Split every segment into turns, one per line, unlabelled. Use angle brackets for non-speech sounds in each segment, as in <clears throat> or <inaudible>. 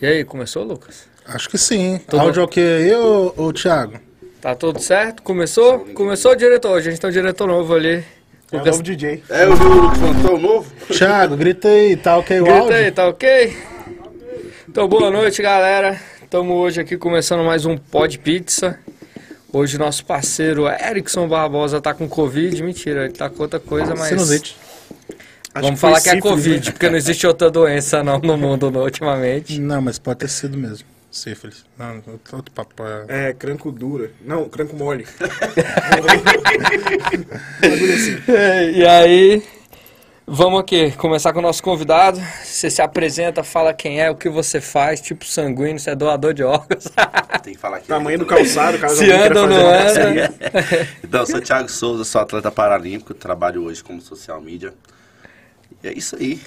E aí, começou, Lucas?
Acho que sim. Todo... Áudio é ok aí, ô, ô
É
Thiago?
Tá tudo certo? Começou? Começou o diretor. A gente tem um diretor novo ali.
É o novo DJ.
É, eu vi o Lucas Antão novo.
Thiago, grita aí, tá ok o
Grita
áudio?
aí, tá ok? Então, boa noite, galera. Estamos hoje aqui começando mais um Pod Pizza. Hoje nosso parceiro Erickson Barbosa tá com Covid. Mentira, ele tá com outra coisa, mas...
Sinusite.
Vamos falar que é Covid, porque não existe outra doença não no mundo não, ultimamente.
Não, mas pode ter sido mesmo. Sífilis. Não, outro papo. É...
É, cranco dura. Não, cranco mole.
<laughs> E aí, vamos aqui, começar com o nosso convidado. Você se apresenta, fala quem é, o que você faz, tipo sanguíneo, você é doador de órgãos.
Ah, Tem que falar aqui.
Tamanho do calçado, caso
Se
alguém queira
anda ou
fazer
não
uma
anda.
parceria.
<laughs> Então, eu sou o Thiago Souza, sou atleta paralímpico, trabalho hoje como social media. E é isso aí.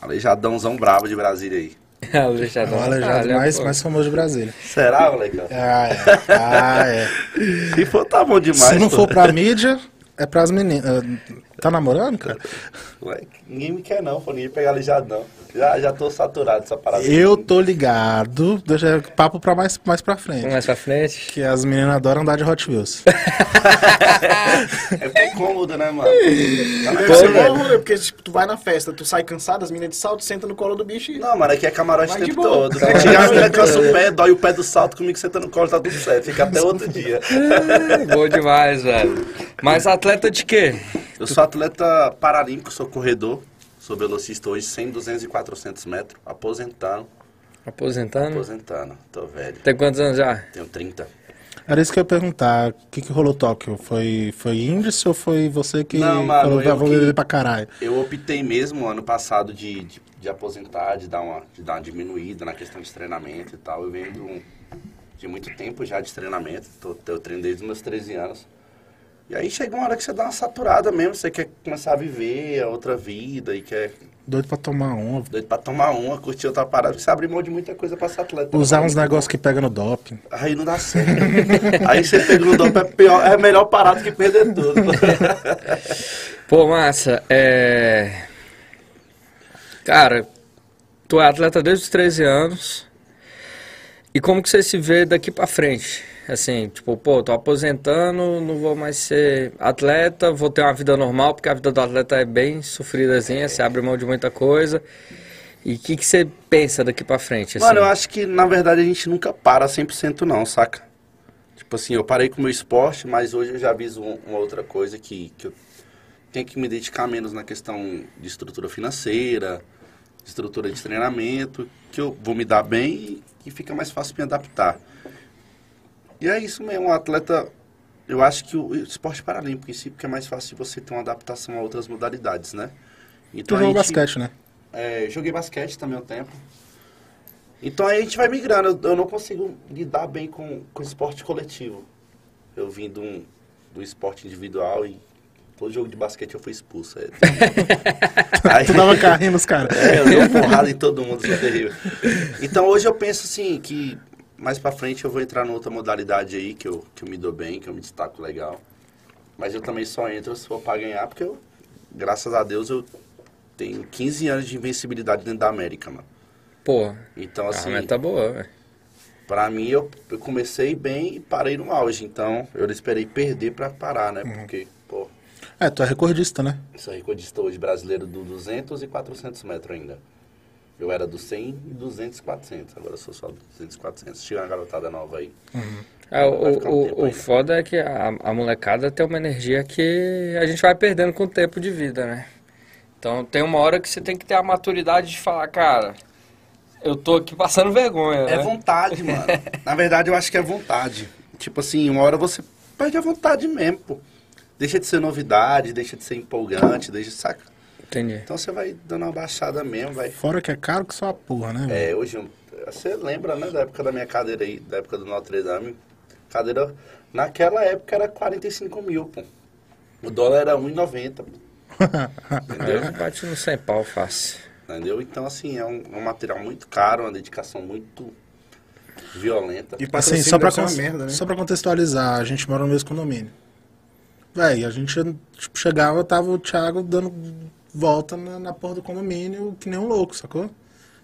Aleijadãozão brabo de Brasília aí.
<laughs> Alejandro.
O aleijado mais, mais famoso
<laughs>
de Brasília.
Será, molecão?
Ah, é. Ah, é.
Se for, tá bom demais.
Se não
pô.
for pra mídia, é pras meninas. Ah, Tá namorando, cara?
Ué, Ninguém me quer não, pô. Ninguém pega aleijadão. Já, já tô saturado dessa parada.
Eu tô ligado. Deixa papo pra mais, mais pra frente.
Mais pra frente. <laughs>
Que as meninas adoram andar de Hot Wheels.
É porque é cômodo, né, mano? Tá na
Deve ser
cama.
bom, né? Porque tipo, tu vai na festa, tu sai cansado, as meninas de salto, senta no colo do bicho e...
Não, mano, aqui é camarote o
Vai de
tempo
boa.
todo. Se chegar, você cansa o pé, dói o pé do salto, comigo você tá no colo, tá tudo certo. Fica até outro dia.
É, Bom demais, velho. Mas atleta de quê?
Eu sou atleta paralímpico, sou corredor, sou velocista hoje, 100, 200 e 400 metros, aposentando,
Aposentando?
aposentando, tô velho,
Tem quantos anos já?
tenho 30.
Era isso que eu ia perguntar. O que, que rolou Tóquio? Foi, foi índice ou foi você que
Não, mano,
falou,
eu
"Ah, vou
que-
beber pra caralho?
Eu optei mesmo ano passado de, de, de aposentar, de dar, uma, de dar uma diminuída na questão de treinamento e tal. Eu venho de, um- de muito tempo já de treinamento, tô, eu treino desde os meus 13 anos. E aí chega uma hora que você dá uma saturada mesmo, você quer começar a viver a outra vida e quer
Doido pra tomar um,
doido pra tomar uma, curtir outra parada, porque você abre mão de muita coisa pra ser atleta.
usar uns
um
Né?
negócios que pega no doping.
Aí não dá certo. Aí você pega o dope, é, pior, é melhor parar do que perder tudo.
Pô, massa, é. Cara, tu é atleta desde os 13 anos. E como que você se vê daqui pra frente? Assim, tipo, pô, tô aposentando, não vou mais ser atleta, vou ter uma vida normal, porque a vida do atleta é bem sofridazinha, você abre mão de muita coisa. E o que que você pensa daqui pra frente, assim?
Mano, eu acho que na verdade a gente nunca para 100% não, saca? Tipo assim, eu parei com o meu esporte, mas hoje eu já aviso um- uma outra coisa que, que eu tenho que me dedicar menos na questão de estrutura financeira, estrutura de treinamento, que eu vou me dar bem e, e fica mais fácil me adaptar. E é isso mesmo, o atleta. Eu acho que o o esporte paralímpico em si, porque é mais fácil você ter uma adaptação a outras modalidades, né?
Tu
Então, a
jogou
gente-
basquete, né? <laughs>
é, joguei basquete também um tempo. Então aí a gente vai migrando. Eu, eu não consigo lidar bem com, com esporte coletivo. Eu vim de um, do esporte individual e todo jogo de basquete eu fui expulso. É. aí,
Tu dava carrinho nos caras.
é, eu dei uma porrada em todo mundo, isso é terrível. Então hoje eu penso assim que mais pra frente eu vou entrar noutra modalidade aí que eu, que eu me dou bem, que eu me destaco legal. Mas eu também só entro se for pra ganhar, porque eu, graças a Deus, eu tenho 15 anos de invencibilidade dentro da América, mano.
Pô,
Então,
a
assim,
meta é boa, velho.
pra mim eu, eu comecei bem e parei no auge. Então, eu esperei perder pra parar, né? Porque, pô,
É, tu é recordista, né?
Sou recordista hoje brasileiro do 200 e 400 metros ainda. Eu era do 100 e 200 e 400. Agora eu sou só do 200 e 400. Tinha uma garotada nova aí.
É, o,
Vai ficar um tempo
o, o
ainda.
foda é que a, a molecada tem uma energia que a gente vai perdendo com o tempo de vida, né? Então tem uma hora que você tem que ter a maturidade de falar, cara, eu tô aqui passando vergonha,
É
né?
vontade, mano. Na verdade, eu acho que é vontade. Tipo assim, uma hora você perde a vontade mesmo, pô. Deixa de ser novidade, deixa de ser empolgante, deixa de saca.
Entendi.
Então você vai dando uma baixada mesmo, vai.
Fora que é caro que só a porra, né? velho? <laughs>
É, hoje, você lembra, né, da época da minha cadeira aí, da época do Notre Dame? Cadeira, naquela época era 45 mil, pô. O dólar era 1,90, pô.
Eu bati É, no sem pau fácil.
Entendeu? Então, assim, é um, é um material muito caro, uma dedicação muito violenta.
E
Assim,
patrocínio
só pra,
deve ser uma
con-
merda, né?
só pra contextualizar, a gente mora no mesmo condomínio. Véi, a gente tipo, chegava, tava o Thiago dando volta na, na porra do condomínio, que nem um louco, sacou?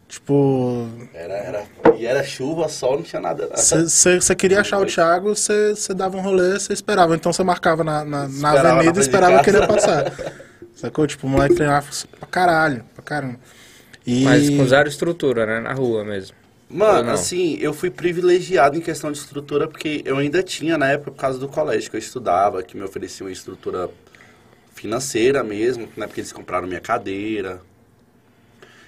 Tipo,
Era, era, e era chuva, sol, não tinha nada.
você queria achar o Thiago, você dava um rolê, você esperava. Então você marcava na, na, na
Esperava na
avenida
frente
e
de
esperava
casa.
que ele ia passar.
<laughs>
Sacou? Tipo, o moleque treinava pra caralho, pra caramba. E...
Mas com zero estrutura, né? Na rua mesmo. Ou
Mano,
não?
assim, eu fui privilegiado em questão de estrutura, porque eu ainda tinha na época, por causa do colégio que eu estudava, que me oferecia uma estrutura financeira mesmo, né? Porque eles compraram minha cadeira.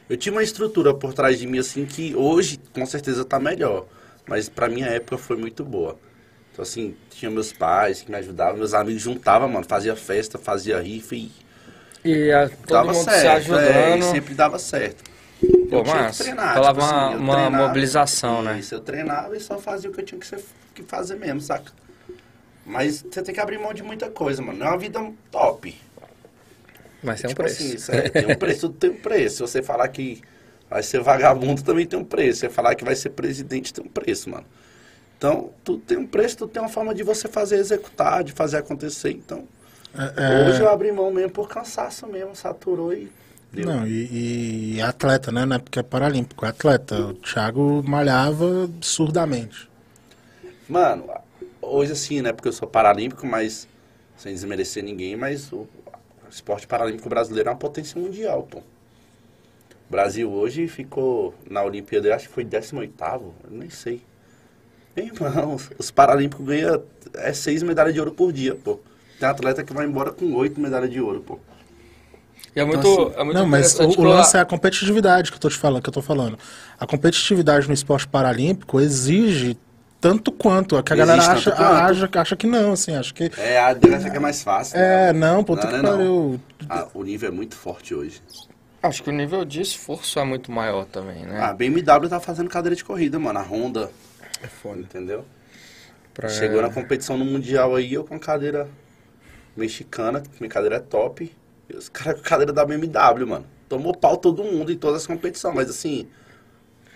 Eu tinha uma estrutura por trás de mim, assim, que hoje com certeza tá melhor. Mas pra minha época foi muito boa. Então, assim, tinha meus pais que me ajudavam, meus amigos juntavam, mano, fazia festa, fazia rifa e
E a- todo
dava
mundo se
certo. é, e
ajudando.
sempre dava certo.
Pô,
Eu tinha que
mas
treinar,
falava
tipo assim, eu
uma, uma
treinava.
mobilização, né?
Isso, eu treinava e só fazia o que eu tinha que, ser- que fazer mesmo, saca? Mas você tem que abrir mão de muita coisa, mano. É uma vida top.
Mas tem um
tipo
preço.
assim, isso é, tem um preço, tudo tem um preço. Se você falar que vai ser vagabundo, também tem um preço. Se você falar que vai ser presidente, tem um preço, mano. Então, tudo tem um preço, tudo tem uma forma de você fazer executar, de fazer acontecer. Então,
é-
hoje eu abri mão mesmo por cansaço mesmo, saturou e deu.
Não, e, e é atleta, né? Não é porque é paralímpico, é atleta. O Thiago malhava absurdamente.
Mano, hoje assim, né? Porque eu sou paralímpico, mas sem desmerecer ninguém, mas o esporte paralímpico brasileiro é uma potência mundial, pô. O Brasil hoje ficou na Olimpíada, eu acho que foi 18º, eu nem sei. Irmão, os- os paralímpicos ganham é, seis medalhas de ouro por dia, pô. Tem atleta que vai embora com oito medalhas de ouro, pô.
E é muito,
Então, assim,
é muito
não, mas o,
interessante
o
pela-
lance é a competitividade que eu tô te falando, que eu tô falando. A competitividade no esporte paralímpico exige tanto quanto. É que a
Exige
galera
tanto
acha,
quanto.
acha, acha que não, assim, acha que.
É, a dança que é mais fácil. né?
É, não, puta
Não,
que
não é
pariu.
Ah, o nível é muito forte hoje.
é-
Acho que o nível de esforço é muito maior também, né?
A BMW tá fazendo cadeira de corrida, mano. A Honda,
É foda.
entendeu?
Pra-
Chegou na competição no Mundial aí, eu com a cadeira mexicana, que minha cadeira é top. E os caras com a cadeira da BMW, mano. Tomou pau todo mundo em todas as competições, mas assim,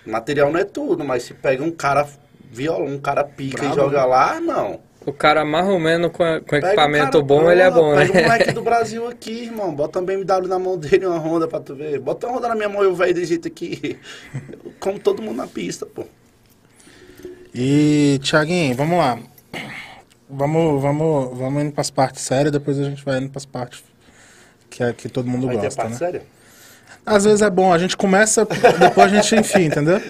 material não é tudo, mas se pega um cara violão, um cara pica
Brabo,
e
né?
joga lá, não.
O cara mais ou menos com, a- com
Pega um
equipamento
cara
bom, ele é bom,
pega
né?
um
<laughs>
moleque do Brasil aqui, irmão. Bota um uma BMW na mão dele e uma Honda pra tu ver. Bota uma Honda na minha mão e o velho desse jeito aqui. <laughs> Como todo mundo na pista, pô.
E, Thiaguinho, vamos lá. Vamos, vamos, vamos indo pras partes sérias, depois a gente vai indo pras partes que, é, que todo mundo
Vai ter
gosta,
parte
né?
séria?
Às vezes é bom, a gente começa, depois a gente, enfim, entendeu?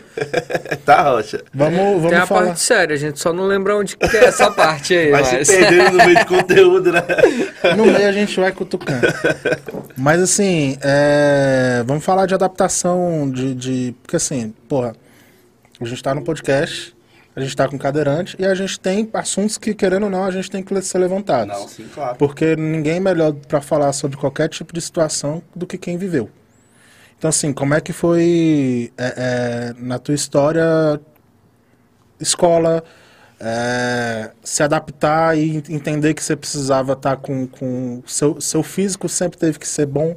Tá, Rocha.
Vamos,
Tem a
vamos falar.
parte séria, a gente só não lembra onde que é essa parte aí,
<laughs> Vai
mas...
se
<laughs>
perdendo no meio de conteúdo, né?
No meio a gente vai cutucando. Mas assim, é, vamos falar de adaptação de, de- Porque assim, porra, a gente tá no podcast, a gente tá com cadeirante e a gente tem assuntos que, querendo ou não, a gente tem que ser levantados.
Não, sim, claro.
Porque ninguém é melhor pra falar sobre qualquer tipo de situação do que quem viveu. Então, assim, como é que foi é, é, na tua história, escola, é, se adaptar e en- entender que você precisava estar com. com seu, seu físico sempre teve que ser bom,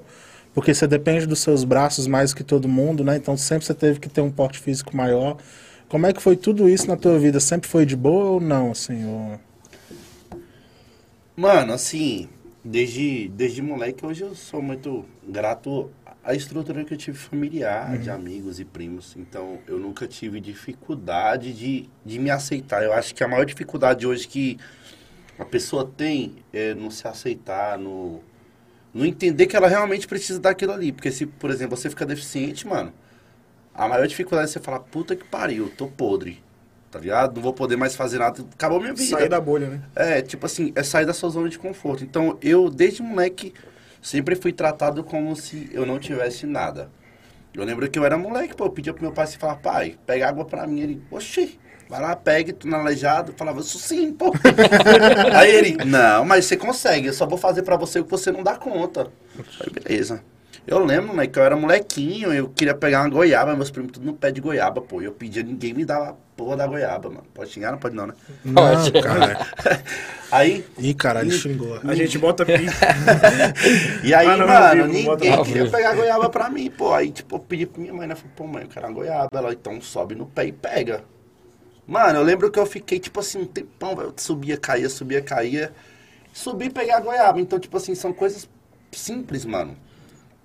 porque você depende dos seus braços mais que todo mundo, né? Então, sempre você teve que ter um porte físico maior. Como é que foi tudo isso na tua vida? Sempre foi de boa ou não, assim? ou-
Mano, assim, desde, desde moleque, hoje eu sou muito grato à estrutura que eu tive familiar, de amigos e primos. Então, eu nunca tive dificuldade de, de me aceitar. Eu acho que a maior dificuldade hoje que a pessoa tem é não se aceitar, no, não entender que ela realmente precisa daquilo ali. Porque se, por exemplo, você fica deficiente, mano, a maior dificuldade é você falar, puta que pariu, tô podre. Tá ligado? Não vou poder mais fazer nada. Acabou minha vida.
Sair da bolha, né?
É, tipo assim, é sair da sua zona de conforto. Então, eu, desde moleque, sempre fui tratado como se eu não tivesse nada. Eu lembro que eu era moleque, pô, eu pedia pro meu pai se falar, pai, pega água pra mim. Ele, oxi, vai lá, pega, tu na aleijado. Eu falava, isso sim, pô. <laughs> Aí ele, não, mas você consegue, eu só vou fazer pra você o que você não dá conta. Aí, beleza. Eu lembro, né, que eu era molequinho, eu queria pegar uma goiaba, meus primos tudo no pé de goiaba, pô. E eu pedia, ninguém me dava a porra da goiaba, mano. Pode xingar? Não pode não, né? <laughs>
Não,
Ótimo.
cara.
Aí,
Ih, caralho, xingou.
A gente bota pi.
E aí,
Ah, não, não,
mano,
não, não bota
ninguém
não.
queria pegar a goiaba pra mim, pô. Aí, tipo, eu pedi pra minha mãe, né? Falei, pô, mãe, eu quero uma goiaba. Ela, então, sobe no pé e pega. Mano, eu lembro que eu fiquei, tipo assim, um tempão, velho. Eu subia, caía, subia, caía. Subi e peguei a goiaba. Então, tipo assim, são coisas simples, mano.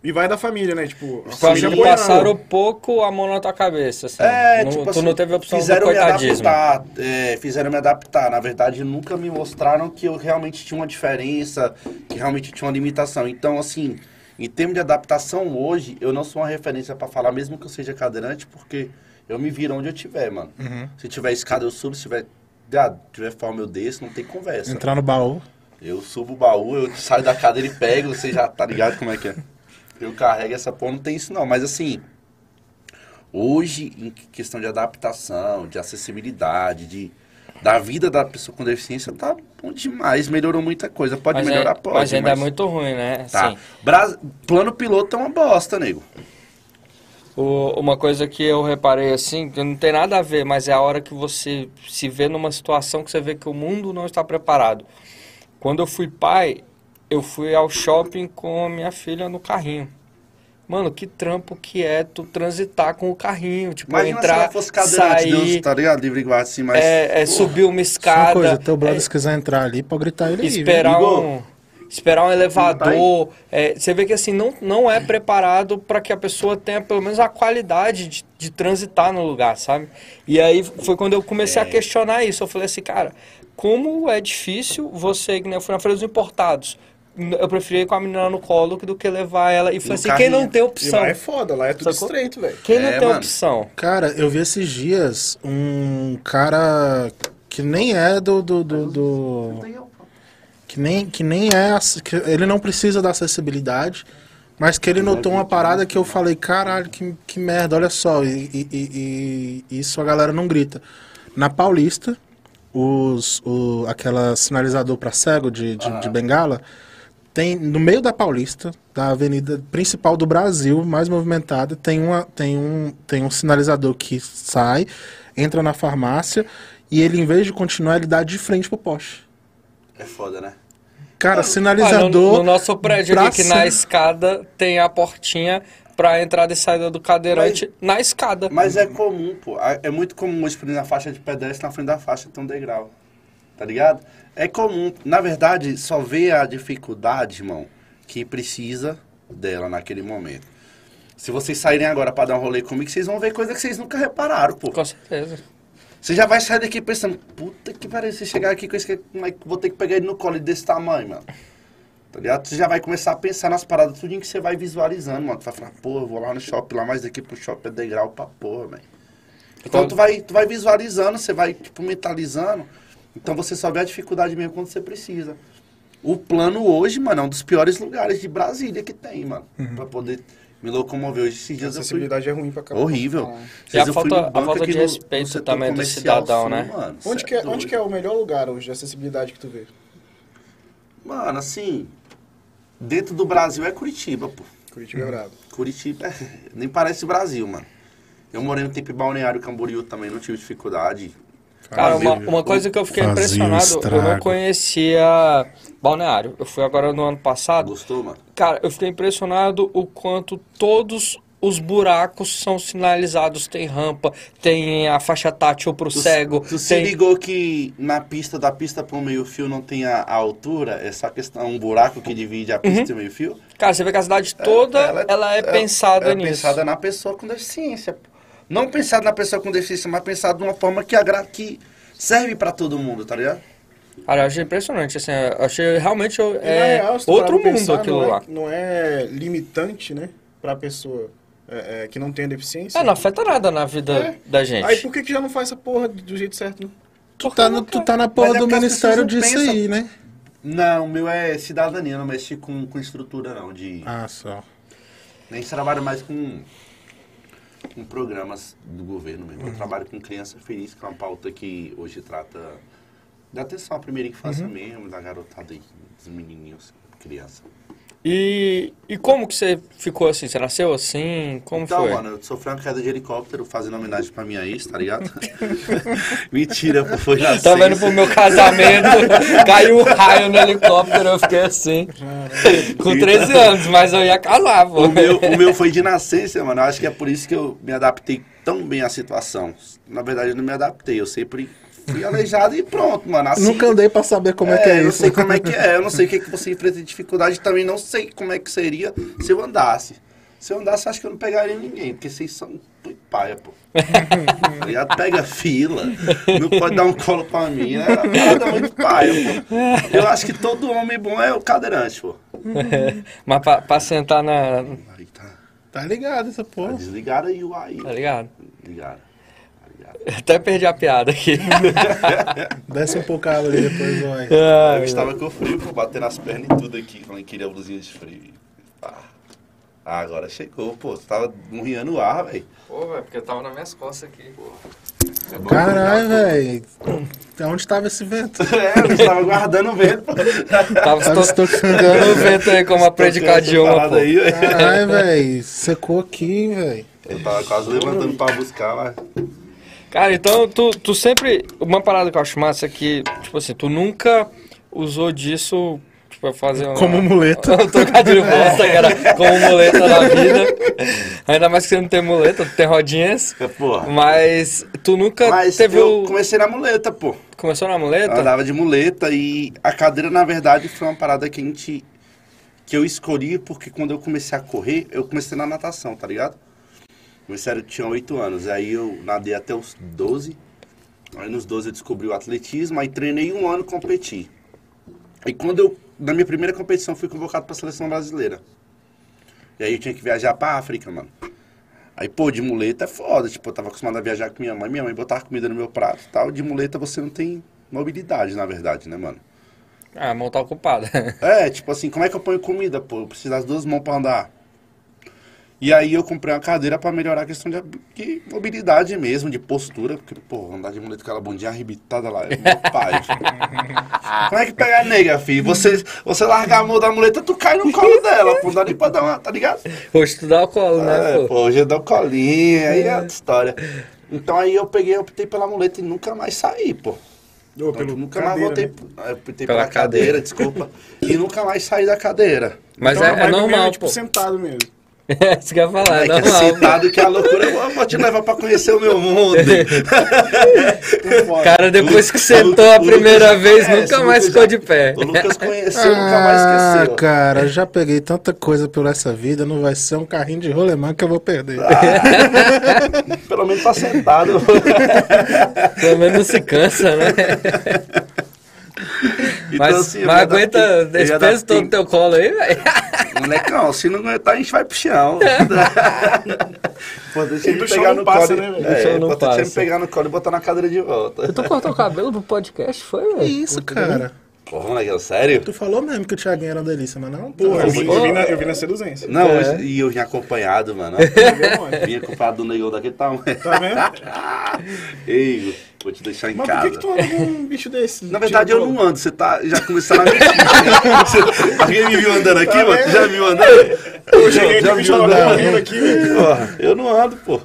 E vai da família, né? Tipo, a
Família
família
passaram pouco a mão na tua cabeça, assim.
É,
Não-
tipo
tu
assim,
não teve a opção do
fizeram me
coitadismo.
adaptar, é, fizeram me adaptar. Na verdade, nunca me mostraram que eu realmente tinha uma diferença, que realmente tinha uma limitação. Então, assim, em termos de adaptação hoje, eu não sou uma referência pra falar, mesmo que eu seja cadeirante, porque eu me viro onde eu tiver, mano.
Uhum.
Se tiver escada, eu subo, se tiver, ah, tiver forma, eu desço, não tem conversa.
Então,
Entrar no baú.
Eu subo o baú, eu saio da cadeira e pego, você já tá ligado como é que é. Eu carrego essa porra, não tem isso não. Mas assim, hoje, em que- questão de adaptação, de acessibilidade, de, da vida da pessoa com deficiência, tá bom demais, melhorou muita coisa. Pode
Mas,
melhorar,
é-
pode.
mas ainda é muito ruim, né?
Tá.
Assim,
Bras- Plano piloto é uma bosta, nego.
O- uma coisa que eu reparei assim, que não tem nada a ver, mas é a hora que você se vê numa situação que você vê que o mundo não está preparado. Quando eu fui pai, eu fui ao shopping com a minha filha no carrinho. Mano, que trampo que é tu transitar com o carrinho, tipo,
Imagina se
entrar,
ela fosse cadeirante,
sair,
Deus, tá ligado? Livre e guarda assim, mas...
é, é subir uma
Só uma coisa,
escada,
teu brother
é
se quiser entrar ali, pode gritar ele aí, viu?
esperar
Igor? tá
um esperar um elevador é, você vê que assim não, não é preparado para que a pessoa tenha pelo menos a qualidade de, de transitar no lugar sabe e aí foi quando eu comecei
É.
a questionar isso eu falei assim cara como é difícil você né, eu fui na feira dos importados eu preferi ir com a menina no colo do que levar ela e falei
No
assim quem não
carrinho.
tem
E
opção
lá é foda, lá é tudo
Sacou?
estreito, velho.
quem não
É,
tem
mano.
opção
Cara, eu vi esses dias um cara que nem é do. do, do, do- que, nem, que nem é. ac- que ele não precisa da acessibilidade, mas que ele notou uma parada que eu falei: caralho, que, que merda, olha só. E, e- e- e isso a galera não grita. Na Paulista, os, o, aquela sinalizador pra cego de, de, de bengala. Tem, no meio da Paulista, da avenida principal do Brasil, mais movimentada, tem, uma, tem, um, tem um sinalizador que sai, entra na farmácia e ele, em vez de continuar, ele dá de frente pro poste.
É foda, né?
Cara,
Olha, no,
sinalizador.
no nosso prédio
pra
ali, que na
cima.
escada tem a portinha para entrada e saída do cadeirante na escada
Mas é comum, pô. A- É muito comum exprimir na faixa de pedestre na frente da faixa ter um degrau. Tá ligado? É comum. Na verdade, só vê a dificuldade, irmão, que precisa dela naquele momento. Se vocês saírem agora pra dar um rolê comigo, vocês vão ver coisa que vocês nunca repararam, pô.
com certeza
Você já vai sair daqui pensando, puta que pariu, se chegar aqui com esse que como é que vou ter que pegar ele no colo desse tamanho, mano. Tá ligado? Você já vai começar a pensar nas paradas, tudo em que você vai visualizando, mano. Tu vai falar, pô, eu vou lá no shopping, lá mais daqui pro shopping é degrau pra porra, velho. Então tu vai, tu vai visualizando, você vai, tipo, mentalizando. Então você só vê a dificuldade mesmo quando você precisa. O plano hoje, mano, é um dos piores lugares de Brasília que tem, mano. Pra poder me locomover hoje. Esses
A
dias eu fui...
acessibilidade é ruim pra caramba.
Horrível.
E a
Às vezes eu fui
falta-
no
a
banco
falta
aqui
de
no- no
respeito
setor
também do
comercial,
cidadão,
sim,
né?
mano. Cê
Onde que, é,
doido.
onde que é o melhor lugar hoje de acessibilidade que tu vê?
Mano, assim, dentro do Brasil é Curitiba, pô.
Curitiba
Hum.
é brabo.
Curitiba é- <laughs> nem parece Brasil, mano. Eu morei um tempo em Balneário Camboriú também, não tive dificuldade.
Cara,
Fazia-
uma, uma coisa que eu fiquei
Fazia o
impressionado, eu não
estrago.
conhecia Balneário. Eu fui agora no ano passado.
Gostou, mano?
Cara, eu fiquei impressionado o quanto todos os buracos são sinalizados. Tem rampa, tem a faixa tátil pro cego,
Tu se
tem...
ligou que na pista, da pista pro meio-fio não tem a, a altura? É só questão, um buraco que divide a pista e
Uhum.
o meio-fio?
Cara, você vê que a cidade toda, ela, é pensada
ela é
nisso.
pensada na pessoa com deficiência. pô. Não pensada na pessoa com deficiência, mas pensada de uma forma que, agra- que serve pra todo mundo, tá ligado?
Cara, eu achei impressionante, assim, eu achei realmente eu-
E, na
é
real, se tu parar
outro
pra
mundo
pensar,
aquilo
não é,
lá.
Não é limitante, né? Pra pessoa é, é, que não tem deficiência.
É, não afeta nada na vida
É.
da gente.
Aí por que que já não faz essa porra do jeito certo, né?
Tu tá, no- tu tá na porra
Mas é
do
porque as
ministério
pessoas
disso
não pensam.
aí, né?
Não, o meu é cidadania, não mexe com, com estrutura não. De,
Ah, só.
A gente trabalha mais com, com programas do governo mesmo.
Uhum.
Eu trabalho com criança feliz, que é uma pauta que hoje trata
Uhum.
da atenção à primeira infância mesmo, da garotada aí, dos menininhos, criança.
E, e como que você ficou assim? Você nasceu assim? Como
Então,
foi?
mano, eu sofri uma queda de helicóptero fazendo homenagem pra minha ex, tá ligado? <laughs> Mentira, pô, foi na
Tava indo
sexta.
Tá pro meu casamento,
<laughs>
caiu um raio no helicóptero, eu fiquei assim. Com 13 anos, mas eu ia casar, pô.
Então, O meu, o meu foi de nascença, mano. Eu acho que é por isso que eu me adaptei tão bem à situação. Na verdade, eu não me adaptei. Eu sempre fui aleijado e pronto, mano. Assim,
Nunca andei pra saber como é, que é
Eu não
isso.
sei como é que é. Eu não sei o que, que você enfrenta de dificuldade. Também não sei como é que seria se eu andasse. Se eu andasse, acho que eu não pegaria ninguém. Porque vocês são muito paia,
<laughs>
pô. tá ligado? Pega fila. Não pode dar um colo pra mim. Né? A parada é muito paia, pô. Eu acho que todo homem bom é o cadeirante, pô.
Mas pra, pra sentar na.
Aí tá.
Tá ligado essa
tá
porra.
Desligaram aí o aí.
Tá ligado?
Obrigado. Obrigado.
Eu até perdi a piada <laughs> aqui.
Desce um pouco a água ali
<laughs>
depois, vai.
Ah,
eu estava com frio, pô, batendo as pernas e tudo aqui, falando que queria blusinha de frio. Ah, agora chegou, pô. Você tava murriando o ar, velho.
Pô, velho, porque tava nas minhas costas aqui.
É bom
Caralho, velho. Onde tava esse vento?
cuidar. <laughs> É, eu estava guardando o vento.
Tava
Tava
estocando
estocando
o vento aí, como aprendi com a Dilma, pô.
Aí, véi.
Caralho, velho. Secou aqui, velho.
eu tava quase levantando pra buscar, mas...
Cara, então tu, tu sempre. Uma parada que eu acho massa é que, tipo assim, tu nunca usou disso tipo, pra
É
fazer uma.
Como muleta.
<laughs> Um trocadilho bosta, cara. Como muleta na vida. Ainda mais que você não tem muleta, tu tem rodinhas.
Porra.
Mas tu nunca
Mas
teve
eu Ah,
o.
comecei na muleta, pô.
Começou na
Eu
muleta?
andava de muleta e a cadeira, na verdade, foi uma parada que a gente. que eu escolhi porque quando eu comecei a correr, eu comecei na natação, tá ligado? Comecei, eu tinha 8 anos, aí eu nadei até os 12. Aí nos 12 eu descobri o atletismo, aí treinei um ano, competi. E quando eu, na minha primeira competição, fui convocado pra seleção brasileira. E aí eu tinha que viajar pra África, mano. Aí, pô, de muleta é foda. Tipo, eu tava acostumado a viajar com minha mãe. Minha mãe botava comida no meu prato e tal. De muleta você não tem mobilidade, na verdade, né, mano?
Ah, a mão tá ocupada. <laughs>
É, tipo assim, como é que eu ponho comida, pô? Eu preciso das duas mãos pra andar. E aí eu comprei uma cadeira pra melhorar a questão de, hab- de mobilidade mesmo, de postura. Porque, pô, andar de muleta com aquela bundinha arrebitada lá, é meu pai. como é que pega a nega, filho? Você, você largar a mão da muleta, tu cai no colo dela, pô. Não dá nem pra dar uma, tá ligado?
Hoje tu dá o colo, né,
É,
pô?
pô, hoje eu dou colinha, aí é outra história. Então aí eu peguei, optei pela muleta e nunca mais saí, pô.
Ou
Então,
pelo
nunca mais
cadeira,
voltei.
né?
ah, Eu optei
Pela
pela, cadeira, desculpa. E nunca mais saí da cadeira.
Mas
Então,
é,
a
é
vibe
normal,
minha é, tipo,
pô.
sentado mesmo.
<laughs> É, isso que eu ia falar, é
Aí que é
normal. pô.
sentado que é a loucura. Eu vou te levar pra conhecer o
<laughs>
meu mundo.
Tô fora.
Cara, depois que
O Lu-
sentou a
o Lucas
primeira vez,
conhece,
nunca
o
mais
Lucas
ficou
já-
de pé.
O Lucas conheceu,
Ah,
nunca mais esqueceu.
Ah, cara, eu já peguei tanta coisa por essa vida, não vai ser um carrinho de rolemã que eu vou perder.
Pelo menos tá sentado.
Pelo menos não se cansa,
<laughs>
né?
Então,
Mas,
assim, eu
mas
me
aguenta
adaptei- eu
esse
me
peso todo
adaptei.
no teu colo aí, velho.
Molecão, se não aguentar, a gente vai pro chão.
É.
<laughs> Pô, deixa ele
Do
me
chão
pegar
não
no
passa,
colo.
né,
e-
velho?
Do chão
É,
não
pô, deixa ele
passa.
me pegar no colo e botar na cadeira de volta.
Tu cortou o cabelo pro podcast, foi,
Que
velho?
isso, cara?
Pô, molecão, sério?
Tu falou mesmo que o Thiaguinho era uma delícia, mas não?
Porra, eu
Porra,
vi, eu vi na, eu vi na seduzência.
Não,
É.
hoje- e eu vim acompanhado,
<laughs>
mano.
Entendeu, mano?
Vim acompanhado do negão daquele tamanho. <laughs>
Tá vendo?
Ei, Igor, vou te deixar em
Mas por
casa.
que, que tu anda com um bicho desse?
Na verdade, eu
Tipo,
não ando, você tá já começando
<laughs>
a mentir. Você- Alguém me viu andando aqui, mano? Já me viu andando?
Tá Eu cheguei aqui,
Já
o
me
bicho
viu
tava correndo
andando?
aqui, velho.
Porra, eu não ando, pô.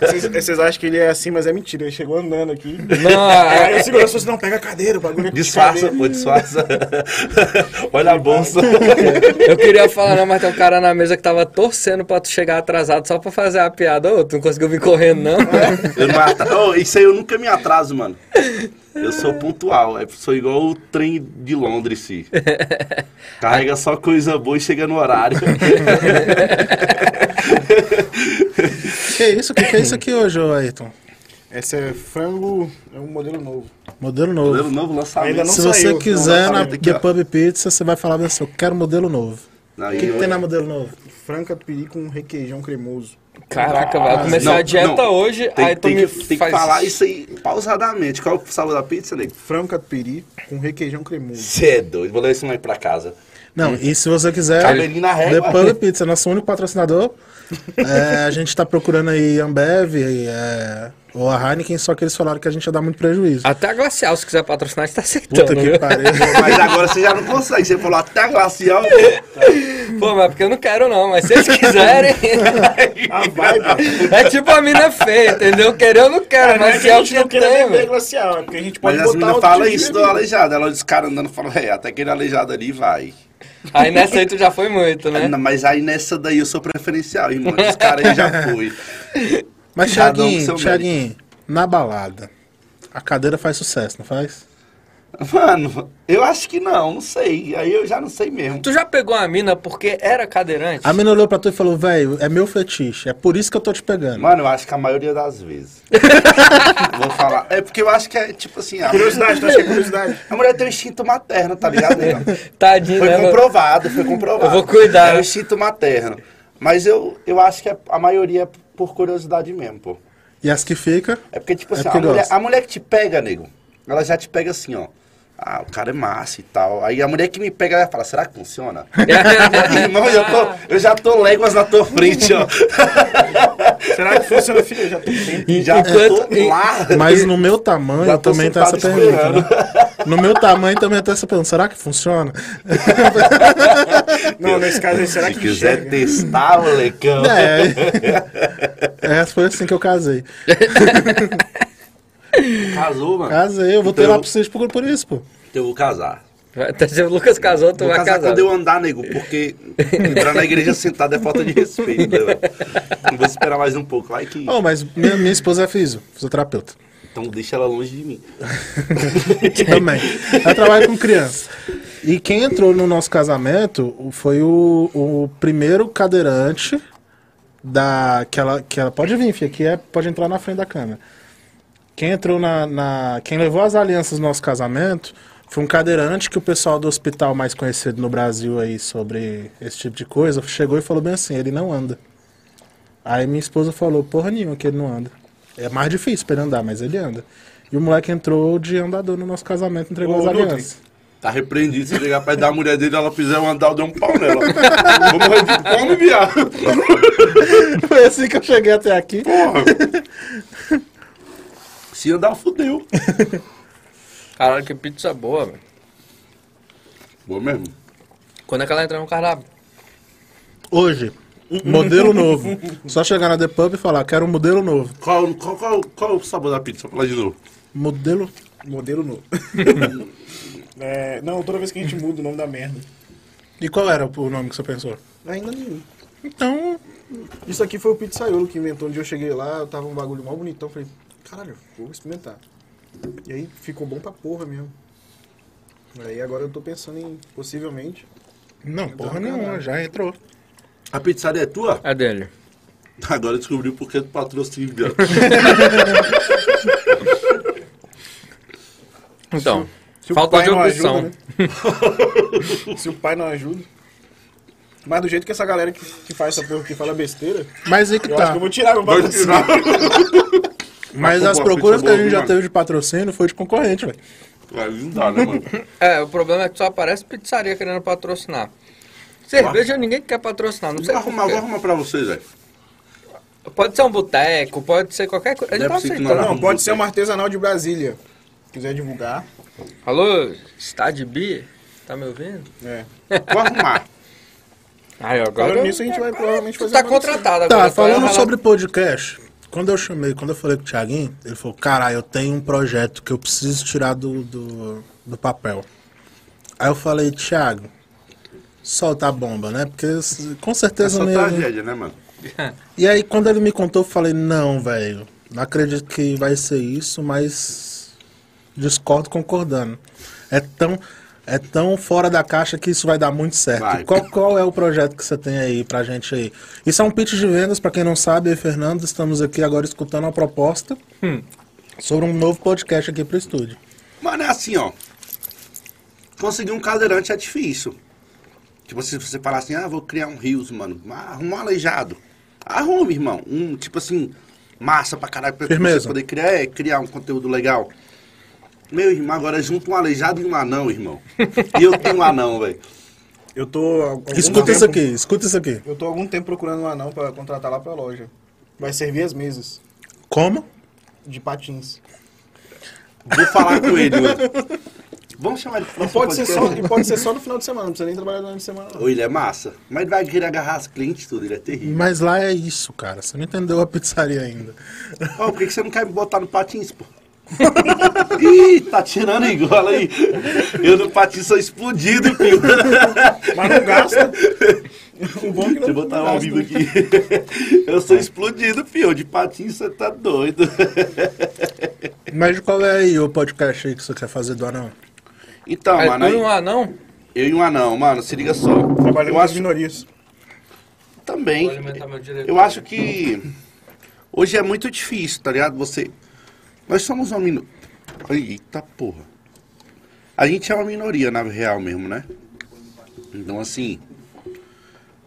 Vocês vocês acham que ele é assim, mas é mentira. Ele chegou andando aqui.
Não,
Aí
é-
o segurança falou assim, não, pega a cadeira, o bagulho é
Disfarça,
cadeira.
pô, disfarça. <laughs> Olha a
<laughs>
bolsa.
eu queria falar, não, mas tem um cara na mesa que tava torcendo pra tu chegar atrasado só pra fazer a piada. Ô, tu não conseguiu vir correndo, não?
Eu não atra- Ô, isso aí eu nunca me atraso, mano. Eu sou pontual, é- sou igual o trem de Londres, fi. Carrega só coisa boa e chega no horário.
<laughs>
que isso? O que, que é isso aqui hoje, ô Ayrton?
Esse é frango, é um modelo novo.
Modelo
Modelo
novo.
um novo lançamento.
Ainda não
Se
saiu,
você
não
quiser
lançamento
na
aqui, ó.
The Pub Pizza, você vai falar bem assim, eu quero modelo novo.
Não,
O que, que tem na modelo novo?
Franca piri com requeijão cremoso.
Caraca, velho. Eu comecei
Ah, Não,
a dieta
não.
hoje,
Tem,
aí tu
tem
me
que, tem
faz...
que falar isso aí pausadamente. Qual é o sabor da pizza, nego?
Franca piri com requeijão cremoso.
Você é doido, vou levar isso aí pra casa.
Não, e se você quiser,
Cabelinho na régua.
The Pub Pizza, nosso único patrocinador. É, a gente tá procurando aí Ambev, é, Ou a Heineken, só que eles falaram que a gente ia dar muito prejuízo.
Até a Glacial, se quiser patrocinar, está aceitando.
Puta que
viu?
pariu.
<laughs> Mas agora você já não consegue. Você falou até a glacial.
Pô, mas é porque eu não quero não, mas se eles quiserem. <laughs>
A vibe.
é tipo a mina feia, entendeu? Querer eu não quero,
Não é
mas
que
se é
a
o
gente
que
não queira
tem,
beber
velho.
glacial, é porque a gente pode
Mas as
botar
meninas
outro
falam
tipo de
isso do
bebida.
aleijado. Ela diz, cara, andando, fala, é, até aquele aleijado ali vai.
Aí nessa aí tu já foi muito, né?
Não, mas aí nessa daí eu sou preferencial, irmão. Os caras
<laughs>
aí já foi.
Mas,
Cada um com
Thiaguinho,
seu
Thiaguinho, na balada, a cadeira faz sucesso, não faz?
Mano, eu acho que não, não sei. Aí eu já não sei mesmo.
Tu já pegou a mina porque era cadeirante?
A menina olhou pra tu e falou, velho, é meu fetiche, é por isso que eu tô te pegando.
Mano, eu acho que a maioria
<laughs>
das vezes. Vou falar. É porque eu acho que é tipo assim. A,
Curiosidade, tu acha que é curiosidade?
a mulher tem um instinto materno, tá
<laughs>
ligado? Irmão?
Tadinho,
Foi
né? mano?
comprovado, foi comprovado.
Eu vou cuidar,
É o
né?
instinto materno. Mas eu, eu acho que é- a maioria é por curiosidade mesmo, pô.
E as que fica,
É porque, tipo
É
assim,
porque
a, mulher,
gosta.
a mulher que te pega, nego, ela já te pega assim, ó. Ah, o cara é massa e tal. Aí a mulher que me pega, ela fala, será
<laughs>
que funciona?
<laughs>
Irmão, eu, tô- eu já tô léguas na tua frente, ó.
Será que funciona, filho? Eu já tô
<laughs>
bem.
Já
Enquanto-
tô lá. <laughs>
mas no meu tamanho
Já tô
também tá essa
sentado
pergunta, né? No meu tamanho também tá essa pergunta, será que funciona?
Não, nesse caso aí, será
Se
que
quiser
enxerga?
testar, molecão.
<laughs> É. Essa foi assim que eu casei.
Casou, mano.
Casei, eu vou ter
Então-
lá pra vocês por, por isso, pô.
Eu vou casar.
Vai- tá- Se o Lucas casou, tu
Vou
vai
casar,
casar.
quando eu andar, nego, porque entrar na igreja sentado é falta de respeito, né, velho? Vou esperar mais um pouco. Vai que.
Oh, mas minha, minha esposa é fisio, fisioterapeuta.
Então deixa ela longe de mim.
<laughs> Também. Ela trabalha com criança. E quem entrou no nosso casamento o- foi o, o primeiro cadeirante da. Que ela, que ela pode vir, filha, que é, pode entrar na frente da câmera. Quem entrou na, na- Quem levou as alianças do nosso casamento foi um cadeirante que o pessoal do hospital mais conhecido no Brasil aí sobre esse tipo de coisa chegou e falou bem assim: ele não anda. Aí minha esposa falou: porra nenhuma que ele não anda. É mais difícil pra ele andar, mas ele anda. E o moleque entrou de andador no nosso casamento, entregou
Ô,
as
Nutri.
alianças. <laughs>
Tá repreendido. Se chegar perto da mulher dele, ela fizer um andar, eu dou um pau nela. Vou morrer de fome, viado.
Foi assim que eu cheguei até aqui.
Porra. Se andar, fudeu.
Caralho, que pizza boa, velho.
Boa mesmo.
Quando é que ela entra no cardápio?
Hoje, modelo novo. Só chegar na The Pub e falar: quero um modelo novo.
Qual, qual, qual, qual o sabor da pizza? Fala de novo.
Modelo.
<laughs>
Modelo novo. É, não, toda vez que a gente muda o nome da merda.
E qual era o nome que você pensou?
Ainda nenhum.
Então,
Isso aqui foi o pizzaiolo que inventou. Um dia eu cheguei lá, tava um bagulho mal bonitão. Falei, caralho, vou experimentar. E aí ficou bom pra porra mesmo. Aí agora eu tô pensando em, possivelmente...
não, porra nenhuma, já entrou.
A pizzaria é tua?
A dele.
Agora eu descobri o porquê do patrocínio, viado.
Então,
se o
falta
pai
de
não
opção.
ajuda, né? <laughs> Se o pai não ajuda... Mas do jeito que essa galera que, que faz essa porra, que fala besteira,
Mas aí que
eu acho
tá.
que eu vou tirar meu patrocínio.
Mas
Mas,
as
pô,
procuras
pizza
que a
boa,
gente já
mano.
teve de patrocínio foi de concorrente, velho.
Aí não dá, né, mano?
É, o problema é que só aparece pizzaria querendo patrocinar. Cerveja ninguém quer patrocinar, não sei
Vou arrumar, vou
por
arrumar pra vocês, velho.
quê. Pode ser um boteco, pode ser qualquer coisa. Ele
Não é
tá
possível que
aceitando.
não.
Não, pode ser uma artesanal de Brasília. Se quiser divulgar,
Alô, está de bi? Tá me ouvindo?
é.
Vou arrumar.
Aí, agora.
Falando nisso, a gente vai provavelmente
Tu
fazer
tá
uma notícia.
contratado agora.
Tá,
tu vai
falando
ralar-
sobre podcast, quando eu chamei, quando eu falei com o Thiaguinho, ele falou, caralho, eu tenho um projeto que eu preciso tirar do, do, do papel. Aí eu falei, Thiago, solta a bomba, né? Porque s- com
É
certeza
só
não ia...
tragédia, né, mano?
E aí quando ele me contou, eu falei, não, velho, não acredito que vai ser isso, mas discordo concordando. É tão... É tão fora da caixa que isso vai dar muito certo.
Vai.
Qual, qual é o projeto que você tem aí pra gente aí? Isso é um pitch de vendas, pra quem não sabe, eu e Fernando estamos aqui agora escutando uma proposta
Hum.
sobre um novo podcast aqui pro estúdio.
Mano, é assim, ó. Conseguir um cadeirante é difícil. Tipo, se você falar assim, ah, vou criar um rios, mano. Ah, Arruma um aleijado. Arrume, irmão. Um, tipo assim, massa pra caralho. Pra
Firmeza.
você poder criar, é, criar um conteúdo legal. Meu irmão, agora junta um aleijado e um anão, irmão. E eu tenho um anão, velho.
Eu tô. há algum
Escuta
tempo-
isso aqui, escuta isso aqui.
Eu tô há algum tempo procurando um anão pra contratar lá pra loja. Vai servir as mesas.
Como?
de patins.
Vou falar com ele hoje. Vamos chamar ele pro
E
próximo
pode, ser
podcast?
só, <laughs> um e pode ser só no final de semana, não precisa nem trabalhar durante a semana. não.
Ou ele é massa. Mas ele vai querer agarrar as clientes tudo, ele é terrível.
Mas lá é isso, cara. Você não entendeu a pizzaria ainda.
Ó, por que que você não quer me botar no patins, pô? <laughs> Ih, tá tirando igual aí. Eu no patins sou explodido, filho.
Mas
<laughs>
não gasta. O bom é que
Deixa eu
não
botar um
gasta.
ao vivo aqui. Eu sou explodido, filho. De patins você tá doido.
Mas qual é aí o podcast aí que você quer fazer do anão?
Então,
Aí,
mano,
põe um
aí-
anão?
eu e um anão, mano, se liga só.
Trabalhando
Eu
com as
acho
minorias.
também.
Vou alimentar meu direito.
Eu acho que hoje é muito difícil, tá ligado? Você. Nós somos uma minoria. Eita porra. A gente é uma minoria, na real mesmo, né? Então assim.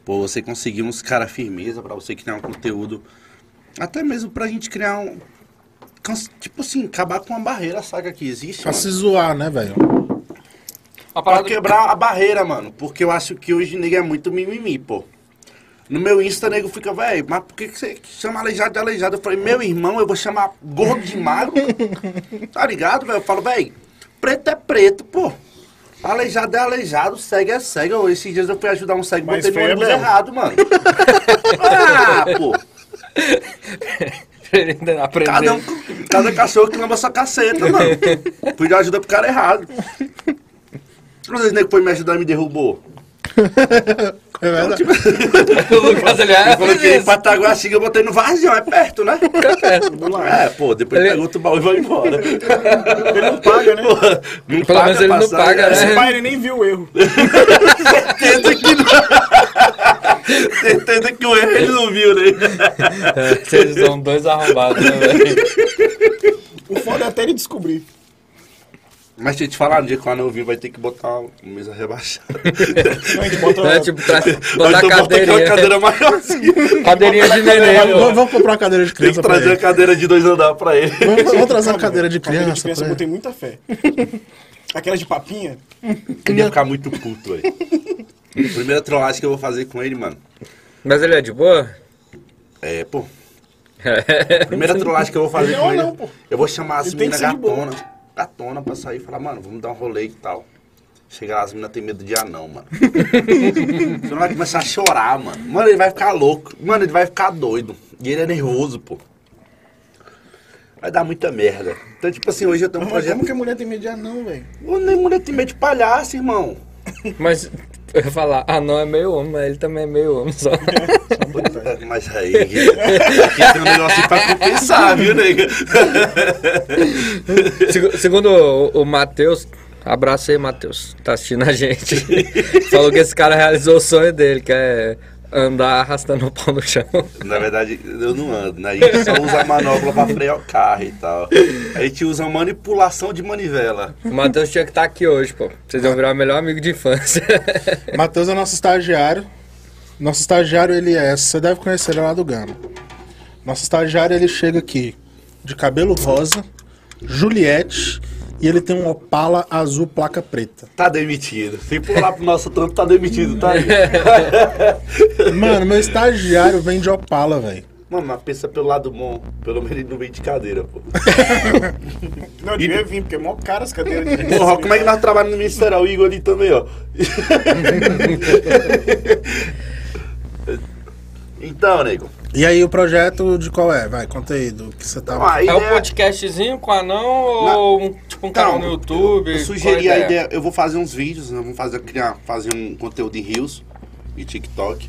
Pô, você conseguir uns cara firmeza pra você criar um conteúdo. Até mesmo pra gente criar um. cons- Tipo assim, acabar com uma barreira, saca, que existe.
Pra
mano.
se zoar, né, velho?
Uma
Pra
parada
quebrar a barreira, mano. Porque eu acho que hoje nego é muito mimimi, pô. No meu Insta, nego fica, velho, mas por que, que você chama aleijado de aleijado? Eu falei, meu irmão, eu vou chamar gordo de magro. tá ligado, velho? Eu falo, velho, preto é preto, pô. Aleijado é aleijado, cego é cego. Eu- Esses dias eu fui ajudar um cego e
Mas
botei no
feio é
ônibus
mesmo.
errado,
<laughs>
mano. ah, pô.
<laughs> aprender. <laughs>
Cada, um,
aprender.
cada cachorro que lamba sua caceta, mano. Fui dar ajuda pro cara errado. Quantas vezes nego foi me ajudar e me derrubou?
É verdade.
o Lucas, ele
Eu
é.
coloquei em Pataguaciga, assim, eu botei no vazio, é perto, né? <laughs>
Do lado.
É, pô, depois
Ele-
pega outro baú e vai embora.
Ele não paga, né?
Pô, não
Pelo menos ele não
passagem,
paga, né?
Esse pai ele nem viu o erro.
Certeza que não. Certeza que o erro ele não viu, né?
<laughs> Vocês são dois arrombados, né, velho?
O foda é até ele descobrir.
Mas deixa eu te falar, no dia que o anão vir, vai ter que botar uma mesa rebaixada.
Não, a gente
<laughs>
bota
É, tipo, tra...
Nós
botar
temos que
cadeirinha.
uma cadeira maiorzinha.
Cadeirinha de neném,
Vamos,
mano.
vamos comprar uma cadeira de
É, Tem que
criança pra
trazer a
ele.
cadeira Tá de dois andar pra ele.
Vamos, vamos trazer uma cadeira de
Cadeira de
criança
criança
pra
eu botei
ele.
muita <laughs> fé. Aquelas de papinha.
Ele ia ficar muito puto, velho. Primeira trollagem que eu vou fazer com ele, mano.
Mas ele é de boa?
É, pô.
É,
Primeira trollagem que eu vou fazer
Não,
com ele.
não, é pô.
Eu vou chamar as
Ele tem
minas
que ser de boa.
gatona. Gatona pra sair e falar, mano, vamos dar um rolê e tal. Chegar lá, as minas tem medo de anão,
<laughs>
mano. Senão vai começar a chorar, mano. Mano, ele vai ficar louco. Mano, ele vai ficar doido. E ele é nervoso, pô. Vai dar muita merda. Então, tipo assim, hoje eu tenho um
Mas
projeto.
como que a mulher tem medo de anão, velho?
Ô, Nem mulher tem medo de palhaço,
<laughs>
irmão.
Mas eu ia falar, ah, não é meio homem, mas ele também é meio homem <laughs> só.
Puta, Mas aí, aqui tem um negócio pra compensar, viu, nega?
Segu- Segundo o, o Matheus, abraço aí, Matheus, tá assistindo a <laughs> gente. Falou que esse cara realizou o sonho dele, que é andar arrastando o pau no chão.
Na verdade, eu não ando, né? A gente só usa a manopla pra frear o carro e tal. A gente usa manipulação de manivela.
O Matheus tinha que estar aqui hoje, pô. Vocês vão virar o melhor amigo de infância.
Matheus é nosso estagiário. Nosso estagiário, ele é. Você deve conhecer ele lá do Gama. Nosso estagiário, ele chega aqui de cabelo rosa, Juliette, e ele tem um Opala azul placa preta.
Tá demitido. Se for lá pro nosso trampo, tá demitido, tá aí.
Mano, meu estagiário vem de Opala, velho.
Mano, mas pensa pelo lado bom. Pelo menos ele não vem de cadeira, pô.
Não, eu devia vir, porque é mó cara as cadeiras de
Porra, como é que nós trabalhamos no Ministério? O Igor ali também, ó. Então, nego.
E aí, o projeto de qual é? Vai, conta aí do que você
Então,
Ah,
tá.
a
É um
ideia-
podcastzinho com anão ou um, tipo um canal
Não,
no YouTube?
Então, Eu sugeri a ideia, eu vou fazer uns vídeos, né? vamos fazer, criar, fazer um conteúdo em Reels e TikTok.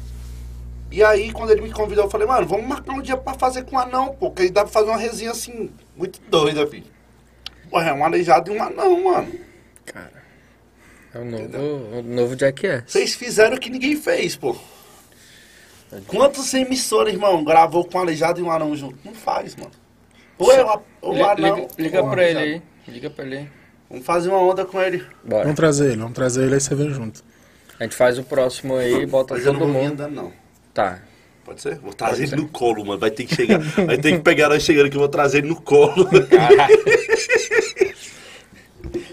E aí, quando ele me convidou, eu falei, mano, vamos marcar um dia pra fazer com um anão, pô, que aí dá pra fazer uma resenha assim, muito doida, filho. Pô, é um aleijado e um anão, mano.
É o novo, o novo Jack é.
Vocês fizeram o que ninguém fez, pô. Quantos emissoras, irmão, gravou com um aleijado e um anão junto? Não faz, mano. Ou é o- ou o anão.
Liga,
ou
liga
o
pra ele
aleijado.
aí. Liga pra ele aí.
Vamos fazer uma onda com ele.
Bora.
Vamos trazer ele, vamos trazer ele, aí você vem junto.
A gente faz o próximo aí e bota
Mas eu não
todo
vou vir
mundo.
andando, não.
Tá.
Pode ser? Vou trazer ele no colo, mano. Vai ter que chegar. Vai ter que pegar nós chegando que eu vou trazer ele no colo.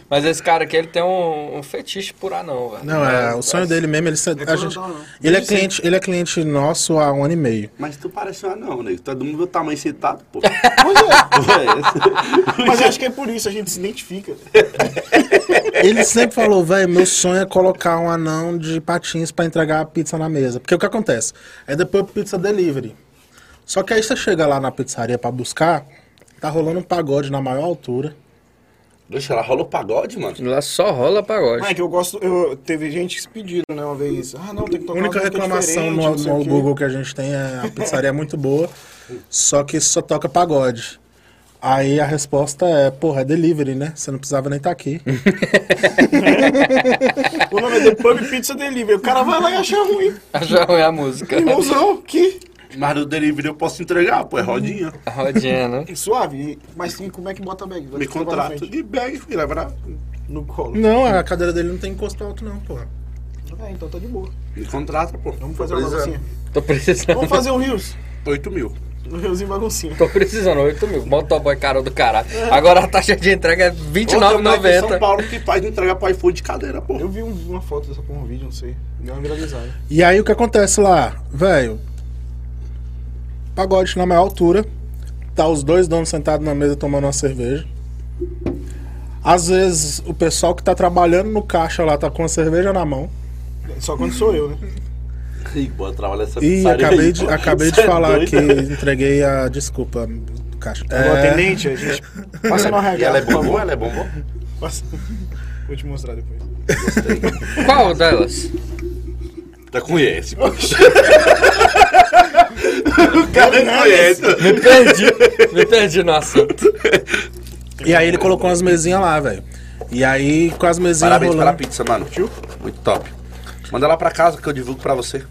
Mas esse cara aqui, ele tem um, um fetiche por anão, velho.
Não, é, o sonho dele mesmo, ele, se- a
Não é
gente-
não, não.
ele é cliente, ele é cliente nosso há um ano e meio.
<laughs> Mas tu parece um anão, nego. Todo mundo vê o tamanho sentado, pô.
Pois é.
Ué,
Mas eu acho que é por isso, a gente se identifica.
Ele sempre falou, velho, meu sonho é colocar um anão de patins pra entregar a pizza na mesa. Porque o que acontece? É depois pizza delivery. Só que aí você chega lá na pizzaria pra buscar, tá rolando um pagode na maior altura.
Deixa ela rola o pagode, mano.
Lá só rola pagode.
Mike, eu gosto. Eu, teve gente que se pediram, né, uma vez. Ah, não, tem que
A única
tocar uma música
reclamação
diferente,
no,
não sei
no
o quê.
Google que a gente tem é a pizzaria é muito boa, só que só toca pagode. Aí a resposta é, porra, é delivery, né? Você não precisava nem estar aqui.
O nome é The Pub Pizza Delivery. O cara vai lá e acha ruim.
<laughs> Já ruim a música.
Irmãozão, que
Mas no delivery eu posso entregar, pô. É rodinha.
A rodinha, né?
é suave. Mas sim, como é que bota bag? Vai
Me
te levar na
contrata
frente.
de bag, filho. É Leva na-
No colo.
Não,
Hum.
a cadeira dele não tem encosto alto não, porra.
É, então tá de boa.
Me contrata, pô.
Vamos
Tô
fazer uma
precisando.
baguncinha.
Tô precisando.
Vamos fazer um Rios.
8 mil.
Um Riozinho baguncinha.
Tô precisando, 8 mil. Motoboy caro do caralho. Agora a taxa de entrega é
Outra marca em São
29,90.
Paulo que faz entrega pra iPhone de cadeira, pô.
Eu vi um- uma foto dessa porra, um vídeo, não sei. Deu uma viralizada.
E aí o que acontece lá, velho? Pagode na maior altura. Tá os dois donos sentados na mesa tomando uma cerveja. Às vezes o pessoal que tá trabalhando no caixa lá tá com a cerveja na mão.
Só quando sou eu, né?
Ih, boa, trabalha essa
E
pizzaria
acabei
aí,
de,
pô.
acabei
Cê
de
é
falar
doido?
que entreguei a desculpa do caixa.
O
É,
atendente, a gente passa no
E
RH.
ela é
por favor.
bombom? Ela é bombom?
Passa. Vou te mostrar depois.
Qual delas?
Tá conhece, pô. <laughs> o cara é conhece.
Me perdi. Me perdi no assunto.
e aí ele colocou umas mesinhas lá, velho. E aí com as mesinhas
Parabéns pela
rolando.
pizza, mano. Muito top. Manda lá pra casa que eu divulgo pra você.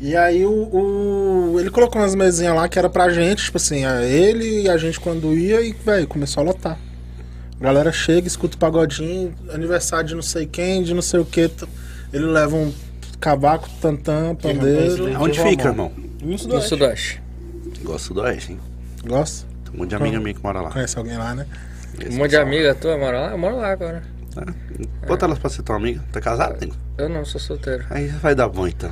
E aí o, o- ele colocou umas mesinhas lá que era pra gente, tipo assim, a ele e a gente quando ia e, velho, começou a lotar. A galera chega, escuta o pagodinho, aniversário de não sei quem, de não sei o que. Ele leva um cavaco, tantã, pandeiro.
Eu
Onde
vou
fica,
amar.
irmão?
No
No
Sudoeste.
Sudoeste.
Gosto do Oeste, hein?
Gosta?
Tem um monte de amiga minha que mora lá.
Conhece alguém lá, né?
Um monte de amiga tua mora lá? Eu moro lá agora.
É. Bota elas pra ser tua amiga. Tá casado, nego?
Eu não, sou solteiro.
Aí vai dar bom, então.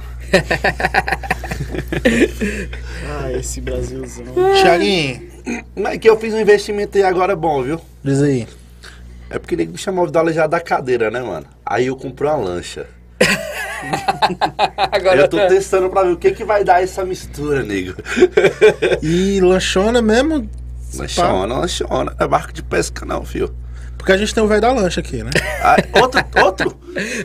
Ah, esse Brasilzão.
Tiaguinho,
Mas que eu fiz um investimento aí agora bom, viu?
diz aí.
É porque nego me chamou de aleijado da cadeira, né, mano? Aí eu comprei uma lancha.
<laughs> Agora
Eu tô testando pra ver o que que vai dar essa mistura, nego.
E lanchona mesmo? Se
Lanchona, lanchona. Não é barco de pesca, não, filho.
pá, Porque a gente tem o velho da lancha aqui, <laughs> né?
Ah, outro, <laughs> outro?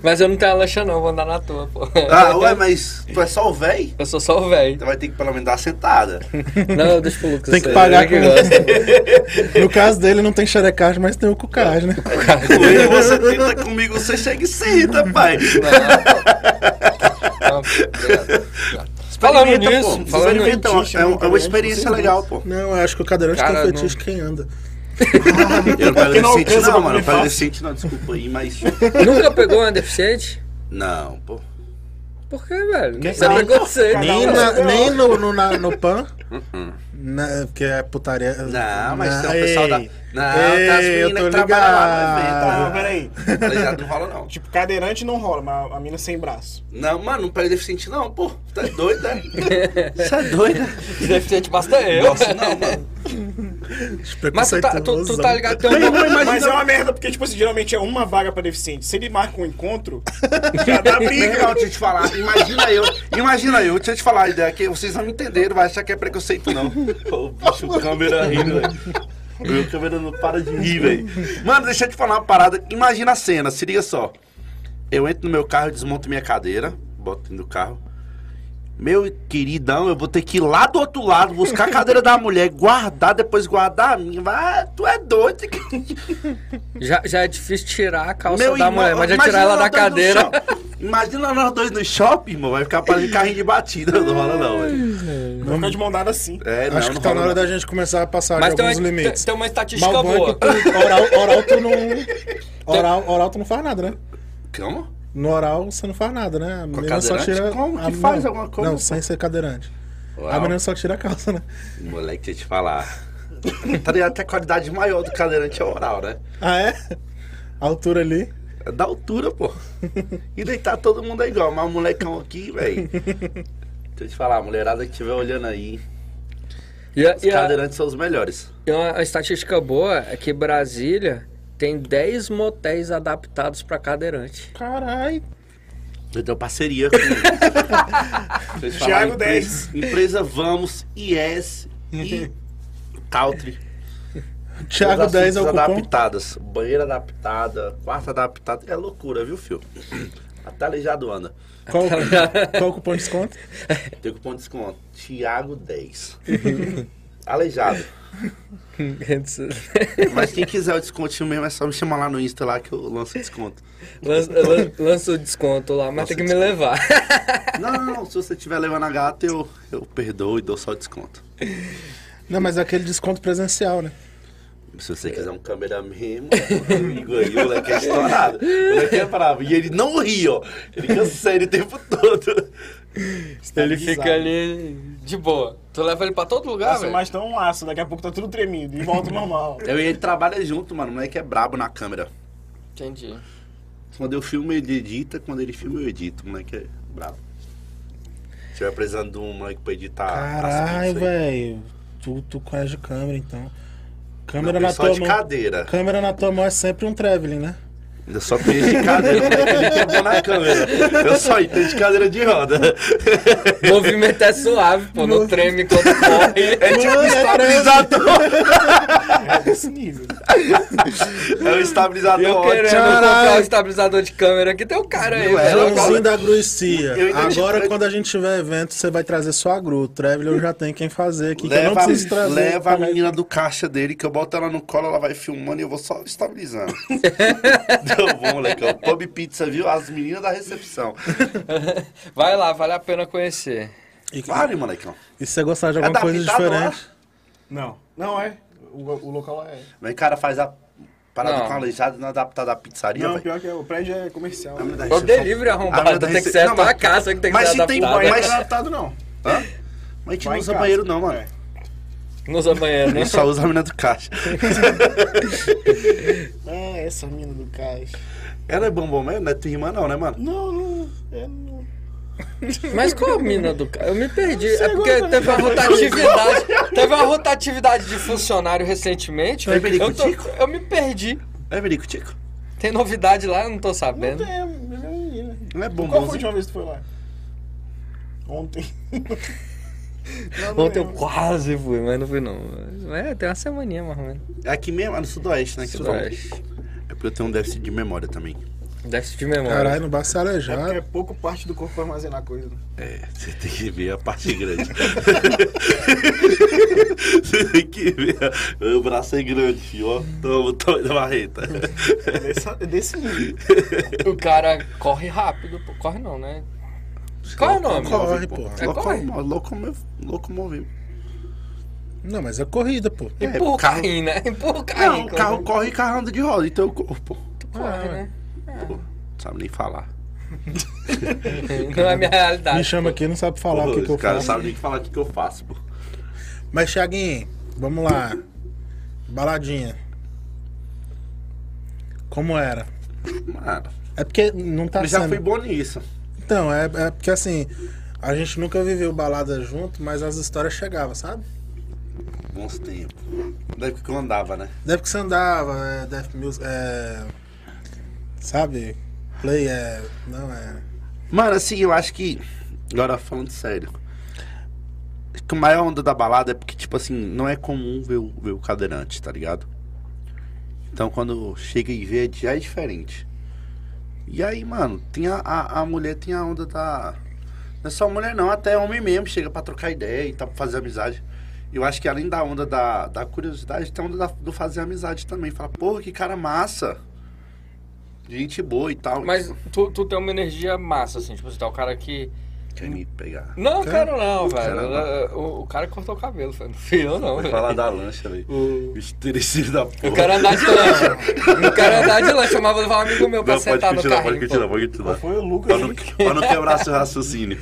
Mas eu não tenho a lancha não, vou andar na tua, pô.
Ah, ué, mas tu é só o véi?
Eu sou só o velho.
Tu vai ter que pelo menos dar uma sentada. <laughs>
Não, deixa pro Lucas.
Tem que
ele
pagar com-
gosta.
No caso dele não tem xerecagem, mas tem o cucagem, né?
Quando você tenta comigo, você chega e senta, pai.
Não, Falando
Experimenta,
nisso,
pô.
falando nisso.
Experimenta, ó. é, um- é uma experiência legal, pô.
Não, eu acho que o cadeirante
Cara,
tem
não-
fetiche quem anda.
Eu não pego
Porque não
deficiente,
alcança
não, mano. Eu
pra comer
pego
fácil.
deficiente, não, desculpa aí, mas.
Nunca pegou uma deficiente?
Não, pô.
Por que, velho? Isso
sabe?
é preconceito.
Cada
Nem,
um
na-
é
nem no, no, na- no PAN. Na, porque é putaria.
Uhum. Não, mas
Na-
tem um pessoal da.
Ei,
Não,
ei,
tem as
eu
meninas
tô
que trabalham lá no
Não,
evento.
peraí.
Não, Aleijado não rola, não.
Tipo, cadeirante não rola, mas a mina sem braço.
Não, mano, não pega deficiente, não, pô. Tá doido, <laughs> né? Você é doido, né?
Deficiente basta eu.
Nossa, não, mano.
Mas tu tá, tu, tu tá ligado que tem um...
Imagina-
Mas é uma merda, porque, tipo assim, geralmente é uma vaga pra deficiente. Se ele marca um encontro,
<laughs>
já dá
Meu
briga.
irmão, deixa eu te falar, imagina eu, imagina eu, deixa eu te falar a ideia que vocês não me entenderam, vai achar que é preconceito não. Ô, bicho, o câmera rindo, velho. Meu câmera não para de rir, velho. Mano, deixa eu te falar uma parada, imagina a cena, se liga só. Eu entro no meu carro, desmonto minha cadeira, boto dentro do carro. Meu queridão, eu vou ter que ir lá do outro lado, buscar a cadeira da mulher, guardar, depois guardar a minha. Vai, tu é doido.
já, já é difícil tirar a calça
Meu
da
irmão,
mulher, mas já
imagina
tirar ela da
nós dois no
cadeira.
shopping. Imagina nós dois no shopping, irmão. Vai ficar parecendo carrinho de batida. Não rola não, velho.
Vai ficar de mão dada assim.
É,
Acho
não,
que
não
tá na
rola
hora
não. um
da gente começar a passar
<laughs>
de
Mas tem
alguns
uma, tem,
limites.
tem uma estatística
Malbon é
boa.
que tu, oral, oral tu
<laughs>
não. Oral, oral tu não faz nada, né?
Como?
No oral você não faz nada, né? A menina só
cadeirante?
tira.
Como que
a-
faz
não,
alguma coisa,
Não,
pô?
sem ser cadeirante. A
Uau,
menina só tira a calça, né?
Moleque, deixa eu te falar. <laughs> tá ligado que a qualidade maior do cadeirante é oral, né?
Ah, é? A altura ali.
É da altura, pô. E deitar todo mundo é igual, mas o molecão aqui, velho. Deixa eu te falar, a mulherada que estiver olhando aí,
E a,
os
e a-
cadeirantes são os melhores.
e uma- a estatística boa é que Brasília tem 10 motéis adaptados para cadeirante.
Caralho.
Eu tenho parceria
<laughs>
com. Deixa eu te falar,
Thiago
empresa- Empresa Vamos, IES e Caltri.
<laughs> Thiago
Todas as
10 é o
suítes
cupom.
adaptadas. Banheira adaptada, quarto adaptado. É loucura, viu,
<coughs>
filho? Até aleijado anda. <laughs>
Qual, qual o cupom de desconto?
Tem cupom de desconto.
<laughs>
Thiago 10. aleijado. Mas quem quiser o descontinho mesmo, é só me chamar lá no Insta lá que eu lanço desconto.
<laughs> lança, lan- lança o desconto lá, mas
Lança
tem que
o
me levar.
Não, não, não. Se você estiver levando a gata, eu, eu perdoo e dou só desconto.
Não, mas é aquele desconto presencial, né?
Se você quiser um cameraman, mano, amigo aí, o moleque é estourado. O moleque é bravo. E ele não ri, ó. Ele fica sério o tempo todo. Tá
tá
ele fica ali de boa. Tu leva ele pra todo lugar,
Nossa,
velho?
mas tão um aço, daqui a pouco tá tudo tremido e volta ao <laughs> normal.
Eu e ele trabalha junto, mano. O moleque é brabo na câmera.
Entendi.
Quando eu filmo, ele edita. Quando ele filma, eu edito. O moleque é brabo. Se tiver precisando de um moleque pra editar. as
Caralho,
pizzas aí.
velho. Tu, tu conhece de câmera, então.
Não,
Câmera
eu
na
só é
tua
de
mão.
cadeira.
Câmera na tua mão é sempre um traveling, né?
Eu só conheço de cadeira, moleque. <laughs> Ele que é bom na câmera. Eu só entendo de cadeira de roda.
Movimento é suave, pô. Não treme quando corre.
<laughs> É tipo um estabilizador.
É desse nível.
É um estabilizador
Eu
ótimo.
querendo
Caralho.
comprar o estabilizador de câmera aqui, tem um cara aí.
Não é,
velho.
eu-
Joãozinho da Grucia.
Eu ainda
Agora,
te-
quando a gente tiver evento, você vai trazer só a Gru. O Traveling eu já tenho quem fazer aqui, que eu não
Leva,
preciso trazer. Tá
leva a menina do caixa dele, que eu boto ela no colo, ela vai filmando e eu vou só
<laughs>
estabilizando. Deu bom, molecão. Pub Pizza, viu? As meninas da recepção.
Vai lá, vale a pena conhecer.
E,
Vale, molecão.
e se você gostar de
É
alguma coisa
adaptado lá.
diferente.
Não. Não é. O, o local lá é.
Mas o cara faz a parada
Não.
com a aleijada não adaptar da pizzaria,
Não,
velho.
pior que é. O prédio é comercial.
A
Não
menina da
O
recepção-
delivery
a menina da
arrombado tem que
recep-
ser a
Não,
tua
Ah, mas-
casa que tem que
mas
ser
se tem
adaptada.
banho-
Mas
é adaptado, não.
Hã? Mas a gente
Vai
não
em
usa
casa.
banheiro não, mano.
É.
Não usa banheiro,
A
né?
gente só usa a menina do caixa.
Ah, essa mina do caixa.
Ela é bombom mesmo? Não é tua irmã não, né, mano?
Não, não. É, não.
Mas qual a mina do cara? Eu me perdi. É porque
agora.
teve uma rotatividade. Teve uma rotatividade de funcionário recentemente.
Tem perigo,
Eu, tô-
Tico?
eu me perdi.
É Verico Tico?
Tem novidade lá, eu não tô
Não
sabendo.
tem, é a mesma menina.
Não é
Qual foi a
bombonzinho?
última vez que tu foi lá? Ontem. <laughs> Não, não
Ontem eu
lembro.
quase fui, mas não fui não. Mas, É, tem uma semaninha mais ou menos.
É aqui mesmo, é no Sudoeste, né? que vocês vão.
Sudoeste.
É porque eu tenho um déficit de memória também.
Déficit de memória.
Caralho, não basta
É porque é
arejar.
pouco parte do corpo pra armazenar coisa. né?
É, você tem que ver a
<laughs>
parte grande. você tem que ver. O braço é grande, filho. Ó, toma o tamanho da marreta.
É dessa- é desse nível.
O cara corre rápido, pô. Corre não, né? Qual é o nome?
Corre,
pô.
porra.
É, corre.
Locomo- locomo- Locomovido.
Não, mas é corrida, pô.
Empurra o
carro-
carrinho, né? Empurra o
Não,
carrinho.
o carro corre e carro anda de roda, então eu corro, pô.
corre,
Ah,
né?
Pô, não sabe nem falar.
Não é a minha realidade.
Me chama aqui, não sabe falar o
Pô,
que, que eu
os caras
faço.
não sabem nem falar o que, que eu faço, pô.
Mas, Thiaguinho, vamos lá. Baladinha. Como era?
Mano,
É porque não tá
eu já
sendo.
fui bom nisso.
Então, é, é porque assim, a gente nunca viveu balada junto, mas as histórias chegavam, sabe?
Bons tempos. Da época que eu andava, né?
Deve que você andava, é, Death Music, é. Sabe? Play é. Não, é.
Mano, assim, eu acho que. Agora falando sério. Acho que a maior onda da balada é porque, tipo assim, não é comum ver o, ver o cadeirante, tá ligado? Então quando chega e vê, já é diferente. E aí, mano, tem a, a, a mulher tem a onda da. Não é só mulher não, até homem mesmo, chega pra trocar ideia e tá pra fazer amizade. Eu acho que além da onda da, da curiosidade, tem a onda da- do fazer amizade também. Fala, porra, que cara massa. Gente boa e tal.
Mas tu, tu tem uma energia massa, assim, tipo, você tá o cara que.
Quer me pegar.
Não,
Cara-
quero não,
Cara,
velho. O, o cara que cortou o cabelo, foi. Não fui eu não,
Vai
velho.
falar da lancha, velho.
O-
Bicho terceiro da porra.
Eu quero andar de lancha. Eu quero andar de lancha, mas vou levar um amigo meu pra
Não, pode
sentar no
continuar, pode
carrinho.
continuar,
pô. um
pode continuar.
Foi o Lucas.
Pra não, pra não quebrar
<laughs>
seu raciocínio.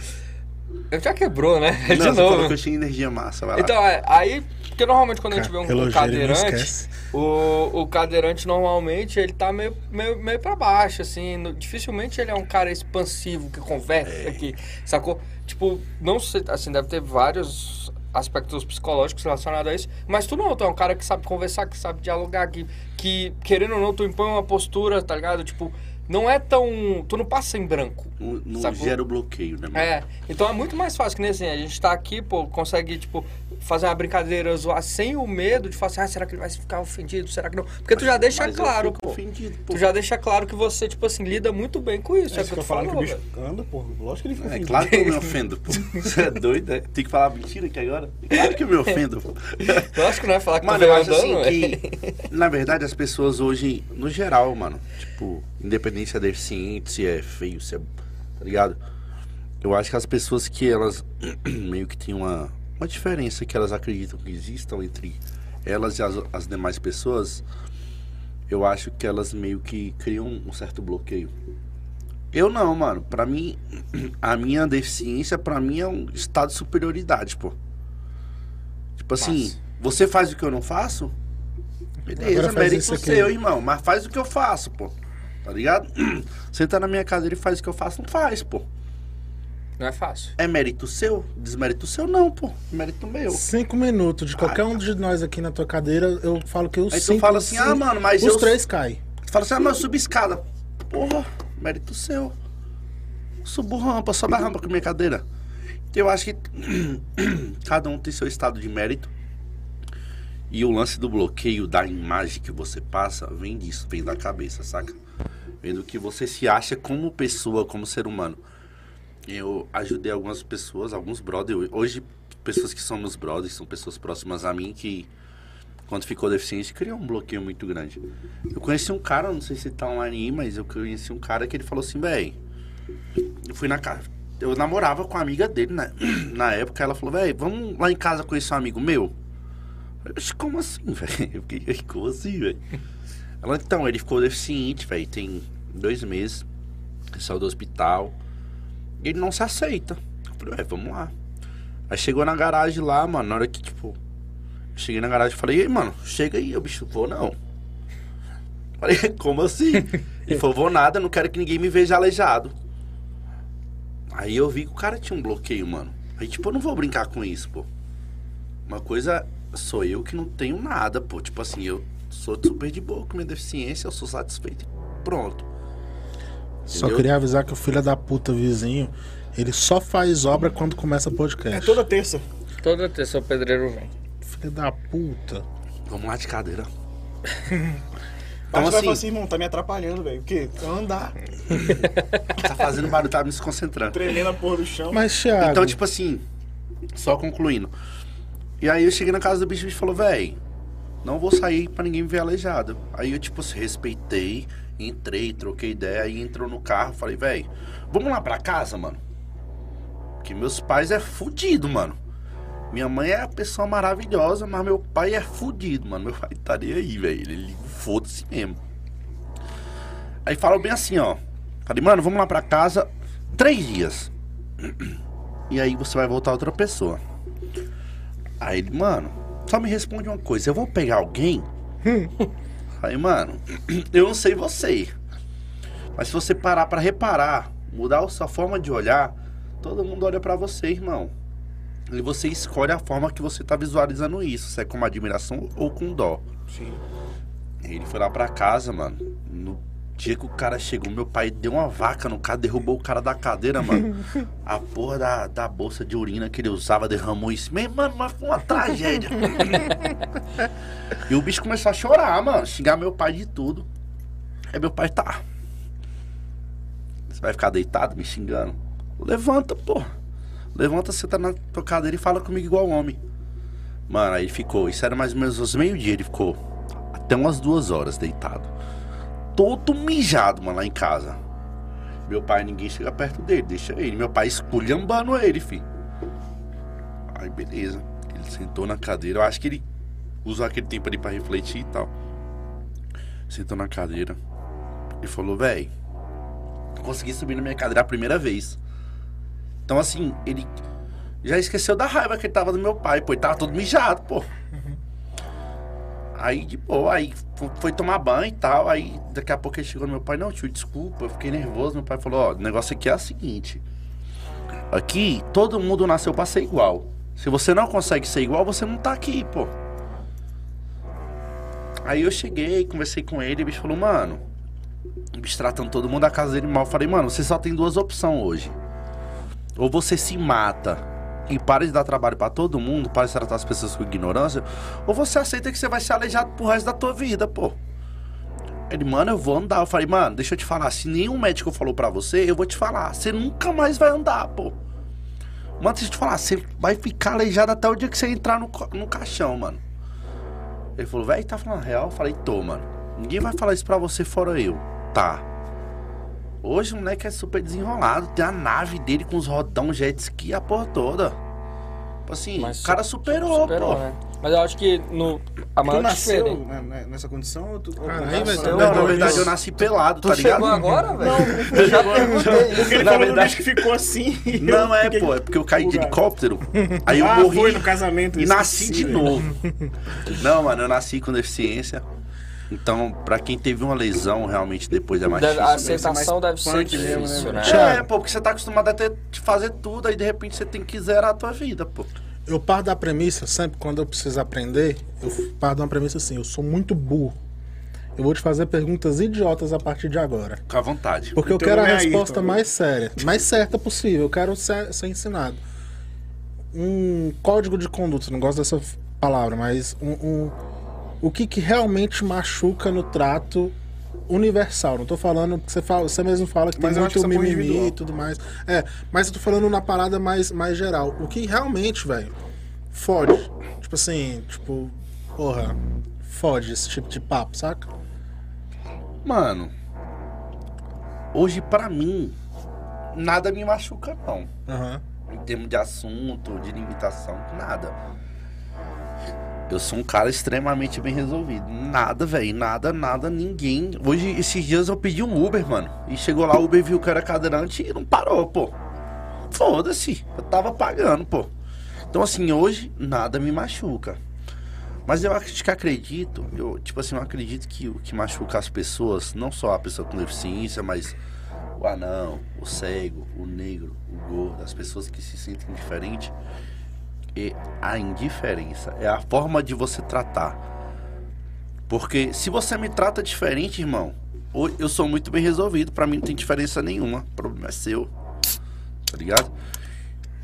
Eu já quebrou, né? <laughs> De
não, você falou que
novo.
eu tinha energia massa, vai lá.
Então, é, aí Porque normalmente quando a gente vê
Cara,
um, um
elogio, ele não
cadeirante,
esquece.
o, o cadeirante normalmente ele tá meio, meio, meio pra baixo, assim. no- dificilmente ele é um cara expansivo que
É.
conversa, que sacou? Tipo, não sei, assim, deve ter vários aspectos psicológicos relacionados a isso, mas tu não, tu é um cara que sabe conversar, que sabe dialogar, que, que querendo ou não, tu impõe uma postura, tá ligado? Tipo, não é tão. Tu não passa em branco.
Não, não
sacou?
gera o bloqueio, né, mano?
É, então é muito mais fácil que nem assim, a gente tá aqui, pô, consegue, tipo, fazer uma brincadeira, zoar sem o medo de falar assim, ah, será que ele vai ficar ofendido, será que não? Porque tu já deixa
Mas eu
claro,
fico
pô.
ofendido, pô.
Tu já deixa claro que você, tipo assim, lida muito bem com isso, é, o
Aí você
que
fica
tu
falando
falou,
que o bicho
velho.
anda, porra. Lógico que ele fica
É
ofendido.
claro que eu me ofendo, pô.
<laughs>
Você é doido, é? Tem que falar mentira aqui agora? É Claro que eu me ofendo, pô.
Eu acho que não é falar que tu
Mano,
veio
eu acho
andando,
assim
velho.
que, <laughs> na verdade, as pessoas hoje, no geral, mano, tipo, independente se é deficiente, se é feio, se é. tá ligado? Eu acho que as pessoas que elas <clears throat> meio que tem uma, uma diferença que elas acreditam que existam entre elas e as, as demais pessoas, eu acho que elas meio que criam um certo bloqueio. Eu não, mano. Pra mim, <clears throat> a minha deficiência, pra mim, é um estado de superioridade, pô. Tipo assim,
Massa.
você faz o que eu não faço? Beleza,
Agora faz
mérito
isso aqui.
seu, irmão. Mas faz o que eu faço, pô. Tá ligado? <clears throat> Senta na minha cadeira e faz o que eu faço, não faz, pô.
Não é fácil.
É mérito seu? Desmérito seu, não, pô. É Mérito meu.
Cinco minutos de qualquer um de nós aqui na tua cadeira, eu falo que os
Aí tu
cinco...
fala assim, ah, mano, mas
Os
eu-
três caem.
Tu fala assim, ah, mas eu subi escada. Porra, mérito seu. Subo rampa, sobe a rampa com a minha cadeira. Então eu acho que <clears throat> cada um tem seu estado de mérito. E o lance do bloqueio da imagem que você passa vem disso, vem da cabeça, saca? Vem do que você se acha como pessoa, como ser humano. Eu ajudei algumas pessoas, alguns brothers. Hoje, pessoas que são meus brothers, são pessoas próximas a mim que quando ficou deficiente, criou um bloqueio muito grande. Eu conheci um cara, não sei se tá online aí, mas eu conheci um cara que ele falou assim, véi. Eu fui na casa. Eu namorava com a amiga dele, né? <clears throat> Na época, ela falou, véi, vamos lá em casa conhecer um amigo meu? Eu disse, como assim, <laughs> velho? Eu fiquei, "Ei, como assim, velho? Ela, então, ele ficou deficiente, velho, tem dois meses. Ele saiu do hospital. E ele não se aceita. Eu falei, ué, vamos lá. Aí chegou na garagem lá, mano, na hora que, tipo, Cheguei na garagem e falei, "E aí, mano, chega aí, eu bicho, vou não. Falei, <laughs> como assim? Ele falou, vou nada, não quero que ninguém me veja aleijado. Aí eu vi que o cara tinha um bloqueio, mano. Aí, tipo, eu não vou brincar com isso, pô. Uma coisa sou eu que não tenho nada, pô. Tipo assim, eu sou super de boa com minha deficiência, eu sou satisfeito. e Pronto.
Só
Entendeu?
queria avisar que o filho da puta vizinho, ele só faz obra quando começa
É
podcast.
toda terça.
Toda terça o pedreiro vem.
Filho da puta.
Vamos lá de cadeira. Então,
Então, assim, vai falar
assim,
assim, irmão, tá me atrapalhando, velho. O quê? Andar,
tá fazendo barulho, tá me desconcentrando.
tremendo a porra do chão.
Mas, Thiago,
Então, tipo assim, só concluindo. E aí eu cheguei na casa do bicho e o bicho falou, véi, não vou sair pra ninguém me ver aleijado. Aí eu, tipo, se respeitei, entrei, troquei ideia, aí entrou no carro, falei, véi, vamos lá pra casa, mano? Porque meus pais é fudido, mano. Minha mãe é uma pessoa maravilhosa, mas meu pai é fudido, mano. Meu pai tá nem aí, velho. Ele liga, foda-se mesmo. Aí falou bem assim, ó. Falei, mano, vamos lá pra casa três dias. E aí você vai voltar outra pessoa. Aí ele, mano, só me responde uma coisa, eu vou pegar alguém? aí, mano, <clears throat> eu não sei você. Mas se você parar pra reparar, mudar a sua forma de olhar, todo mundo olha pra você, irmão. E você escolhe a forma que você tá visualizando isso, se é com uma admiração ou com dó.
Sim.
Ele foi lá pra casa, mano. No dia que o cara chegou, meu pai deu uma vaca no cara, derrubou o cara da cadeira, mano. A porra da, da bolsa de urina que ele usava derramou isso. Meu mano, mas foi uma tragédia. e o bicho começou a chorar, mano. Xingar meu pai de tudo. Aí meu pai tá. Você vai ficar deitado me xingando? Levanta, pô. Levanta, senta na tua cadeira e fala comigo igual homem. Mano, aí ele ficou. Isso era mais ou menos uns meio-dia. Ele ficou até umas duas horas deitado. Todo mijado, mano, lá em casa. Meu pai, ninguém chega perto dele, deixa ele. Meu pai esculhambando ele, filho. Aí, beleza. Ele sentou na cadeira. Eu acho que ele usou aquele tempo ali pra refletir e tal. Sentou na cadeira e falou: véi, consegui subir na minha cadeira a primeira vez. Então, assim, ele Já esqueceu da raiva que ele tava do meu pai, pô. Ele tava todo mijado, pô. Aí, de boa, aí fo- foi tomar banho e tal. Aí, daqui a pouco ele chegou no meu pai, não, tio, desculpa, eu fiquei nervoso. Meu pai falou, ó, o negócio aqui é o seguinte. Aqui, todo mundo nasceu pra ser igual. Se você não consegue ser igual, você não tá aqui, pô. Aí eu cheguei, conversei com ele, e o bicho falou, mano, o bicho tratando todo mundo a casa dele mal. Eu falei, mano, você só tem duas opções hoje. Ou você se mata e para de dar trabalho pra todo mundo, para de tratar as pessoas com ignorância, ou você aceita que você vai ser aleijado pro resto da tua vida, pô. Ele, mano, eu vou andar. Eu falei, mano, deixa eu te falar, se nenhum médico falou pra você, eu vou te falar, você nunca mais vai andar, pô. Mano, deixa eu te falar, você vai ficar aleijado até o dia que você entrar no, co- no caixão, mano. Ele falou, velho, tá falando real? Eu falei, tô, mano. Ninguém vai falar isso pra você fora eu. Tá. Hoje o moleque é super desenrolado, tem a nave dele com os rodão jet ski, a porra toda. Tipo assim,
Mas
o cara superou,
Superou,
pô.
né? Mas eu acho que no, a
Tu
maior
nasceu
diferença...
na- na- nessa condição ou tu... ou
Caralho,
tu
velho,
nasceu-
tá
Não, na verdade
isso.
eu nasci pelado, tá
Tu chegou
ligado? <laughs>
agora, velho? Eu já perguntei isso.
Ele
Na
falou
verdade-
do bicho que
<laughs>
ficou assim. e
Não
eu
é,
fiquei-
pô, é porque eu caí de
Lugar. <laughs>
helicóptero, aí eu
ah,
morri
foi no casamento.
e
isso,
nasci
sim,
de
velho. <laughs>
novo. Não, mano, eu nasci com deficiência. Então, pra quem teve uma lesão realmente depois é mais
Deve- assim, a
difícil.
aceitação deve ser
punk mesmo, né,
difícil,
mano?
né?
É, pô, porque você tá acostumado a ter, de fazer tudo, aí de repente você tem que zerar a tua vida, pô.
Eu paro da premissa, sempre quando eu preciso aprender, eu paro de uma premissa assim, eu sou muito burro. Eu vou te fazer perguntas idiotas a partir de agora.
Fica à vontade.
Porque eu
Então
quero a
não é aí,
resposta
então.
mais séria, mais certa possível. Eu quero ser, ser ensinado. Um código de conduta, não gosto dessa f- palavra, mas um, um- o que, que realmente machuca no trato universal. Não tô falando que você fala, você mesmo fala que
Mas
tem
eu acho que
muito
essa porra é
mimimi e
individual.
tudo mais. É, mas eu tô falando na parada mais, mais geral. O que realmente, velho, fode. Tipo assim, tipo, porra, fode esse tipo de papo, saca?
Mano, hoje pra mim, nada me machuca, não.
Aham.
em termos de assunto, de limitação, nada. Eu sou um cara extremamente bem resolvido. Nada, velho. Nada, nada, ninguém. Hoje, esses dias eu pedi um Uber, mano. E chegou lá, o Uber viu que era cadeirante e não parou, pô. Foda-se. Eu tava pagando, pô. Então, assim, hoje, nada me machuca. Mas eu acho que acredito, eu, tipo assim, eu acredito que o que machuca as pessoas, não só a pessoa com deficiência, mas o anão, o cego, o negro, o gordo, as pessoas que se sentem diferentes, é a indiferença, é a forma de você tratar. Porque se você me trata diferente, irmão, ho- eu sou muito bem resolvido, pra mim não tem diferença nenhuma, o problema é seu. Tá ligado?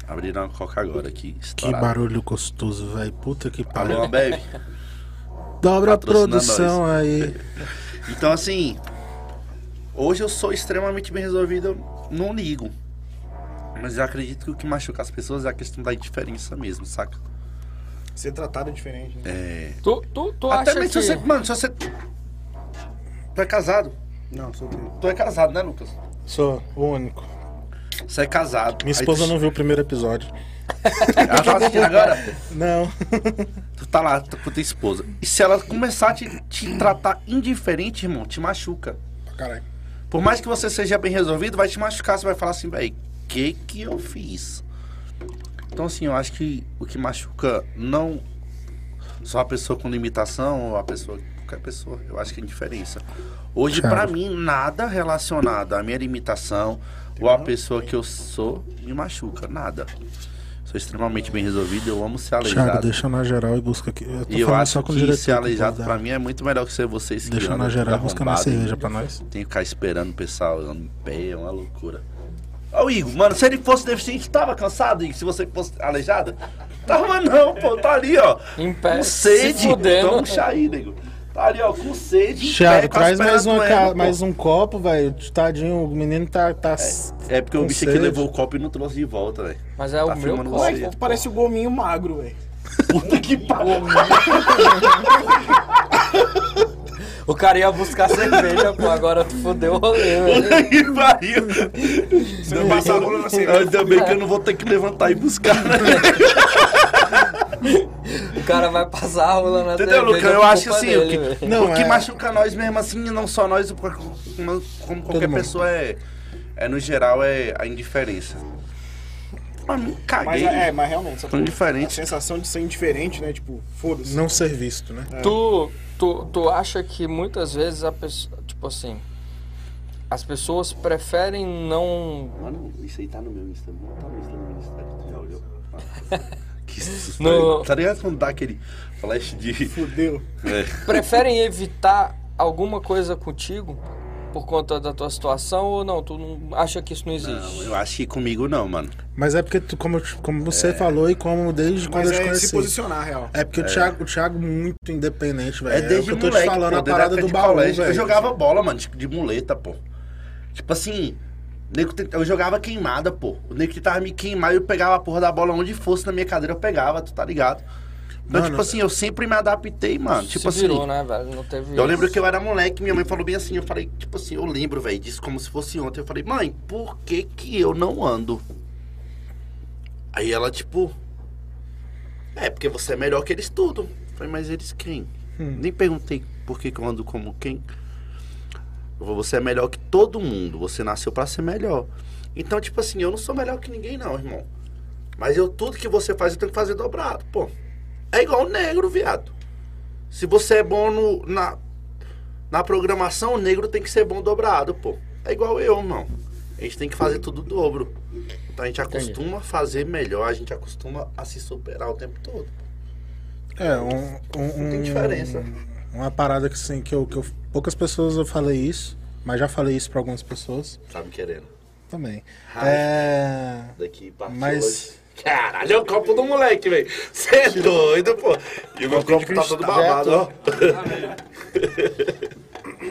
Abriram uma coca agora aqui.
Que
estourada.
barulho gostoso, velho. Puta que pariu.
Alô, Ambev.
Dobra a
Patrocina
produção aí.
Então, assim, hoje eu sou extremamente bem resolvido, eu não ligo. Mas eu acredito que o que machuca as pessoas é a questão da indiferença mesmo, saca?
Ser tratado diferente. Né?
Tu, tu, tu
Até
acha
mesmo
que...
se você. Mano, se você. Tu é casado?
Não, solteiro.
Tu é casado, né, Lucas?
Sou o único.
Você é casado.
Minha esposa não viu o primeiro episódio.
Ela tá assistindo agora?
Não.
Tu tá lá com tua esposa. E se ela começar a te, te tratar indiferente, irmão, te machuca.
Caralho.
Por mais que você seja bem resolvido, vai te machucar. Você vai falar assim, velho, que que eu fiz? Então, assim, eu acho que o que machuca não só a pessoa com limitação ou a pessoa, qualquer pessoa, eu acho que é indiferença. Hoje,
Cara.
pra mim, nada relacionado à minha limitação ou à pessoa que eu sou me machuca, nada. Sou extremamente bem resolvido, eu amo ser
Thiago,
aleijado.
deixa na geral e busca aqui. Eu tô
E eu
falando
acho
só com o
que
diretor.
ser aleijado
que
pra
pode
mim é muito melhor que ser vocês
dar.
que
Deixa
andam
na geral e
tudo
busca na
tá arrombado. né?
cerveja pra nós.
Tem que ficar esperando o pessoal em pé, é uma loucura. Ó, o Igor, mano, se ele fosse deficiente, tava cansado, Igor? Se você fosse aleijado? Tava não, pô, tá ali, ó.
Em pé,
com
se
sede.
fudendo.
Toma um chá aí, nego. Tá ali, ó, com sede. em
Thiago,
pé, com as
traz mais,
pernas
uma,
doendo,
ca-
pô.
mais um copo, velho. Tadinho, o menino tá. tá s-
É porque o
com
bicho aqui
sede.
levou o copo e não trouxe de volta, velho.
Mas é
Tá
o meu
filmando
copo,
você.
pô.
Tu parece o gominho magro, velho.
Puta que pariu.
O cara ia buscar cerveja, pô. Agora tu fudeu o rolê, velho.
Puta que pariu. Você
não passa a rola na cerveja.
Ainda bem que eu não vou ter que levantar e buscar, né?
O cara vai passar a rola na
Entendeu,
cerveja.
Lucas? Eu
por
acho que
culpa
assim,
dele,
o que,
velho.
Não,
o que
é-
machuca nós mesmo assim, e não só nós, como, como qualquer
mundo.
pessoa é, é, no geral, é a indiferença. pra mim,
Mas,
caguei.
é, mas realmente, só
Tão
a
diferente.
sensação de ser indiferente, né? Tipo, foda-se.
Não ser visto, né?
Tu, tu, tu acha que muitas vezes a pessoa, tipo assim, as pessoas preferem não
Mano, isso aí tá no meu Instagram. Tá no Instagram, no Instagram. Tu já olhou? Que susto.
No-
Tá ligado quando dá aquele flash de...
Fudeu.
É.
preferem evitar alguma coisa contigo por conta da tua situação ou não? Tu não acha que isso não existe?
Não, eu acho que comigo não, mano.
Mas é porque, tu, como, eu te- como
É.
você falou e como desde quando eu
Mas
te
é se
conheci.
posicionar, real.
É porque o, Thiago, o Thiago muito independente, velho.
É desde
o que eu tô
moleque,
te falando,
pô,
a
desde
parada
época
do
de
baú,
colégio,
velho.
Eu jogava bola, mano, de, de muleta, pô. Tipo assim, nego tenta- eu jogava queimada, pô. O nego tentava me queimar e eu pegava a porra da bola onde fosse na minha cadeira, eu pegava, tu tá ligado? Então,
Mano,
tipo assim, eu sempre me adaptei, mano. Tipo
Se virou,
assim,
né, velho? Não teve.
eu lembro que eu era moleque, minha mãe falou bem assim, eu falei, tipo assim, eu lembro, velho, disso como se fosse ontem. Eu falei, mãe, por que que eu não ando? Aí ela, tipo, é porque você é melhor que eles tudo. Eu falei, mas eles quem? Nem perguntei por que que eu ando como quem. Eu falei, Você é melhor que todo mundo, você nasceu pra ser melhor. Então, tipo assim, eu não sou melhor que ninguém não, irmão. Mas eu, tudo que você faz, eu tenho que fazer dobrado, pô. É igual o negro, viado. Se você é bom no- na, na programação, o negro tem que ser bom dobrado, pô. É igual eu, irmão. A gente tem que fazer tudo dobro. Então a gente acostuma a fazer melhor, a gente acostuma a se superar o tempo todo. pô.
É, um, um,
Não tem
um-
diferença.
Uma parada que, assim, que, eu, que eu- Poucas pessoas eu falei isso, mas já falei isso pra algumas pessoas
Tá me querendo.
também.
Ai.
É.
Daqui pra
Mas-
hoje. Caralho, é o copo do moleque, velho. Você é doido, pô. E o meu copo tá todo babado, ó.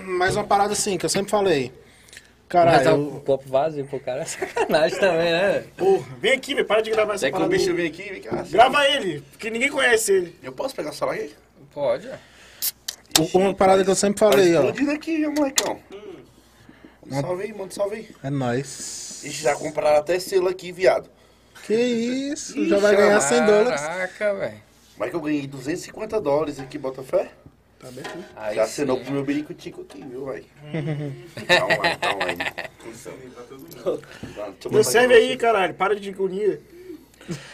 Mas uma parada assim que eu sempre falei. Cara,
Mas tá
eu-
o copo vazio pro cara é sacanagem também, né?
Porra, vem aqui, velho, para de gravar essa
Até que o
parada.
bicho vem aqui, vem cá.
Grava ele, porque ninguém conhece ele.
Eu posso pegar o celular aí?
Pode.
u- uma parada que eu sempre falei, ó.
Explodindo aqui, molecão. Manda salve aí, manda salve aí.
É nóis.
Ixi, já compraram até selo aqui, viado.
Que isso,
Ih,
já vai ganhar 100 dólares.
Caraca, velho.
Mas que eu ganhei 250 dólares aqui, Botafé.
Tá bem aqui.
Aí
Já
sim. né?
assinou pro meu birico tico aqui,
<laughs>
viu, velho? calma aí, calma aí. Deixa eu
Não
botar
serve
aqui.
aí, caralho, para de unir.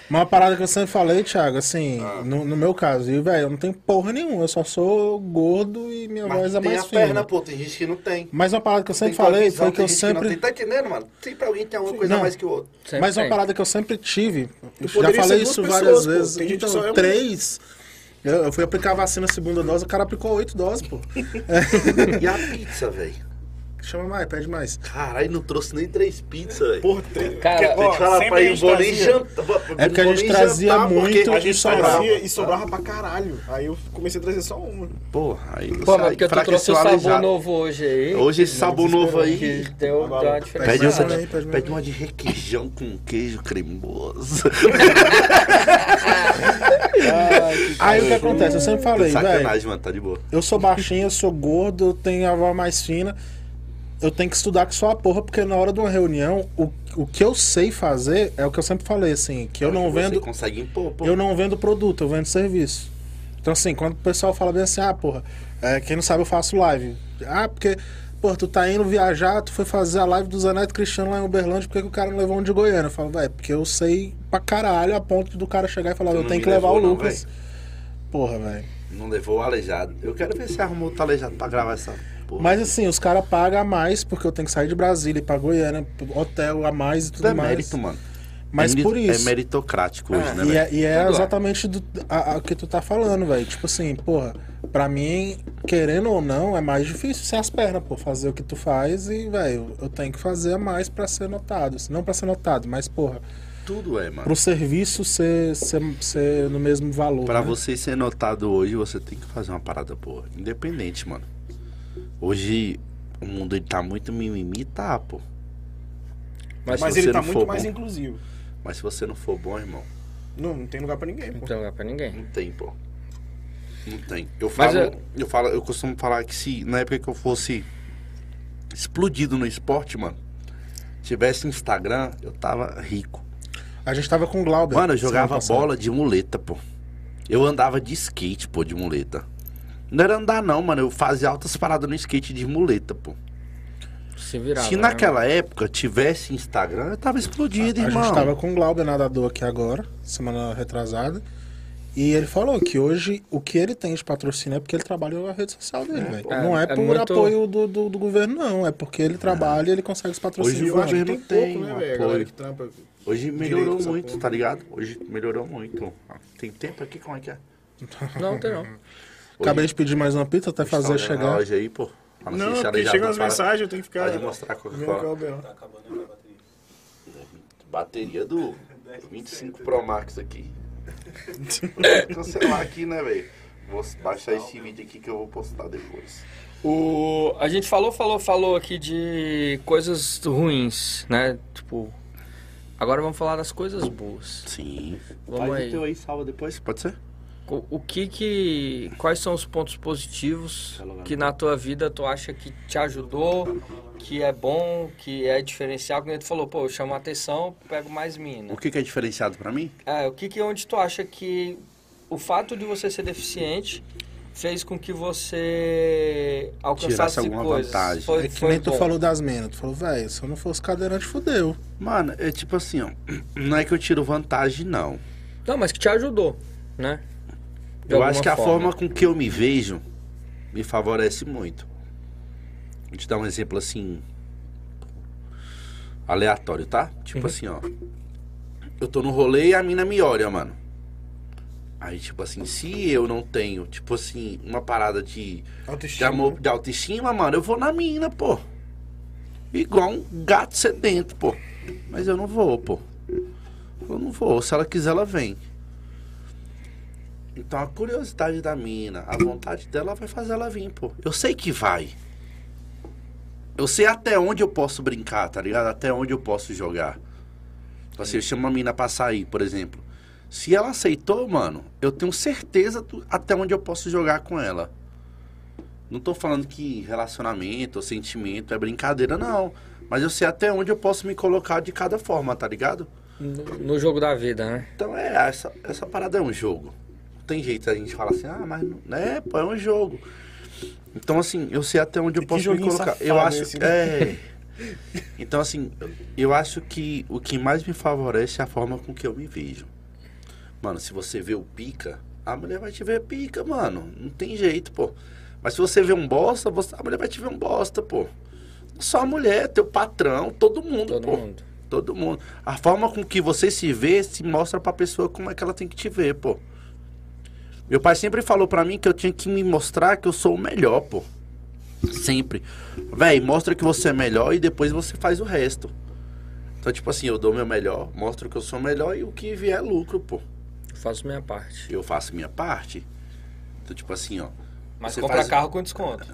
Uma parada que eu sempre falei, Thiago, assim,
Ah.
no, no meu caso, e, velho, eu não tenho porra nenhuma, eu só sou gordo e minha
Mas
voz é
tem
mais
a perna,
fina.
pô, tem gente que não tem.
Mas uma parada que eu sempre
Tem tua
falei
visão,
foi que
tem
eu
gente
sempre.
não tem. Tá entendendo, mano? Sempre alguém tem uma coisa
Não.
a mais que o outro.
Sempre
Mas uma
tem.
parada que eu sempre tive, eu já
poderia ser
falei
duas
isso
pessoas,
várias
pô.
vezes.
Tem gente que
então,
só é um.
três. Eu, eu fui aplicar a vacina segunda dose, o cara aplicou oito doses, pô.
E a pizza, velho?
Chama mais, pede mais.
Caralho, não trouxe nem três pizzas, velho.
Porra, tem.
Cara,
que-
tem
Tem que falar
sempre
pra
a
ele,
gente
vou nem
trazia.
jantar.
É porque a
vou
gente
nem
trazia
jantar, porque
muito
a
A gente
E
sobrava.
sobrava.
e sobrava pra caralho. Aí eu comecei a trazer só uma.
Porra, aí você
Pô, mas porque tu
enfraqueceu
trouxe o
a
sabor
aleijada.
novo hoje aí.
Hoje esse sabor novo aí.
Que deu, deu uma diferença.
Pede,
Pede
outra-
uma aí, pede uma
pede uma de requeijão com queijo
<laughs>
cremoso.
Aí o que acontece? Eu sempre falei, velho.
Sacanagem, mano, tá de boa.
Eu sou baixinho, eu sou gordo, eu tenho a voz mais fina. Eu tenho que estudar que só a porra, porque na hora de uma reunião, o, o que eu sei fazer é o que eu sempre falei, assim, que
É
eu não
Você
vendo.
consegue impor, pô.
Eu não vendo produto, eu vendo serviço. Então, assim, quando o pessoal fala bem assim, ah, porra, é, quem não sabe eu faço live. Ah, porque, porra, tu tá indo viajar, tu foi fazer a live do Zaneto Cristiano lá em Uberlândia, por que, que o cara não levou um de Goiânia? Eu falo, velho, porque eu sei pra caralho a ponto do cara chegar e falar,
Tu
eu
não
tenho
me
que levar o
levou, não,
Lucas. porra, velho.
Não levou o aleijado. Eu quero ver se arrumou o aleijado pra gravar essa porra.
Mas assim, os caras pagam a mais, porque eu tenho que sair de Brasília e ir pra Goiânia, hotel a mais e tudo
tudo é
mais.
mérito, mano.
Mas
É meri-
por isso.
É meritocrático hoje, né,
E
velho?
é, e é
Tudo é.
exatamente do, a- a- o que tu tá falando, velho. Tipo assim, porra, pra mim, querendo ou não, é mais difícil ser as pernas, pô, fazer o que tu faz e, velho, eu tenho que fazer a mais pra ser notado. Assim, Não pra ser notado, mas, porra,
Tudo é, mano.
pro serviço ser, ser, ser no mesmo valor.
Pra
né?
você ser notado hoje, você tem que fazer uma parada boa. Independente, mano. Hoje o mundo ele tá muito mimimi, tá, pô.
Mas,
Mas
Mas
se
ele
você
tá
não
muito
for
mais
bom.
inclusivo.
Mas se você não for bom, irmão,
Não, não tem lugar pra ninguém,
não
pô.
tem lugar pra ninguém.
não tem, pô. Não tem. Eu
Mas
falo,
é-
eu... falo, eu costumo falar que se na época que eu fosse explodido no esporte, mano, tivesse Instagram, eu tava rico.
A gente tava com o Glauber. tá
Mano, eu
semana
jogava
passada.
bola de muleta, pô. Eu andava de skate, pô, de muleta. Não era andar, não, mano. Eu fazia altas paradas no skate de muleta, pô.
se virava.
Se
né?
naquela época tivesse Instagram, eu tava explodido,
A
irmão.
gente tava com o Glauber nadador aqui agora, semana retrasada. E ele falou que hoje o que ele tem de patrocínio é porque ele trabalha na rede social dele, velho.
é,
não é,
é
por
muito-
apoio do, do, do governo, não. É porque ele trabalha e ele consegue os
Hoje
patrocínios.
o
lá.
governo-
Tem
não tem
pouco, né,
um
velho? A
apoio.
galera que trampa.
Hoje melhorou
Direito,
muito,
essa
tá ligado? Hoje melhorou muito. Tem tempo aqui? Como é que é?
Não, tem não.
Acabei de pedir mais uma pizza até fazer chegar.
Hoje aí, pô. Fala,
Não,
se
porque
já
chegam
tá
as
para-
mensagens, eu tenho que ficar.
Pode mostrar a
Vem
Coca-Cola.
cá, Alberto.
Bateria do 25 Pro Max <laughs> aqui. Cancelar aqui, né, velho? Vou baixar esse vídeo aqui que eu vou postar depois.
O, a gente falou, falou, falou aqui de coisas ruins, né? Tipo, agora vamos falar das coisas boas.
Sim.
Vamos
Faz
aí.
o teu aí, salva depois, pode ser?
O, o que que... Quais são os pontos positivos que na tua vida tu acha que te ajudou, que é bom, que é diferencial? Quando tu falou, pô, eu chamo a atenção, pego mais mina.
O que, que é diferenciado pra mim?
É, o que que onde tu acha que o fato de você ser deficiente fez com que você alcançasse
Tirasse alguma
coisas?
vantagem.
Foi,
É que
foi
nem tu
bom.
falou das menas. Tu falou, velho, se eu não fosse cadeirante, fudeu.
Mano, é tipo assim, ó. <clears throat> Não é que eu tiro vantagem, não.
Não, mas que te ajudou, né? De
eu
alguma
acho que a forma com que eu me vejo me favorece muito. Vou te dar um exemplo assim. Aleatório, tá?
Uhum.
Tipo assim, ó. Eu tô no rolê e a mina me olha, mano. Aí, tipo assim, se eu não tenho, tipo assim, uma parada de, de,
Autoestima.
amor, de autoestima, mano, eu vou na mina, pô. Igual um gato sedento, pô. Mas eu não vou, pô. Eu não vou. Se ela quiser, ela vem. Então a curiosidade da mina, a vontade dela vai fazer ela vir, pô. Eu sei que vai. Eu sei até onde eu posso brincar, tá ligado? Até onde eu posso jogar. Então, assim, eu chamo a mina pra sair, por exemplo. Se ela aceitou, mano, eu tenho certeza do- até onde eu posso jogar com ela. Não tô falando que relacionamento ou sentimento é brincadeira, não. Mas eu sei até onde eu posso me colocar de cada forma, tá ligado?
No, no jogo da vida, né?
Então é, essa, essa parada é um jogo. Não tem jeito a gente falar assim, ah, mas não. É, pô, é um jogo. Então, assim, eu sei até onde eu
que
posso me
joguinho
colocar.
safado
Eu acho.
esse, né? <laughs>
É. Então, assim, eu- eu acho que o que mais me favorece é a forma com que eu me vejo. Mano, se você vê o pica, a mulher vai te ver pica, mano. Não tem jeito, pô. Mas se você vê um bosta, você- a mulher vai te ver um bosta, pô. Não só a mulher, teu patrão, todo mundo,
Todo
pô.
mundo.
Todo mundo. A forma com que você se vê se mostra pra pessoa como é que ela tem que te ver, pô. Meu pai sempre falou pra mim que eu tinha que me mostrar que eu sou o melhor, pô. Sempre. Véi, mostra que você é melhor e depois você faz o resto. Então, tipo assim, eu dou meu melhor, mostro que eu sou o melhor e o que vier é lucro, pô.
Faço minha parte.
Eu faço minha parte. Então, tipo assim, ó.
Mas
Você
compra
faz-
carro com desconto.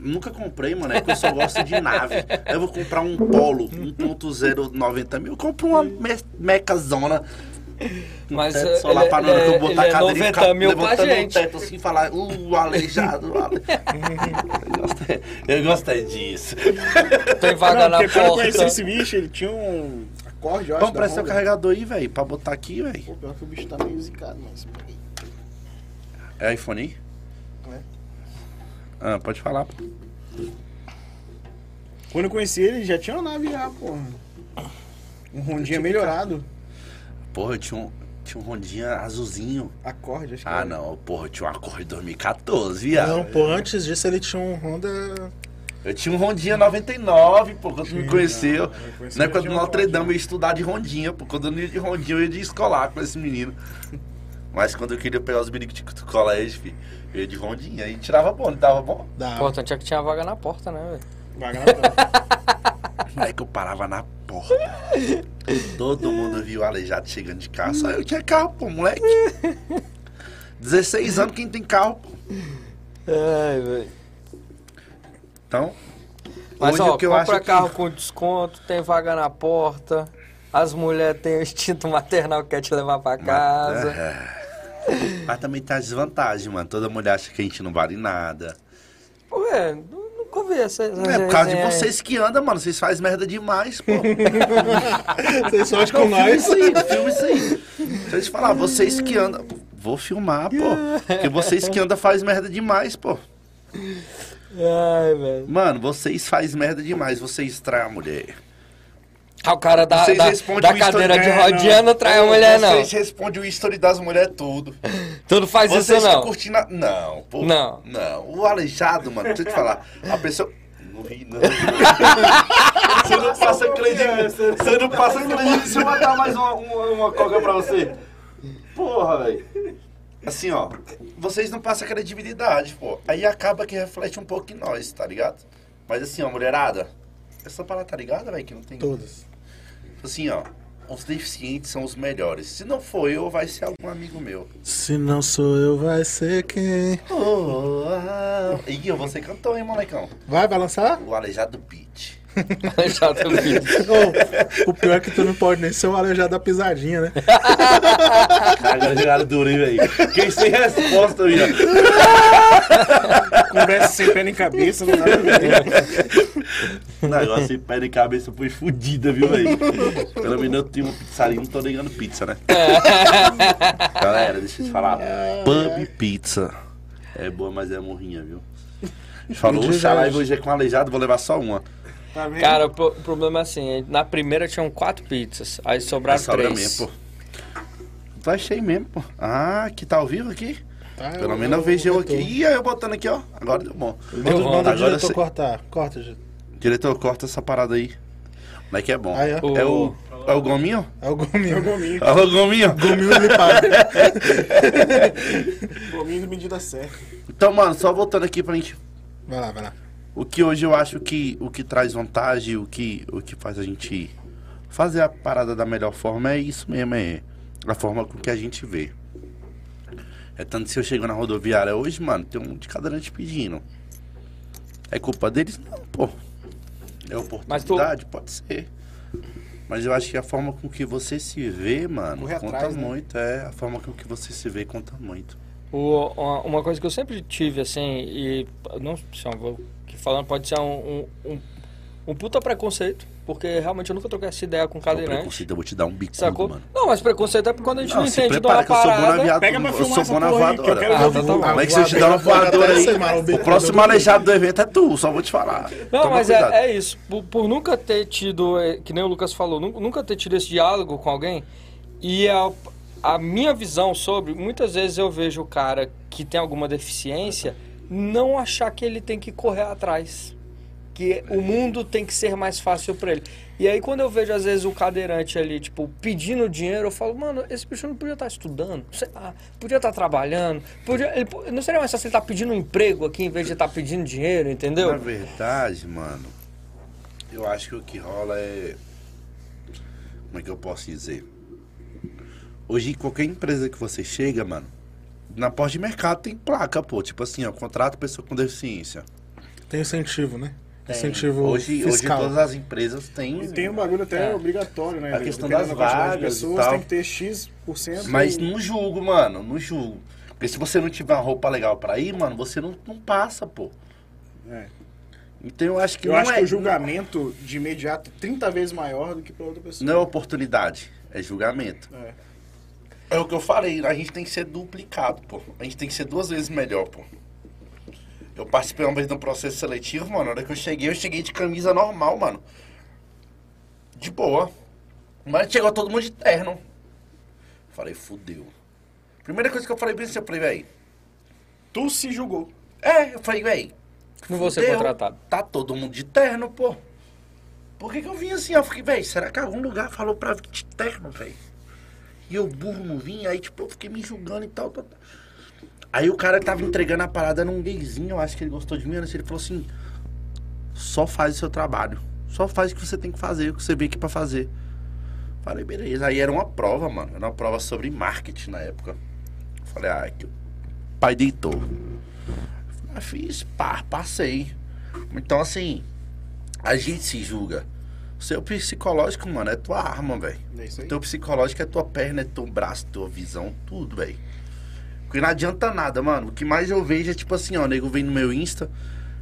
Nunca comprei, mano, é que eu só gosto de nave. Aí eu vou comprar um Polo 1.090 mil. Eu compro uma me meca zona.
Mas
teto
é,
solar
ele,
panorâmico,
ele,
eu vou botar
ele é
a cadeira e
90
ficar
mil pra
levantando o
gente.
teto assim e falar, uh, aleijado. ale-" <laughs> eu, gosto é, eu gosto é disso.
Tem vaga
Não,
na
porque quando eu conheci
porta.
esse bicho, ele tinha um acorde, eu acho.
Vamos
da
pra seu
Honda.
carregador aí, velho, pra botar aqui, velho.
Pô, pior que o bicho tá meio zicado, mas. peraí.
É iPhone aí?
É.
Ah, pode falar. pô.
Quando eu conheci ele, já tinha uma nave já, porra. Um rondinha melhorado.
Porra, eu tinha um, tinha um rondinha azulzinho.
Acorde, acho que
Ah,
era.
não, porra, eu tinha um Accord 2014, viado.
Não, pô, antes disso ele tinha um Honda.
Eu tinha um Rondinha 99, pô, quando tu me conheceu.
conheci
Na época
ele
do
já
Notre
ótimo.
Dame eu ia estudar de Rondinha, pô. Quando eu não ia de Rondinha eu ia de escolar com esse menino. Mas quando eu queria pegar os biriquiticos do colégio, filho, eu ia de Rondinha. Aí tirava bom, não tava bom.
O
Da...
importante é que tinha vaga na porta, né, velho?
Vagabundo.
Aí que eu parava na porta. Todo mundo viu o aleijado chegando de carro. Só eu tinha carro, pô, moleque. 16 anos quem tem carro, pô.
Ai, velho.
Então,
Mas
hoje
ó,
o que eu
compra
acho que-
carro com desconto, tem vaga na porta, as mulheres têm o instinto <laughs> maternal que quer te levar pra casa.
É. Mas também tem as desvantagens, mano. Toda mulher acha que a gente não vale nada.
Pô, é, não, não convia essa, essa
É por causa de
resenha aí.
vocês que andam, mano. Vocês fazem merda demais, pô.
Vocês só acham com
Filma
nós.
isso aí, filma isso aí. Deixa eu te falar, vocês que andam. Vou filmar, pô. Porque vocês que andam fazem merda demais, pô.
Ai, velho.
Mano, vocês faz merda demais, vocês traem a mulher.
Ah, o cara da,
Vocês
da,
respondem
da
o
cadeira de
Instagram,
rodinha não trai a mulher, não.
Vocês respondem o story das mulheres tudo.
Tu não faz
Vocês
isso,
ficam
não. <laughs>
curtindo a... Não, pô.
Não.
Não. O aleijado, mano, deixa eu te falar. A pessoa... Não ri, <laughs> não. Você não passa crédito. Você não passa crédito. Deixa eu mandar mais uma, uma, uma coca pra você. Porra, velho. Assim, ó. Vocês não passam credibilidade, pô. Aí acaba que reflete um pouco em nós, tá ligado? Mas assim, ó, mulherada. Essa parada tá ligada, velho, que não tem...
Todas.
Assim, ó. Os deficientes são os melhores. Se não for eu, vai ser algum amigo meu.
Se não sou eu, vai ser quem.
Oh, ah. Ih, eu vou ser cantor, hein, molecão?
Vai, vai lançar?
O Aleijado Beat.
Já
<laughs>
tô vendo.
Ô, o pior é que tu não pode nem ser o aleijado da pisadinha, né?
Caralho, Aleijado duro, hein, velho? Quem sem resposta, viu?
Conversa sem pé nem cabeça, não dá pra entender.
Negócio em pé de cabeça foi fudida, viu, velho? Pelo menos eu tinha uma pizzaria, não tô negando pizza, né? Galera, deixa eu te falar. Pub Pizza. É boa, mas é morrinha, viu? Falou,
Um dia
oxalá
já-
eu vou hoje é com aleijado, vou levar só uma.
Tá vendo?
Cara, o pro- o problema é assim, na primeira tinham quatro pizzas, aí sobraram
Essa hora
três.
mesmo, pô. Tá cheio mesmo, pô. Ah, que tá ao vivo aqui?
Tá,
Pelo menos eu vejo eu aqui. Ih, eu botando aqui, ó. Agora deu bom.
Manda,
bom.
manda o
Agora
diretor
sim.
cortar. Corta, gente.
Diretor, corta essa parada aí. Como é que é bom?
Aí, ó.
É o. É o Gominho?
É o gominho.
Gominho,
É o Gominho?
Gominho ele para.
gominho na medida certa.
Então, mano, só voltando aqui pra gente.
Vai lá, vai lá.
O que hoje eu acho que o que traz vantagem, o que, o que faz a gente fazer a parada da melhor forma é isso mesmo, é a forma com que a gente vê. É tanto se eu chego na rodoviária hoje, mano, tem um de cadeirante pedindo. É culpa deles? Não, pô. É oportunidade? Pode ser. Mas eu acho que a forma com que você se vê, mano,
Correr
conta
atrás, né?
muito. É, a forma com que você se vê conta muito.
O- uma, uma coisa que eu sempre tive, assim, e não sei, vou que falando pode ser um, um, um, um puta preconceito, porque realmente eu nunca troquei essa ideia com um
né?
Não,
cadeirante.
É preconceito, eu vou te dar um bico,
Sacou?
mano.
Não, mas preconceito é porque quando a gente não,
Não, se
entende de uma
prepara que eu sou bom na
parada.
viada.
Pega pra
Eu
filmar
sou
essa
bom na
porra aí, que eu
voadora.
quero
Ah, tá, tá bom.
Como é que você te dá uma voadora aí? O próximo aleijado do evento é tu, só vou te falar.
Não,
Toma
mas
cuidado.
é, é isso. Por, por nunca ter tido, é, que nem o Lucas falou, nu- nunca ter tido esse diálogo com alguém, e a, a minha visão sobre, muitas vezes eu vejo o cara que tem alguma deficiência não achar que ele tem que correr atrás. Que o mundo tem que ser mais fácil pra ele. E aí, quando eu vejo, às vezes, o cadeirante ali, tipo, pedindo dinheiro, eu falo, mano, esse bicho não podia estar estudando, sei lá, podia estar trabalhando, podia, ele po- não seria mais fácil ele estar pedindo um emprego aqui em vez de estar pedindo dinheiro, entendeu?
Na é verdade, mano, eu acho que o que rola é. Como é que eu posso dizer? Hoje, em qualquer empresa que você chega, mano, na porta de mercado tem placa, pô. Tipo assim, ó, contrato pessoa com deficiência.
Tem incentivo, né? Incentivo
hoje, hoje
fiscal.
todas as empresas têm.
E tem um bagulho até
É.
obrigatório, né?
A questão
Dependendo
das
da quantidade de
vagas e
pessoas
tal.
tem que ter X%.
Mas
e-
não julgo, mano, não julgo. Porque se você não tiver uma roupa legal pra ir, mano, você não, não passa, pô.
É.
Então eu acho que
Eu
não
acho
é.
que o julgamento de imediato é 30 vezes maior do que pra outra pessoa.
Não é oportunidade, é julgamento.
É.
É o que eu falei, a gente tem que ser duplicado, pô. A gente tem que ser duas vezes melhor, pô. Eu participei uma vez de um processo seletivo, mano. Na hora que eu cheguei, eu cheguei de camisa normal, mano. De boa. Mas chegou todo mundo de terno. Falei, fudeu. Primeira coisa que eu falei pra você, eu falei, véi.
Tu se julgou.
É, eu falei, véi.
Não vou ser
fudeu,
contratado.
Tá todo mundo de terno, pô. Por que, que eu vim assim? Eu fiquei, véi, será que algum lugar falou pra vir de terno, véi? E eu burro não vim, aí tipo, eu fiquei me julgando e tal, tal, tal. Aí o cara tava entregando a parada num gayzinho, eu acho que ele gostou de mim, né? ele falou assim, só faz o seu trabalho. Só faz o que você tem que fazer, o que você veio aqui pra fazer. Falei, beleza. Aí era uma prova, mano. Era uma prova sobre marketing na época. Falei, ah, é que o pai deitou. Mas fiz, pá, passei. Então, assim, a gente se julga. Seu psicológico, mano, é tua arma, velho.
É isso aí.
Teu psicológico é tua perna, é teu braço, tua visão, tudo, velho. Porque não adianta nada, mano. O que mais eu vejo é tipo assim, ó, nego vem no meu Insta,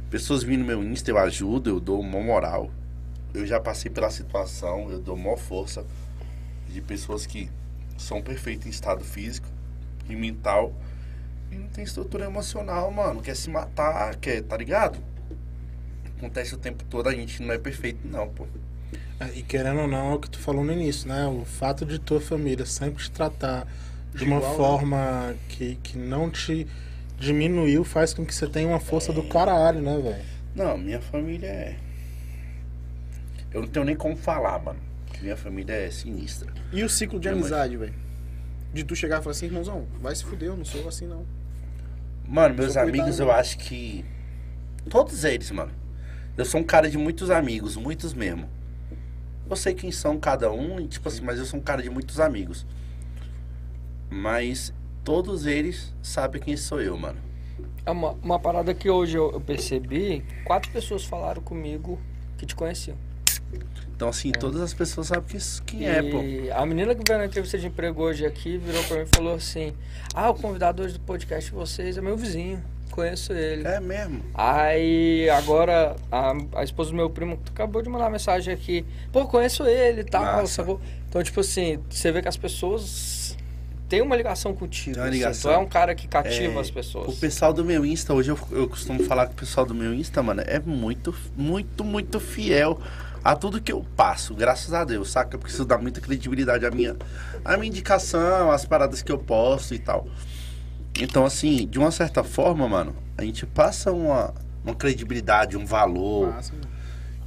pessoas vêm no meu Insta, eu ajudo, eu dou mó moral. Eu já passei pela situação, eu dou mó força de pessoas que são perfeitas em estado físico e mental e não tem estrutura emocional, mano. Quer se matar, quer, tá ligado? acontece o tempo todo, a gente não é perfeito, não, pô.
É, E querendo ou não, é o que tu falou no início, né? O fato de tua família sempre te tratar de uma
Igual, né?
forma que, que não te diminuiu faz com que você tenha uma força do caralho, né, velho?
Não, minha família é. Eu não tenho nem como falar, mano. porque Minha família é sinistra.
E o ciclo de
Minha mãe.
amizade, velho? De tu chegar e falar assim, irmãozão, vai se fuder, eu não sou assim não.
Mano, meus
Sou cuidado,
amigos, eu
mano.
acho que. Todos eles, mano. Eu sou um cara de muitos amigos, muitos mesmo. Eu sei quem são cada um, e, tipo assim, mas eu sou um cara de muitos amigos. Mas todos eles sabem quem sou eu, mano.
É uma, uma parada que hoje eu, eu percebi, quatro pessoas falaram comigo que te conheciam.
Então, assim, todas as pessoas sabem quem, quem é, pô.
E a menina que veio na entrevista de emprego hoje aqui virou pra mim e falou assim: Ah, o convidado hoje do podcast de vocês é meu vizinho, conheço ele.
É mesmo.
Aí agora a, a esposa do meu primo acabou de mandar uma mensagem aqui. Pô, conheço ele e tal.
Massa.
sacou? Então, tipo assim, você vê que as pessoas têm uma ligação contigo.
Tem uma
assim,
ligação.
Tu é um cara que cativa
É,
as pessoas.
O pessoal do meu Insta, hoje eu, eu costumo falar que o pessoal do meu Insta, mano, é muito, muito, muito fiel a tudo que eu passo, graças a Deus, saca? Porque isso dá muita credibilidade à minha, à minha indicação, às paradas que eu posto e tal. Então, assim, de uma certa forma, mano, a gente passa uma, uma credibilidade, um valor.
Massa, mano.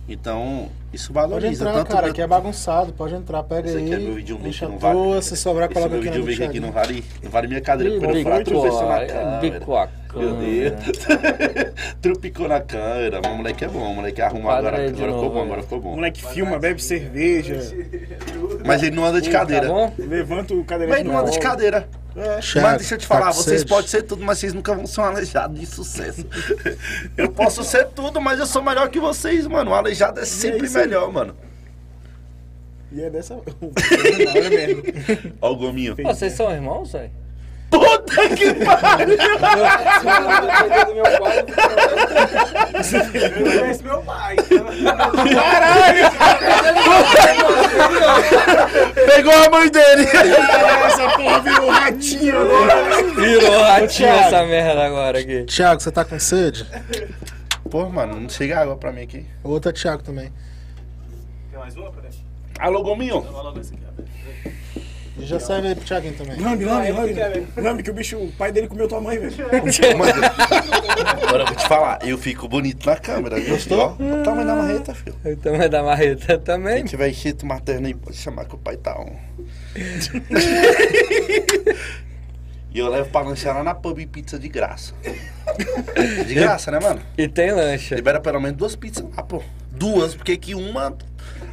Então, isso
Pode
valoriza
entrar,
tanto.
cara,
meu-
aqui é bagunçado, pode entrar, pega
Esse
aí.
aqui é meu vídeo vídeo
enche
que não
a
vale.
tua, se sobrar,
Esse
coloca
meu
aqui na
vídeo vídeo aqui não
bichada.
vale, não vale minha cadeira. Quando eu
Bicou,
falo, tropeçou na
é,
câmera.
bicou a
né, Meu
câmera.
Deus. <laughs> Trupicou na câmera. Mas o moleque é bom, o moleque arruma
Padre
agora.
aí
Agora
de
ficou
novo,
bom,
aí.
agora ficou
O
bom.
moleque filma, bebe cerveja,
Mas ele não anda de
Tá
cadeira.
bom?
levanta o
Mas
cadeirante
ele não anda de
colo.
cadeira.
Chefe,
Mas deixa eu te falar,
tá com
vocês
sede?
podem ser tudo, mas vocês nunca vão ser um aleijado de sucesso. <laughs> eu posso ser tudo, mas eu sou melhor que vocês, mano. O aleijado é sempre
isso aí.
melhor, mano.
E é dessa... Olha mesmo. <laughs>
Ó o gominho.
Pô, vocês são irmãos, velho?
Puta <laughs> que pariu!
Eu conheço meu pai. então-
Pegou a mãe dele!
Essa porra virou ratinho agora.
Virou ratinho
Thiago.
essa merda agora aqui.
Tiago, você tá com sede?
<laughs> Pô, mano, não chega água pra mim aqui.
Outra Tiago também.
Tem mais uma, peraí?
Alô, gominho?
Vou logo essa aqui, ó.
E já serve aí pro Tiaguinho também.
Lambe, lambe, lambe. Lambe que o bicho, o pai dele comeu tua mãe, velho. <laughs>
Mano, agora eu vou te falar, eu fico bonito na câmera, viu? Gostou? Toma na marreta, filho.
Eu também da marreta também.
Se tiver enxerto materno aí, pode chamar que o pai tá on. e eu levo pra lanchar lá na pub e pizza de graça. De graça, né, mano?
E tem lancha.
Libera pelo menos duas pizzas lá, pô. Duas, porque que uma.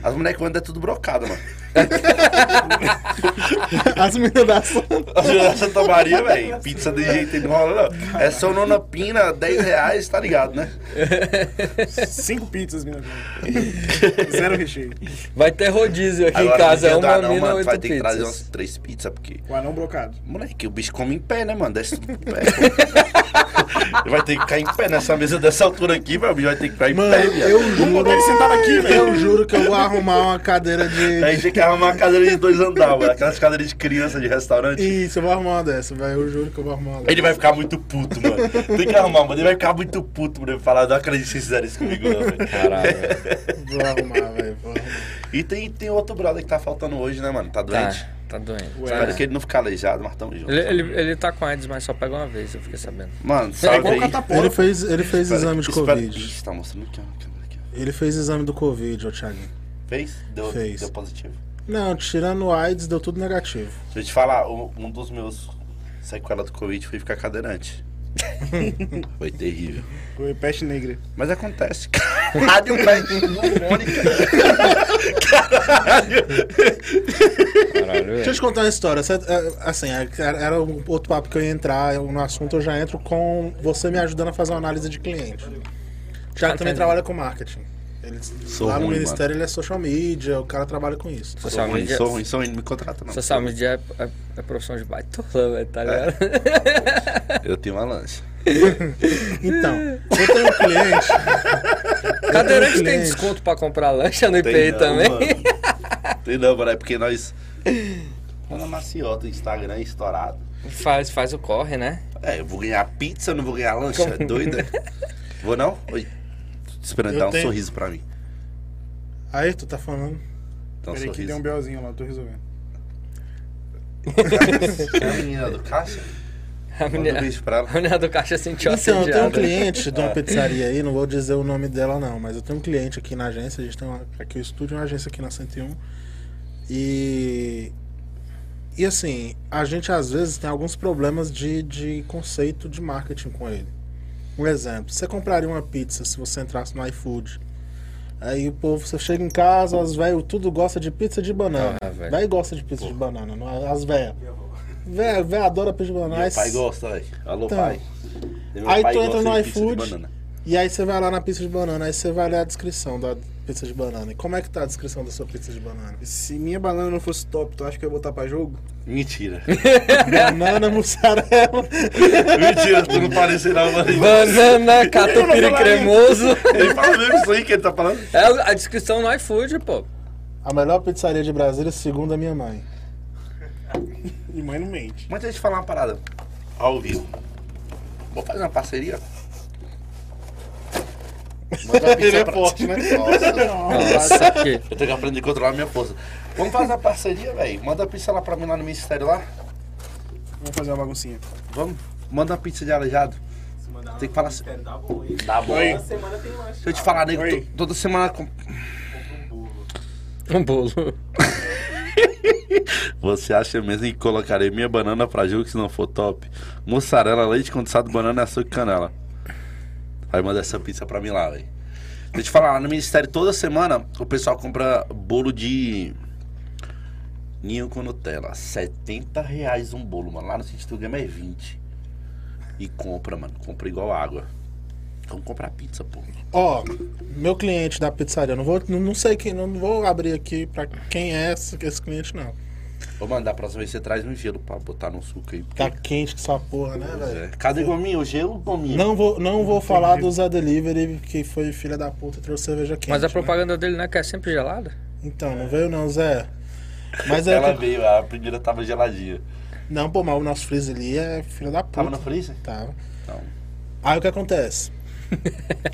As mulheres que andam é tudo brocada, mano.
<laughs> As meninas da ação.
As mulheres da Santa Maria, velho. Pizza de jeito aí não rola, não. É só nona pina, 10 reais, tá ligado, né?
Cinco pizzas, <laughs> mina. Zero <laughs> recheio.
Vai ter rodízio aqui em
Agora
casa. É
não
uma
adianta não,
mina,
mano. Tu vai
oito
ter que trazer
pizzas.
umas três pizzas, porque.
O anão brocado.
Moleque, o bicho come em pé, né, mano? Desce tudo pro pé. pô. <laughs> Ele vai ter que ficar em pé nessa mesa dessa altura aqui, meu. O bicho vai ter que ficar em
Mano,
pé, viado.
eu juro.
Ele sentado aqui,
Eu
velho.
juro que eu vou arrumar uma
<laughs>
cadeira de.
Aí tinha que arrumar uma cadeira de dois andares, mano. Aquelas cadeiras de criança de restaurante.
Isso, eu vou arrumar uma dessa, velho. Eu juro que eu vou arrumar uma dessa.
Ele vai ficar muito puto, mano. Tem que arrumar, mano. Ele vai ficar muito puto pra ele falar. Não acredito que vocês fizeram isso comigo, não, velho.
Caralho. velho.
Vou arrumar, velho. Vou arrumar.
E tem, tem outro brother que tá faltando hoje, né, mano?
Tá,
Tá doente.
tá doendo.
Ué.
Espero que ele não ficar aleijado, mas tamo junto.
Ele, ele, ele tá com AIDS, mas só pega uma vez, eu fiquei sabendo.
Mano, salve
igual
aí.
Ele fez, ele fez
Espero-
exame de
espero-
Covid.
Ixi, tá mostrando aqui, ó. na câmera aqui, ó.
Ele fez exame do Covid, ô Thiaguinho.
Fez? Deu,
Fez.
Deu positivo.
Não, tirando o AIDS, deu tudo negativo.
Deixa eu te falar, um um dos meus sequelas do Covid foi ficar cadeirante. foi terrível.
Foi peste negra.
Mas acontece. Caralho, velho.
Caralho,
Deixa eu te contar uma história. Você- é, Assim, é, era era um outro papo que eu ia entrar eu- no assunto, eu já entro com você me ajudando a fazer uma análise de cliente. O Thiago também
Entendi.
trabalha com marketing. Ele,
Sou
lá no
ruim,
Ministério ele é social media, o cara trabalha com isso.
Sou
Social
ruim,
media,
sou ruim, sou ruim, não me contrata não.
social media é, é, é profissão de baitola, velho, tá ligado?
Eu tenho uma lancha.
Então, eu tenho um cliente. eu tenho um
Cadeirante tem
cliente-
desconto pra comprar lancha no IPI
não,
também?
mano. Tem não, mano, é porque nós... Tá na maciota, o Instagram é estourado.
Faz, faz o corre, né?
É, eu vou ganhar pizza, eu não vou ganhar lancha, é doida? Vou não? Oi. esperando
Eu
dar um
tenho-
sorriso pra mim.
Aí, tu tá falando.
Dá um
Peraí que
sorriso.
deu um belzinho lá, tô resolvendo.
É a menina do caixa?
A
Manda um
menina,
beijo pra ela.
a menina do caixa sentiu
Então, eu tenho um
assediada.
cliente de uma pizzaria aí, não vou dizer o nome dela não, mas eu tenho um cliente aqui na agência, a gente tem uma, aqui o estúdio, é uma agência aqui na 101. E e assim, a gente às vezes tem alguns problemas de, de conceito de marketing com ele. Um exemplo, você compraria uma pizza se você entrasse no iFood. Aí o povo, você chega em casa, as velhas tudo gosta de pizza de banana.
Ah,
velho
velho.
gosta de pizza de banana, não é? as velhas. Véia, véia adora pizza de banana.
Meu
Aí
pai gosta, velho. Alô,
Então.
pai. Meu
Aí
pai
tu entra
gosta
no
de pizza de
iFood.
banana.
E aí você vai lá na pizza de banana, aí você vai ler a descrição da pizza de banana. E como é que tá a descrição da sua pizza de banana?
Se minha banana não fosse top, tu acha que eu ia botar pra jogo?
<laughs>
Mentira.
Banana, mussarela.
Mentira, tu não parecer não, mano.
Banana, catupiry cremoso.
Ele fala mesmo isso aí que ele tá falando.
É a descrição no iFood, pô.
A melhor pizzaria de Brasília, segundo a minha mãe.
<laughs> E mãe não mente.
Mas deixa eu te falar uma parada. Ao vivo. Vou fazer uma parceria.
<laughs>
Mandar pizza
Ele é
pra-
forte, né?
Nossa.
Nossa, que...
Eu tenho que aprender a controlar a minha força. Vamos fazer uma parceria, velho. Manda a pizza lá pra mim lá no ministério lá.
Vamos fazer uma baguncinha.
Vamos. Manda uma pizza de aleijado.
Se mandar lá
Tem que
no
falar assim.
Ministério da Boa, hein?
Tá bom.
Toda
Deixa
semana tem lanche.
eu te falar, nego.
Oi.
to- Toda semana. com-
Um bolo.
Você acha mesmo que colocarei minha banana pra jogo se não for top? Mussarela, leite condensado, banana, açúcar e canela. Aí manda essa pizza pra mim lá, velho. Deixa eu te falar, lá no Ministério toda semana o pessoal compra bolo de ninho com Nutella. R$ 70 reais um bolo, mano. Lá no sítio do Gama é 20. E compra, mano. Compra igual água. Vamos comprar pizza, pô.
Ó, meu cliente da pizzaria, não vou, não, não sei quem, não vou abrir aqui pra quem é esse, esse cliente não.
Vou mandar a próxima vez você traz um gelo pra botar no suco aí.
Tá quente com essa porra, né, velho?
É. Cadê gominho? O gelo, gominho?
Não vou, não vou falar do Zé Delivery, que foi filha da puta e trouxe cerveja quente.
Mas a
né?
propaganda dele não é que é sempre gelada?
Então, não veio não, Zé. Mas é.
Ela veio, a primeira tava geladinha.
Não, pô, mas o nosso freezer ali é filha da puta.
Tava na polícia?
Tava.
Então.
Aí o que acontece?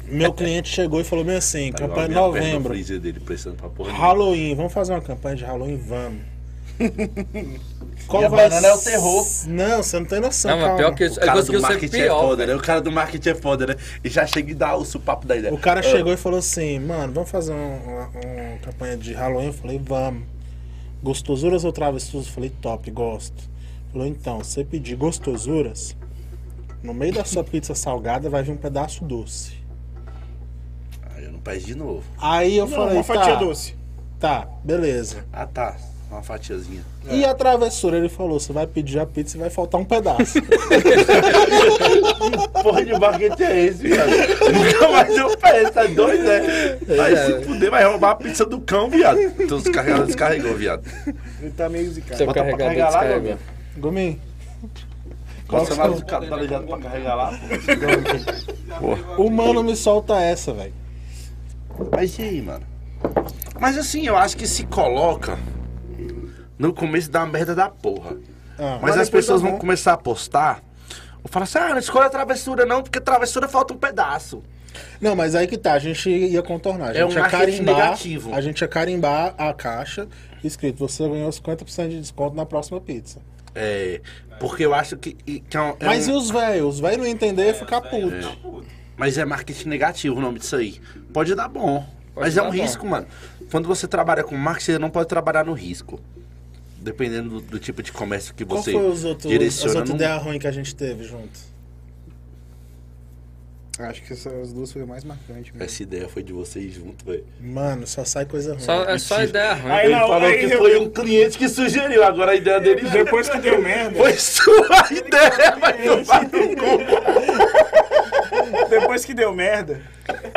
Meu cliente chegou e falou bem assim,
Tá igual a
campanha de
minha perna no
novembro,
freezer dele, prestando pra porra nenhuma.
Halloween, vamos fazer uma campanha de Halloween, vamos.
E a banana é o terror.
Não, você não tem noção,
Não, mas
calma.
pior que
O
isso, ele
cara do
conseguiu ser
marketing é
pior.
foda, né? O cara do marketing é foda, né? E já chega e dá o supapo da ideia.
O cara
Ah,
chegou e falou assim, mano, vamos fazer um- uma, uma campanha de Halloween? Eu falei, vamos. Gostosuras ou travessuras? Eu falei, top, gosto. Falou, então, você pedir gostosuras, no meio da sua pizza salgada vai vir um pedaço doce.
Ah, eu não peço de novo.
Aí eu
Não,
falei,
uma fatia
tá,
doce.
tá, beleza.
Ah, tá. Uma fatiazinha.
E a travessura, ele falou, você vai pedir a pizza e vai faltar um pedaço.
<laughs> Porra de marketing é esse,
<laughs>
viado? Nunca mais eu peço, tá doido, né? Vai
É.
se fuder, vai roubar a pizza do cão, viado. Então descarregado, descarregou, viado.
Ele tá meio zicado.
Seu
né? Bota pra
carregador
carregar lá,
descarregou.
Gomin,
Qual o do cara tá ligado pra carregar lá, pô? Porra.
o mano me solta essa, velho.
Mas e aí, mano? Mas assim, eu acho que se coloca no começo da merda da porra.
Ah,
Mas,
Mas
as
depois
pessoas
tá
vão
bom.
começar a postar. Ou falar assim, ah, não escolha a travessura não, porque travessura falta um pedaço.
Não, mas aí que tá, a gente ia contornar. A
É um
gente ia
marketing
carimbar,
negativo.
A gente ia carimbar a caixa escrito, você ganhou 50% de desconto na próxima pizza.
É, porque eu acho que... e- que é um- é
mas
um-
e os velhos? Os velhos não entender
é,
e ficar puto.
Mas é marketing negativo o nome disso aí. Pode dar bom. mas é
dar bom.
um risco, mano. Quando você trabalha com marketing, você não pode trabalhar no risco. Dependendo do, do tipo de comércio que
Qual
você
foi os outros, as
direciona.
outras
não-
ideias ruins que a gente teve junto?
Acho que essas duas foi o mais marcante mesmo.
Essa ideia foi de vocês junto, velho.
Mano, só sai coisa ruim.
Só, é só
Mentira.
ideia ruim.
Aí
Ele
não,
falou
aí
que
eu-
foi um cliente que sugeriu, agora a ideia dele já
Depois que deu merda,
foi sua <laughs> ideia, vai tomar no cu.
depois que deu merda,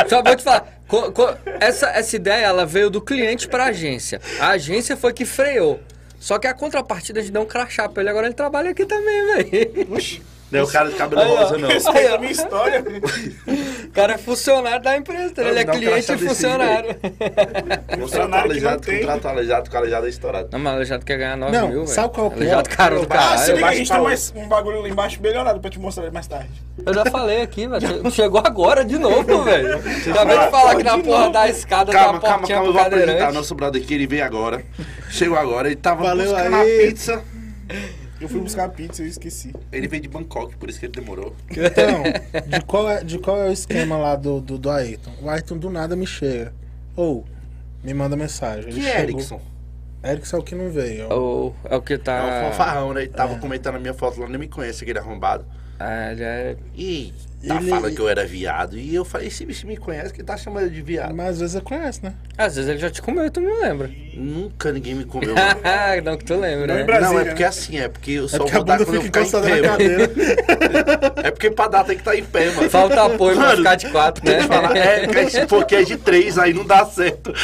Só vou te falar, co- co- essa, essa ideia ela veio do cliente pra agência. A agência foi que freou. Só que a contrapartida de dar um crachá pra ele, agora ele trabalha aqui também, velho. <laughs>
Não é o cara de cabelo
Aí, ó.
rosa, não.
Aí, ó.
é minha história.
O cara é funcionário da empresa,
Eu
ele é
vou dar um
cliente
crachá
e
desse
funcionário.
Contrato
Funcionário que não
aleijado,
tem.
contrato aleijado, que o aleijado é estourado.
Não, mas o Aleijado quer ganhar 9
Não,
mil, velho.
sabe qual que é?
Aleijado caro do
Ah,
Ah, se
caralho.
liga, a gente tem
Baixo
mais um bagulho lá embaixo melhorado pra te mostrar mais tarde.
Eu já falei aqui, velho. Chegou agora de novo, velho. Acabei de falar que na porra da escada
Calma,
tá a
calma,
portinha
calma, eu
pro
vou apresentar
cadeirante.
nosso brother aqui, ele veio agora. Chegou agora, ele tava
Valeu
buscando
aí.
a pizza.
Eu fui buscar a pizza e eu esqueci.
Ele veio de Bangkok, por isso que ele demorou.
Então, de qual é, de qual é o esquema lá do, do, do Ayrton? O Ayrton do nada me chega. Ou me manda mensagem. Ele
Que
chegou.
Erickson?
Erickson é o que não veio. é o-
Ou é o que
É um
tá...
fanfarrão, né? Ele tava comentando a minha foto lá, nem me conhece aquele arrombado.
Ah, ele é...
E tá
Ele-
falando que eu era viado. E eu falei, esse bicho me conhece, que tá chamando eu de viado.
Mas às vezes eu conheço, né?
Às vezes ele já te comeu, tu não lembra. <laughs>
Nunca ninguém me comeu. <laughs>
não que tu
Não
lembra,
lembra-
né?
Não,
Brasília,
é
né?
porque assim, é porque eu
É
só
porque a
vou dar
bunda
quando eu
fica
ficar em
encostada
pé.
na
mano. <laughs>
cadeira.
É porque pra dar tem que estar em pé, mano.
Falta apoio pra
Mano,
ficar de quatro, né?
Falar, é, que esse pouquinho é de três, aí não dá certo.
<laughs>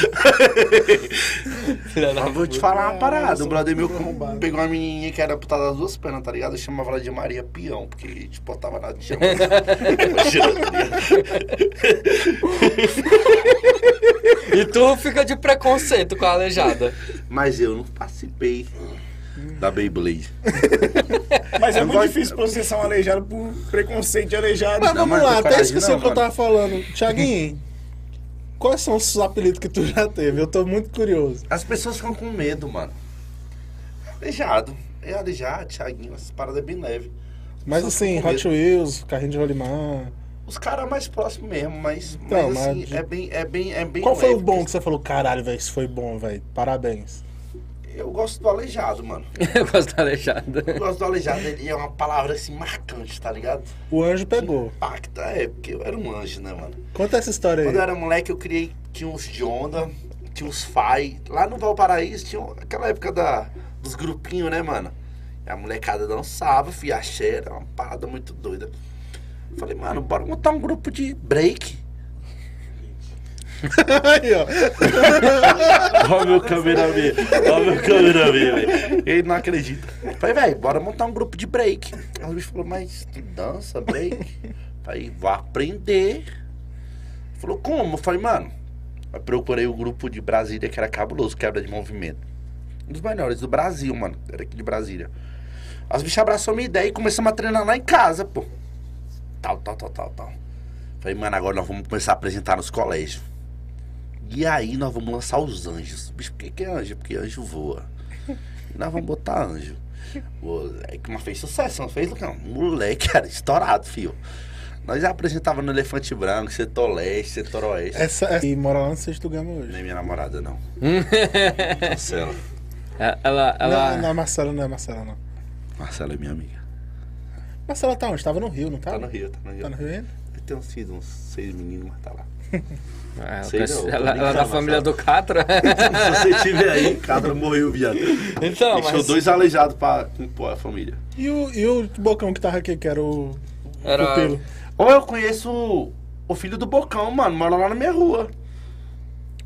Filha da
Mas vou te falar uma parada. O brother meu com- pegou uma menininha que era putada das duas pernas, tá ligado? Eu chamava ela de Maria Peão, porque, tipo, botava na
<laughs>
chão. Imagina, tá ligado?
E tu fica de preconceito com a aleijada.
Mas eu não participei da Beyblade.
Mas é muito difícil processar um aleijado por preconceito de aleijado.
<laughs> Mas vamos
mas
lá,
eu
até
coragem
esqueci
não,
o que eu
mano.
tava tá falando. Tiaguinho, quais são os apelidos que tu já teve? Eu tô muito curioso.
As pessoas ficam com medo, mano. Aleijado. É aleijado, Thiaguinho, essas paradas é bem leve.
Mas
Só
assim,
com medo.
Hot Wheels, carrinho de rolimã.
Os caras mais próximos mesmo, mas,
Então,
mas assim,
mas-
é bem, é bem, é bem
Qual foi o
leve.
bom que você falou? Caralho, velho, isso foi bom, velho. Parabéns.
Eu gosto do aleijado, mano.
Eu gosto da aleijada.
Eu gosto do aleijado, ele é uma palavra assim marcante, tá ligado?
O anjo pegou.
Impacta, é, porque eu era um anjo, né, mano?
Conta essa história
Quando eu
aí.
era moleque, eu criei, tinha uns de onda, tinha uns fai. Lá no Valparaíso tinha um- aquela época da, dos grupinhos, né, mano? E a molecada dançava, fia axé, era uma parada muito doida. Eu Falei, mano, bora montar um grupo de break.
<laughs> aí,
<laughs>
ó.
Ó meu cameraman, ó meu cameraman, velho. Ele não acredita. Falei, velho, bora montar um grupo de break. Aí o bicho falou, mas tu dança break? Falei, vá aprender. Falou, como? Eu falei, mano, eu procurei o grupo de Brasília que era cabuloso, quebra de movimento. Um dos melhores do Brasil, mano. Era aqui de Brasília. As bichas abraçou minha ideia e começamos a treinar lá em casa, pô. Tal, tal, tal, tal, tal. Falei, mano, agora nós vamos começar a apresentar nos colégios. E aí nós vamos lançar os anjos. Bicho, por que, que é anjo? Porque anjo voa. E nós vamos botar anjo. Moleque, mas fez sucesso, não fez, Lucão? Moleque, <laughs> era estourado, fio. Nós já apresentava no Elefante Branco, setor leste, setor oeste.
Essa, essa... E mora lá no sexto gama
Não
hoje.
é minha namorada, <laughs> não. Marcela.
Ela, ela...
Não, não, a Marcela não é Marcela, não.
Marcela é minha amiga.
Marcela tá onde? Tava no Rio, não
Tá
tava?
no Rio, tá no Rio.
Tá no Rio ainda?
Tem uns filhos, uns seis meninos, mas tá lá.
Ah, ela
Sei
conhece-
não, tô
ela- ela é da
brincando,
família
Marcelo.
do Catra.
<laughs> Se você tiver aí, cabra morreu, viado.
<laughs> Então,
Deixou
mas-
dois aleijados pra compor a família.
E o, e o bocão que tava aqui, que era o. o
Era-
Ah.
pupilo?
Ou eu conheço o- o filho do Bocão, mano. Mora lá na minha rua.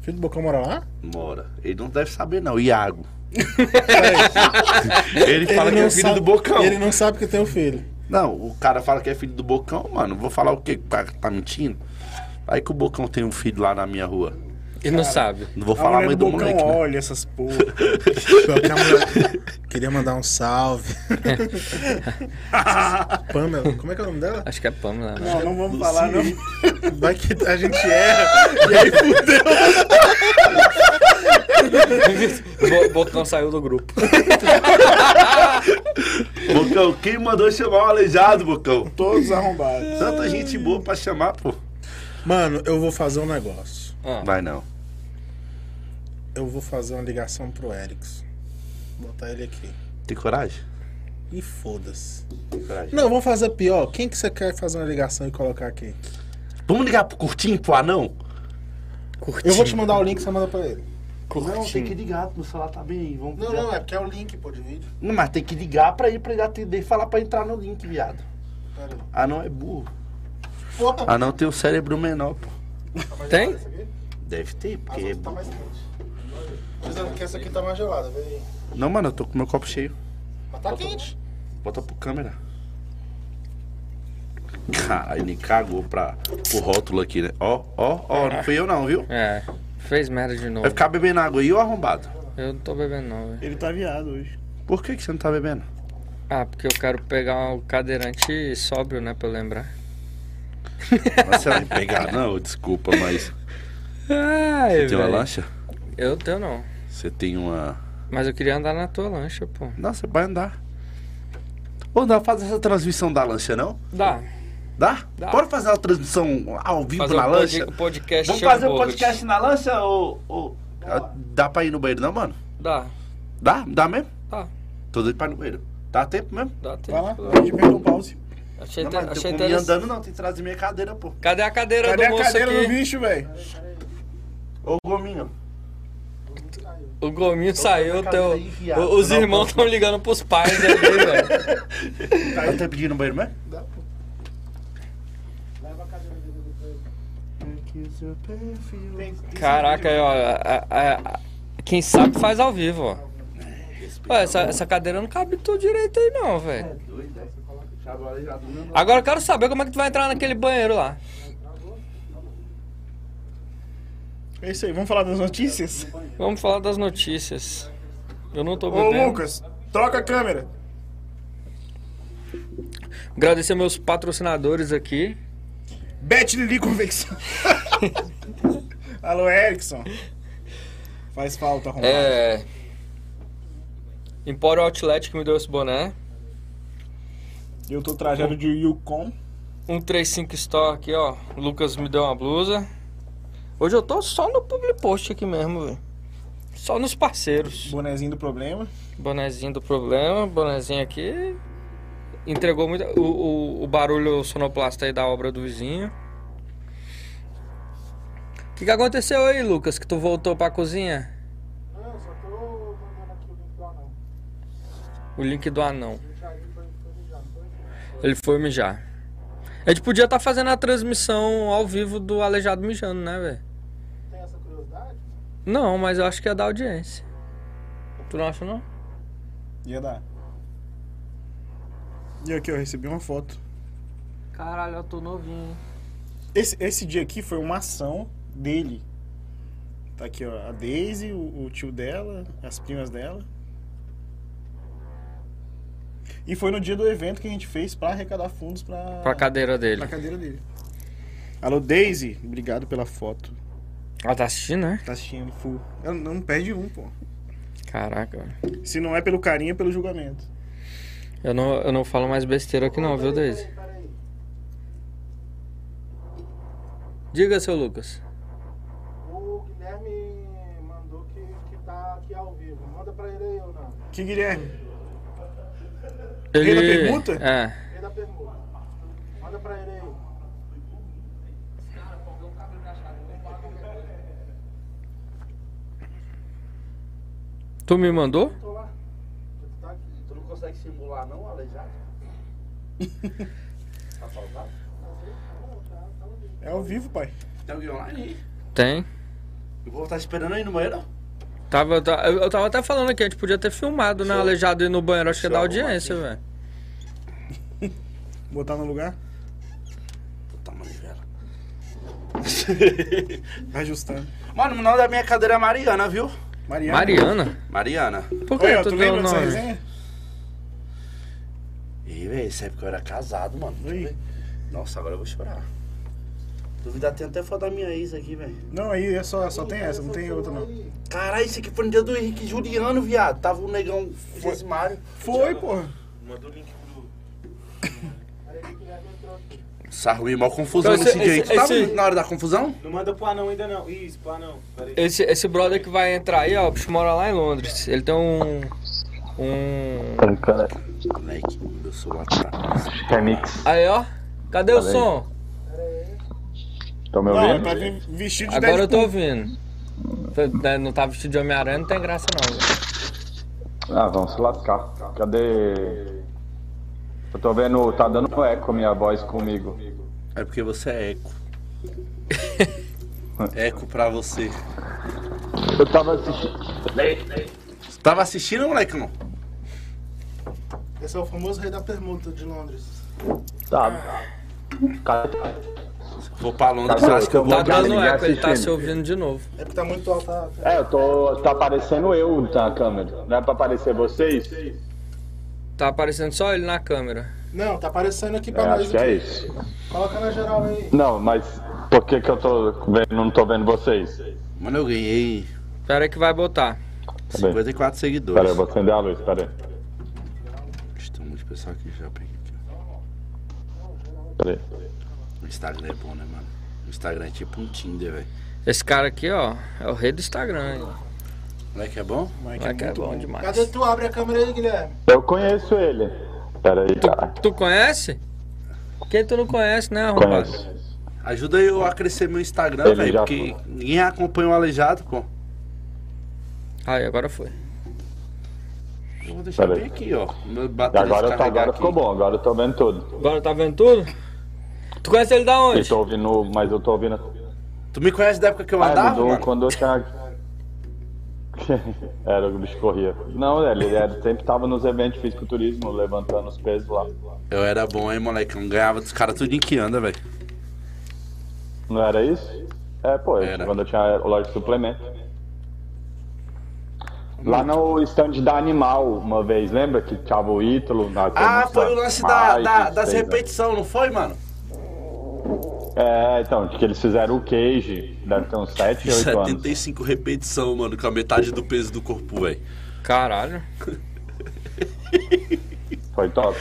Filho do bocão mora lá?
Mora. Ele não deve saber, não. <laughs> Iago.
Peraí.
Ele fala que é
não
o filho
sabe-
do Bocão.
Ele não sabe que tem um filho.
Não, o cara fala que é filho do Bocão, mano. Vou falar o quê? O cara tá mentindo? Aí que o Bocão tem um filho lá na minha rua.
E não sabe.
Não vou falar a mãe do moleque, né?
olha essas porra.
Pior que a mulher- Queria mandar
<laughs>
um salve. Pamela, como é que é o nome dela?
Acho que é Pamela. né?
Não, não vamos falar, não.
Vai que a gente erra. E aí fudeu.
Bo- Bocão saiu do grupo.
Bocão, quem mandou chamar o aleijado, Bocão?
Todos arrombados.
Tanta gente boa pra chamar, pô.
Mano, eu vou fazer um negócio.
Ah,
Vai não.
Eu vou fazer uma ligação pro Erickson. Botar ele aqui.
Tem coragem?
E foda-se.
Tem coragem.
Não, vamos fazer pior. Quem que você quer fazer uma ligação e colocar aqui?
Vamos ligar pro Curtinho, pro anão?
Eu vou te mandar o link, você manda pra ele.
Não, tem que ligar, meu celular tá bem aí. Vamos já tá-
porque é o link, pô, de vídeo.
Não, mas tem que ligar pra ir pra ele atender e falar pra entrar no link, viado. Anão é burro. Anão tem o cérebro menor, pô.
Tem?
Deve ter, porque é burro. é
Dizendo que essa aqui tá mais gelada, velho.
Não, mano, eu tô com meu copo cheio.
Mas tá quente.
Bota pro câmera. Caralho, ele cagou pra, pro rótulo aqui, né? Ó, ó, ó, não fui eu não, viu?
É, fez merda de novo.
Vai ficar bebendo água aí, ó, arrombado.
Eu não tô bebendo não, velho.
Ele tá viado hoje.
Por que, que você não tá bebendo?
Ah, porque eu quero pegar um cadeirante sóbrio, né, pra eu lembrar.
Mas Você vai
<laughs>
pegar? Não, desculpa, mas.
Ai,
Você tem uma
velho.
lancha?
Eu tenho não.
Você tem uma.
Mas eu queria andar na tua lancha, pô.
Não, você vai andar. Ou dá pra fazer essa transmissão da lancha, não?
Dá.
Dá?
Dá.
Bora fazer uma transmissão ao vivo
Fazer
na
um pod-
lancha?
podcast
Vamos fazer um
Chambord.
podcast na lancha ou. ou- Ah, Dá pra ir no banheiro, não, mano?
Dá,
Dá? Dá mesmo?
dá,
Tô doido pra ir no banheiro. Dá tempo mesmo?
dá tempo.
Vai lá, a gente pega um pause.
Achei,
não,
inte-
mano,
achei
eu comi
interessante.
andando, não. Tem que trazer minha cadeira, pô.
Cadê a cadeira
Cadê
do
a
moço
cadeira
aqui?
do bicho, velho?
Ô, Gominho.
O Gominho saiu,
cadê
teu...
aí, viado? Tá
o- os
Não,
irmãos
não.
estão ligando pros pais ali, velho.
Dá tempo de ir no banheiro mesmo? Dá, pô.
Caraca, aí, ó, a- a- a- quem sabe faz ao vivo, ó. Ué, essa, essa cadeira não cabe tudo direito aí não, velho. Agora eu quero saber como é que tu vai entrar naquele banheiro lá.
É isso aí, vamos falar das notícias?
Vamos falar das notícias. Eu não tô
Ô,
bebendo.
Lucas, troca a câmera.
Agradecer meus patrocinadores aqui.
Bet Lili Convenção. <laughs> Alô, Erickson. Faz falta arrumar.
É. Empório Outlet que me deu esse boné.
Eu tô trajado de Yukon.
135 Store aqui, ó. O Lucas me deu uma blusa. Hoje eu tô só no public post aqui mesmo, velho. Só nos parceiros.
Bonezinho do problema.
Bonezinho do problema, bonezinho aqui. Entregou muito. O, o, o barulho sonoplasta aí da obra do vizinho. O que, que aconteceu aí, Lucas? Que tu voltou pra cozinha? O link do anão. Ele foi mijar. A gente podia estar fazendo a transmissão ao vivo do Aleijado mijando, né, velho?
Tem essa curiosidade?
Não, mas eu acho que ia dar audiência. Tu não acha, não?
Ia dar. E aqui, eu recebi uma foto.
Caralho, eu tô novinho, hein?
Esse, esse dia aqui foi uma ação dele. Tá aqui, ó. A Daisy, o, o tio dela, as primas dela. E foi no dia do evento que a gente fez pra arrecadar fundos pra,
Pra cadeira dele.
pra cadeira dele. Alô, Daisy, obrigado pela foto.
Ela tá assistindo, né?
Tá assistindo full. Ela não perde um, pô.
Caraca, velho.
Se não é pelo carinho, é pelo julgamento.
eu não, eu não falo mais besteira aqui não, viu, Daisy? Diga, seu Lucas.
O Guilherme mandou que, que tá aqui ao vivo. Manda pra ele aí, ou não?
Que Guilherme?
Ele...
da permuta?
É.
Ele da pergunta. Manda pra ele aí.
Tu me mandou?
Tá Tu não consegue simular, não, aleijado? tá faltado?
É ao vivo, pai.
Tem alguém online aí?
Tem.
Eu vou estar esperando aí no banheiro.
Tava, tá- eu eu tava até falando aqui, a gente podia ter filmado, né? Aleijado e no banheiro, acho que
Deixa
dá
eu arrumar
audiência, velho.
Botar no lugar.
Puta manivela. <laughs>
Vai ajustando.
Mano, o nome da minha cadeira é Mariana, viu?
Mariana.
Mariana?
Mariana.
Por que
Oi, ó, tu
tu deu o
lembra dessa
nome?
resenha?
Ih, velho, isso é porque eu era casado, mano. Deixa eu
Ih.
ver. Nossa, agora eu vou chorar. Duvidar tem até foto da minha ex aqui, velho.
Não, aí é só, só tem essa, não tem outra não.
Caralho, isso aqui foi no dia do Henrique Juliano, viado. Tava um negão Mário.
Foi, porra.
Manda o link pro.
Sarro e mal confusão
Então,
nesse
esse-
dia aí. Tu
esse-
tava
esse-
na hora da confusão?
Não manda pro anão ainda não. Isso, pro anão. Pera aí.
Esse, esse brother que vai entrar aí, ó, o bicho mora lá em Londres. Ele tem um... Um...
Moleque, eu sou um o atrás.
Remix,
Aí, ó. Cadê o
Tá bem.
som?
estão me
Não, é
ouvindo?
pra vir vestido de
Agora eu tô
Deadpool.
ouvindo. Tá- tá- Não tá vestido de Homem-Aranha, não tem graça não. velho.
Ah, vão se lascar. Cadê? Eu tô vendo, tá dando eco minha voz comigo.
É porque você é
<laughs>
eco. É eco pra você.
Eu tava assistindo.
Você tava assistindo, moleque, não?
Esse é o famoso rei da permuta de Londres.
Tá. Cara,
Vou pra Londres,
Tá bom,
acho que eu vou.
Tá
Obrigado,
dando
ninguém
eco, ele tá
assistindo.
se ouvindo de novo.
É porque tá muito alto. Tá, tá.
É, eu tô. Tá aparecendo eu na câmera. Não é pra aparecer vocês? É,
Tá aparecendo só ele na câmera.
Não, tá aparecendo aqui
É,
pra
acho
nós.
que é
aqui.
isso.
Coloca na geral aí.
Não, mas por que que eu tô vendo, não tô vendo vocês?
Mano, eu ganhei
Espera aí que vai botar.
Tá bem.
54 seguidores.
Pera aí, eu vou acender a luz, pera aí.
Ixi, Tem um monte de pessoal aqui já peguei aqui.
Pera aí.
ó. O Instagram é bom, né, mano? O Instagram é tipo um Tinder, velho.
Esse cara aqui, ó, é o rei do Instagram. Hein?
Moleque é bom?
Moleque, é bom, demais.
Cadê tu? Abre a câmera aí, Guilherme.
Eu conheço ele. Pera aí, tá. cara.
Tu conhece? Quem tu não conhece, né, arrombado?
Conheço.
Ajuda eu a crescer meu Instagram,
Ele
velho.
já
Porque ninguém acompanha o Aleijado, pô.
Aí, agora foi.
Eu vou deixar
Pera
bem
aí.
aqui, ó. Meu
E
batom
agora, eu tô,
descarregar
agora
aqui.
ficou bom, agora eu tô vendo tudo.
Agora tá vendo tudo? Tu conhece ele da
Eu
onde?
tô ouvindo, mas eu tô ouvindo.
Tu me conhece da época que eu
Ah,
andava,
mudou
mano?
quando eu tinha. <laughs> era o bicho corria. Não, ele era, sempre tava nos eventos de fisiculturismo, levantando os pesos lá.
Eu era bom, hein, moleque. Eu ganhava dos caras tudo em que anda, velho.
Não era isso? É, pô, eu-
Era.
quando eu tinha o loja de suplemento. Lá no stand da Animal, uma vez, lembra que tava o Ítalo? na
Ah,
temos
foi o
lá,
lance da,
Mike,
da- das
fez-
repetições, não foi, mano?
É, então, que eles fizeram o cage, deve ter uns 7, 8 anos.
75 repetição, mano, com a metade do peso do corpo, velho.
Caralho.
Foi top.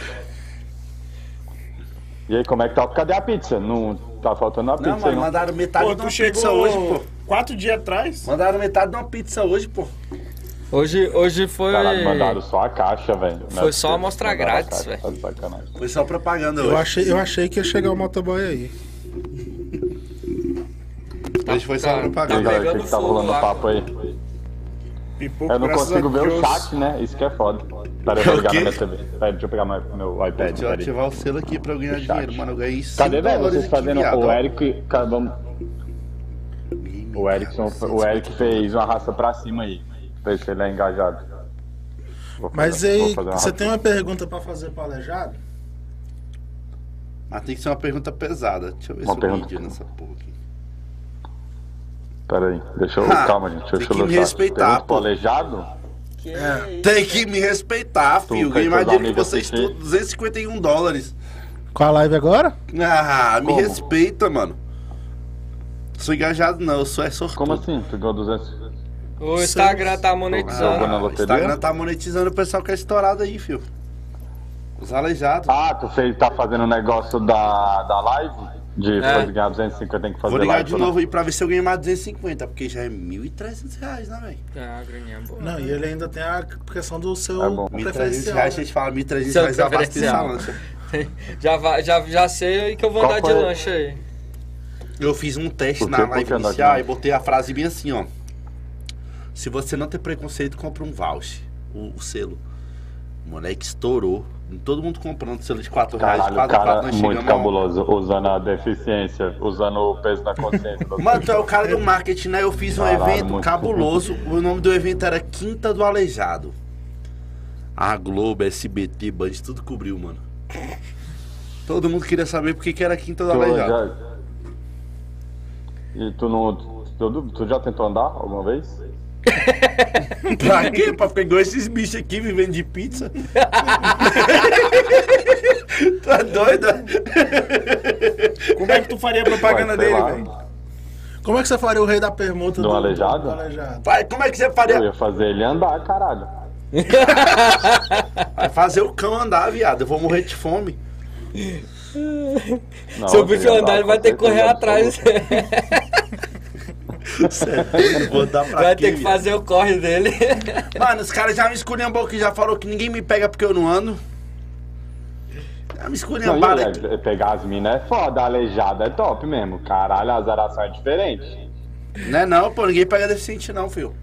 E aí, como é que tá? Cadê a pizza? Não tá faltando a pizza
Não, mano,
não.
mandaram metade
tá
Pô,
de
tu
uma pizza
chegou
hoje, pô.
é quatro dias atrás?
Mandaram metade de uma pizza hoje, pô.
Hoje, hoje foi.
Caralho, mandaram só a caixa, velho.
Foi só a amostra
Mandaram a
grátis,
caixa, tá de sacanagem.
Foi só propaganda
Eu
hoje.
achei, eu achei que ia chegar o motoboy aí.
Hoje foi só
Tá-
E aí,
propaganda.
galera, o
pegando
que, que tá
fogo
rolando
lá,
o papo aí?
Pipoco,
Eu não
graças a
consigo ver o
Deus.
chat, né? Isso que é foda. Pera, eu
O
vou ligar
quê?
na minha TV. Pera, deixa eu pegar meu, meu iPad.
Deixa eu
peraí.
ativar o selo aqui pra eu ganhar
Chat.
dinheiro, mano. Eu ganhei 5
Cadê, velho? Vocês fazendo. O
Eric?
Eric. Cara, vamos- O, Erickson, o Eric fez uma raça pra cima aí. Pra ver se ele é engajado. Vou fazer-
Mas
vou
aí,
fazer uma
você
raça.
tem uma pergunta pra fazer pro Aleijado?
Mas tem que ser uma pergunta pesada. Deixa eu ver
Uma
se eu
pergunta.
entendi nessa porra aqui.
Pera aí, deixa eu.
Ah,
calma, gente. Deixa
tem
eu
que me
lançar.
respeitar,
Pergunta pro
pô.
Aleijado?
Tem que me respeitar, filho.
quer
Ganhei mais
que um
dinheiro que
os amigos
vocês
assistir?
tudo. 251 dólares.
Com a live agora?
Ah, me
Como?
respeita, mano. Sou engajado não, eu sou é sortudo.
Como assim? Tu ganhou 200.
O Instagram tá
Jogou
monetizando.
na
Ah, o
loteria?
Instagram tá monetizando o pessoal que é estourado aí, filho. Os aleijados.
Ah, tu fez, tá fazendo o negócio da, da live? De
É.
fazer ganhar 250, tem que fazer
Vou ligar
live. né?
de novo aí pra ver se eu ganho mais 250, porque já é 1.300 reais, né, velho?
Ah, graninha boa. <laughs>
Não, e ele ainda tem a questão do seu
É bom.
1.300
preferencial.
reais, a
né?
gente fala 1.300
Seu
reais, eu abasteço
preferencial.
a lancha.
Já, vai- já, já sei que eu vou
Qual
andar de
foi?
lanche aí.
Eu fiz um teste
Por
na
que? Por
live
que andar de
inicial
lancha?
e botei a frase bem assim, ó. Se você não tem preconceito, compra um voucher, o, o selo. O moleque estourou. Todo mundo comprando selo de 4 reais,
Caralho, o
4
cara
reais,
muito cabuloso, usando a deficiência, usando o peso na consciência. das
Mano, tu é o
pessoas.
cara do marketing, né? Eu fiz um
Caralho,
evento
muito.
cabuloso. O nome do evento era Quinta do Aleijado. A Globo, SBT, Band, tudo cobriu, mano. Todo mundo queria saber por que que era Quinta do
Tu
Aleijado.
já... E tu não. Tu, tu- tu já tentou andar alguma vez?
Pra quê? Pra ficar igual esses bichos aqui vivendo de
<laughs>
pizza? tá doida?
né?
Como é que tu faria a propaganda
Ué, sei
dele,
lá.
velho?
Como é que você faria o rei da permuta
Do aleijado?
<laughs>
do aleijado?
Vai, como é que você
Eu
faria?
ia fazer ele andar, caralho.
Vai fazer o cão andar, viado. Eu vou morrer de fome.
Não,
Se o
eu
bicho
ia
andar, ele vai
com
ter que correr
certeza,
atrás.
absoluta.
Sério, eu vou dar
<laughs>
pra
Vai
quê,
ter que
viado?
fazer o corre dele.
Mano, os caras já me esculhambaram que já falou que ninguém me pega porque eu não ando. Já me
Não, e
esculhambaram aqui.
ele- pegar as minas é foda, aleijada é top mesmo. Caralho, a azaração é diferente.
Não é não, pô, ninguém pega deficiente não, filho.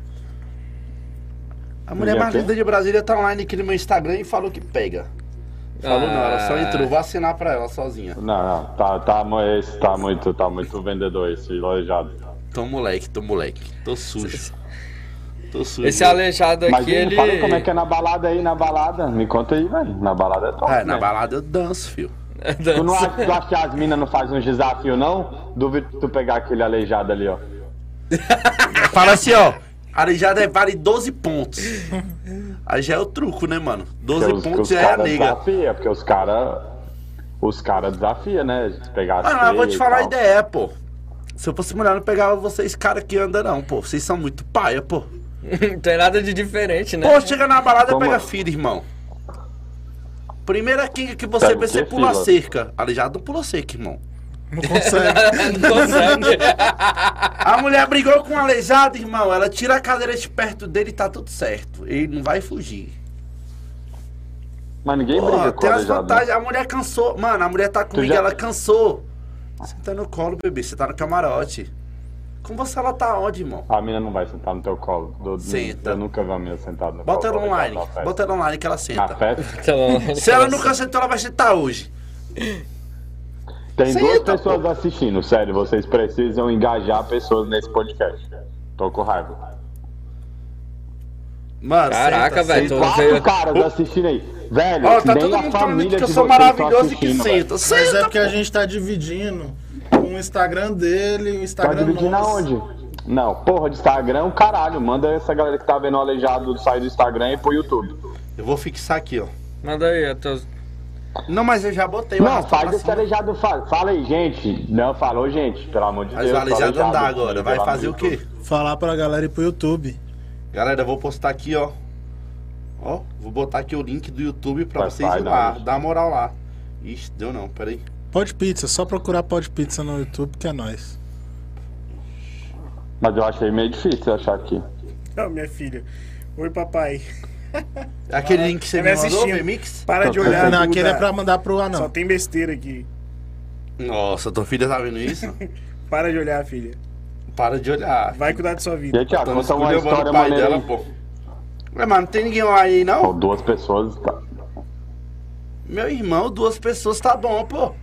A mulher
Ninguém
mais
quer?
linda de Brasília tá online aqui no meu Instagram e falou que pega. Falou não, ela só
Ah.
entrou. Vou assinar pra ela sozinha.
Não, não, tá, tá, mu- esse tá muito, tá muito vendedor esse aleijado.
Tô moleque, tô moleque. Tô sujo. Tô sujo.
Ah, Esse aleijado
Mas
aqui,
me
ele.
fala como é que é na balada aí, na balada. Me conta aí, velho. Na balada é top.
Ah, na
né?
balada eu danço, filho.
<laughs>
Tu não acha, tu acha que as minas não fazem uns desafios, não? Duvido tu pegar aquele aleijado ali, ó.
Fala assim, ó. Arejada é vale 12 pontos. <laughs> Aí já é o truco, né, mano? 12
Porque os-
pontos
os
já é a
cara
nega.
Desafia, porque os caras. Os caras desafiam, né? de Pegar as
Mano, mas Ah, eu vou
três
te
e
falar a
tal.
ideia, pô. Se eu fosse mulher, eu não pegava vocês, cara, que anda não, pô. Vocês são muito paia, pô.
Não tem nada de diferente, né?
Pô, chega na balada e
Toma.
pega filho, irmão. Primeira kinga que você
Pega o
vê,
quê,
você pula
fila?
cerca. Aleijado não pula cerca, irmão.
<laughs>
Não
<laughs>
consegue.
Não consegue.
A mulher brigou com o aleijado, irmão. Ela tira a cadeira de perto dele e tá tudo certo. Ele não vai fugir.
Mas ninguém
Pô,
briga com
tem
o
as
aleijado. né?
vantagens. A mulher cansou. Mano, a mulher tá comigo,
já-
ela cansou. Você tá no colo, bebê. Você tá no camarote. Com você ela tá onde, irmão?
A mina não vai sentar no teu colo. Do,
Senta.
Eu nunca vi a mina sentada no
tá. Bota
colo.
ela
do
online.
aleijado na
Bota ela online que ela
festa.
senta.
Na festa?
Então,
Se ela nunca sentou, ela vai sentar hoje.
Tem
Senta,
duas pessoas assistindo, sério. Vocês precisam engajar pessoas nesse podcast. Tô com raiva.
Mano,
Caraca,
senta,
velho,
senta.
tô-
Quatro
veio-
caras assistindo aí. Velho,
Ó, tá
nem
todo
a
mundo falando
família
que eu
de
sou
vocês tá
maravilhoso e que
assistindo, velho.
senta.
Mas é
Senta,
porque a gente tá dividindo o Instagram dele e o
Tá
Instagram
dividindo
nosso.
aonde? Não, porra, de Instagram, caralho. Manda essa galera que tá vendo o aleijado sair do Instagram e pro YouTube.
Eu vou fixar aqui, ó.
Manda aí, Matheus.
Não, mas eu já botei o
Não,
arrastão
faz
pra
esse
cima.
aleijado. Fala, fala aí, gente. Não, falou, gente. Pelo amor de
Mas
Deus.
o
sou
aleijado andar agora.
gente,
Vai
pelo amor
fazer o
de
quê?
Deus.
Falar pra galera ir pro YouTube.
Galera, eu vou postar aqui, ó. Ó, vou botar aqui o link do YouTube pra
Vai,
vocês
vai,
ir
dá
lá.
uma-
Dá moral lá. Ixi, deu não, peraí.
Pode Pizza, só procurar Pode Pizza no YouTube que é nóis.
Mas eu achei meio difícil achar aqui.
Não, minha filha. Oi, papai.
É Aquele link que você
Tá
me
me
mandou,
assistindo.
Mix?
Para de
Não,
olhar.
não,
Duda.
aquele é pra mandar pro
Só
anão.
tem besteira aqui.
Nossa, tua filha tá vendo isso?
Para de olhar, filha.
Para de olhar.
Vai cuidar da sua
E
vida.
aí, Thiago, Ah,
Então
conta uma
esculhambando
história maneira aí.
pô. Ué, mas não tem ninguém lá aí,
Pô,
não?
duas pessoas. Tá...
Meu irmão, duas pessoas tá bom, pô.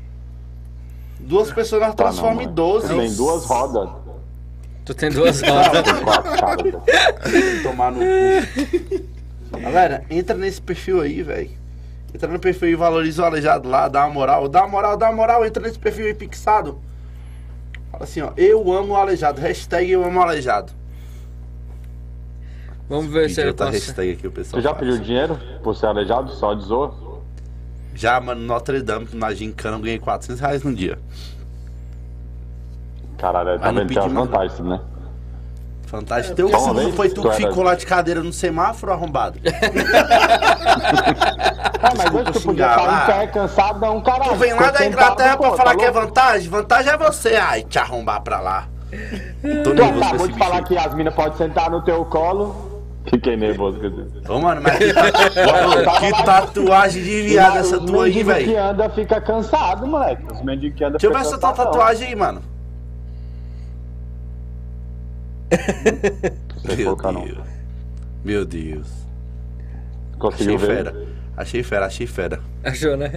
Duas pessoas nós
Tá,
transforma
não,
em 12.
Tem duas rodas.
Tu tem duas rodas.
Tem quatro caras. pô.
<laughs> tomar no cu. Galera, entra nesse perfil aí, velho. Entra no perfil e valoriza o aleijado lá, dá uma moral, dá uma moral, dá uma moral, entra nesse perfil aí fixado. Fala assim, ó, eu amo o aleijado, hashtag eu amo o aleijado.
Vamos ver se
Pediu
ele
tá
consegue.
outra hashtag aqui, o pessoal.
Tu já
fala.
pediu dinheiro por ser aleijado? Só de zoa?
Já, mano, Notre Dame, na gincana, eu ganhei 400 reais no dia.
Caralho,
Ah, não
também tem
pedi
umas
nada.
vantagens, né?
Fantástico. Teu
Toma,
segundo
vem.
foi tu
Tu
que
era-
ficou lá de cadeira no semáforo, arrombado.
Ah, mas hoje tu podia
xingar lá.
estar em pé, cansado, dá um caralho.
Tu vem lá
Ficou
da
sentado,
Inglaterra pra
pô,
falar
tá
que é
louco?
vantagem? Vantagem é você, ai, te arrombar pra lá. Tô nervoso
Tu
com
acabou
esse
de
bicho aí.
falar que as minas podem sentar no teu colo. Fiquei nervoso, quer dizer.
Ô, mano, mas tá que, ta- que tatuagem de viado essa
Os
tua aí,
mendigos que é
velho.
anda fica cansado, moleque. Os mendigos que anda
Deixa eu ver
fica
essa tua
cansadão.
tatuagem aí, mano.
Não sei colocar, não.
Meu Deus. Achei
Conseguiu
fera.
ver?
Achei fera, achei fera.
<laughs> Achou, né?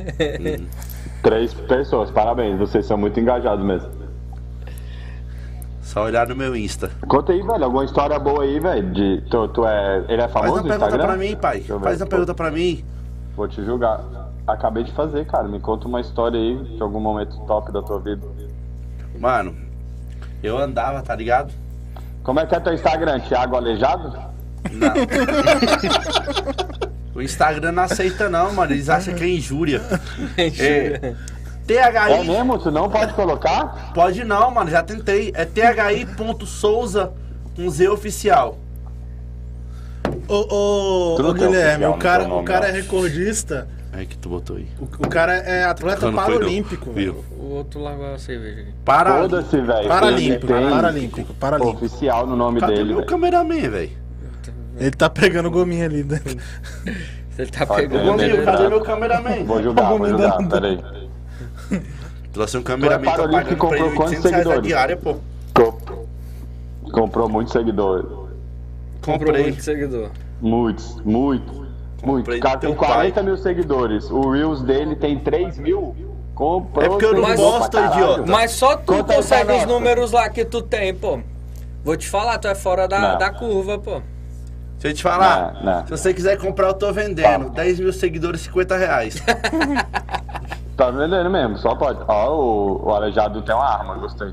Três pessoas, parabéns. Vocês são muito engajados mesmo.
Só olhar no meu Insta.
Conta aí, velho, alguma história boa aí, velho. De... Tu, tu é... Ele é
Faz
famoso
uma
no
pergunta
Instagram?
pra mim, pai.
Deixa eu ver.
Faz uma pergunta pra mim.
Vou te julgar. Acabei de fazer, cara. Me conta uma história aí de algum momento top da tua vida.
Mano, eu andava, tá ligado?
Como é que é teu Instagram? Thiago Aleijado? <laughs>
Não. o Instagram não aceita, não, mano. Eles acham que é injúria.
<laughs>
É. THI
É mesmo? Tu não pode colocar?
Pode não, mano, já tentei. É thi.souza com um Z oficial.
Ô, ô,
Tu não
ô
um
tem
Guilherme,
oficial
o
no
cara,
teu nome,
o cara é
não.
recordista,
É que tu botou aí.
o, o cara é atleta
Não foi, não.
paralímpico. velho.
Viu?
O outro largou a cerveja aqui.
Para.
Foda-se, velho.
Paralímpico,
Tem
paralímpico, paralímpico.
Oficial no nome
Cadê
dele,
meu
velho.
cameraman, velho?
Ele tá pegando o gominho ali. né?
Ele tá
Olha,
pegando.
eu
Amigo,
verdade.
cadê meu cameraman?
Vou julgar, vou
Vamos
julgar,
andando.
peraí.
Trouxe um cameraman
Tu é
tá
paralímpico
pagando
e
pra ele
comprou
800
quantos
reais a
seguidores?
diária, pô.
Co- Comprou muitos seguidores.
Comprou
Comprei.
muito seguidor.
Tá. Muitos, muitos, muitos.
do
O cara tem
teu pai.
40 mil seguidores. O Reels dele tem 3 mil. Comprou
É porque eu não
seguidor
posto,
pra caralho.
idiota.
Mas só tu
Conta aí,
consegue os
Fernando.
números lá que tu tem, pô. Vou te falar, tu é fora da,
Não.
da curva, pô. <laughs>
Deixa eu te falar.
Não, não. Tá.
Se você quiser comprar, eu tô vendendo.
Fala.
10 mil seguidores, 50 reais.
Tá vendendo mesmo, só pode. Ó, o, o Aleijado tem uma arma, gostei.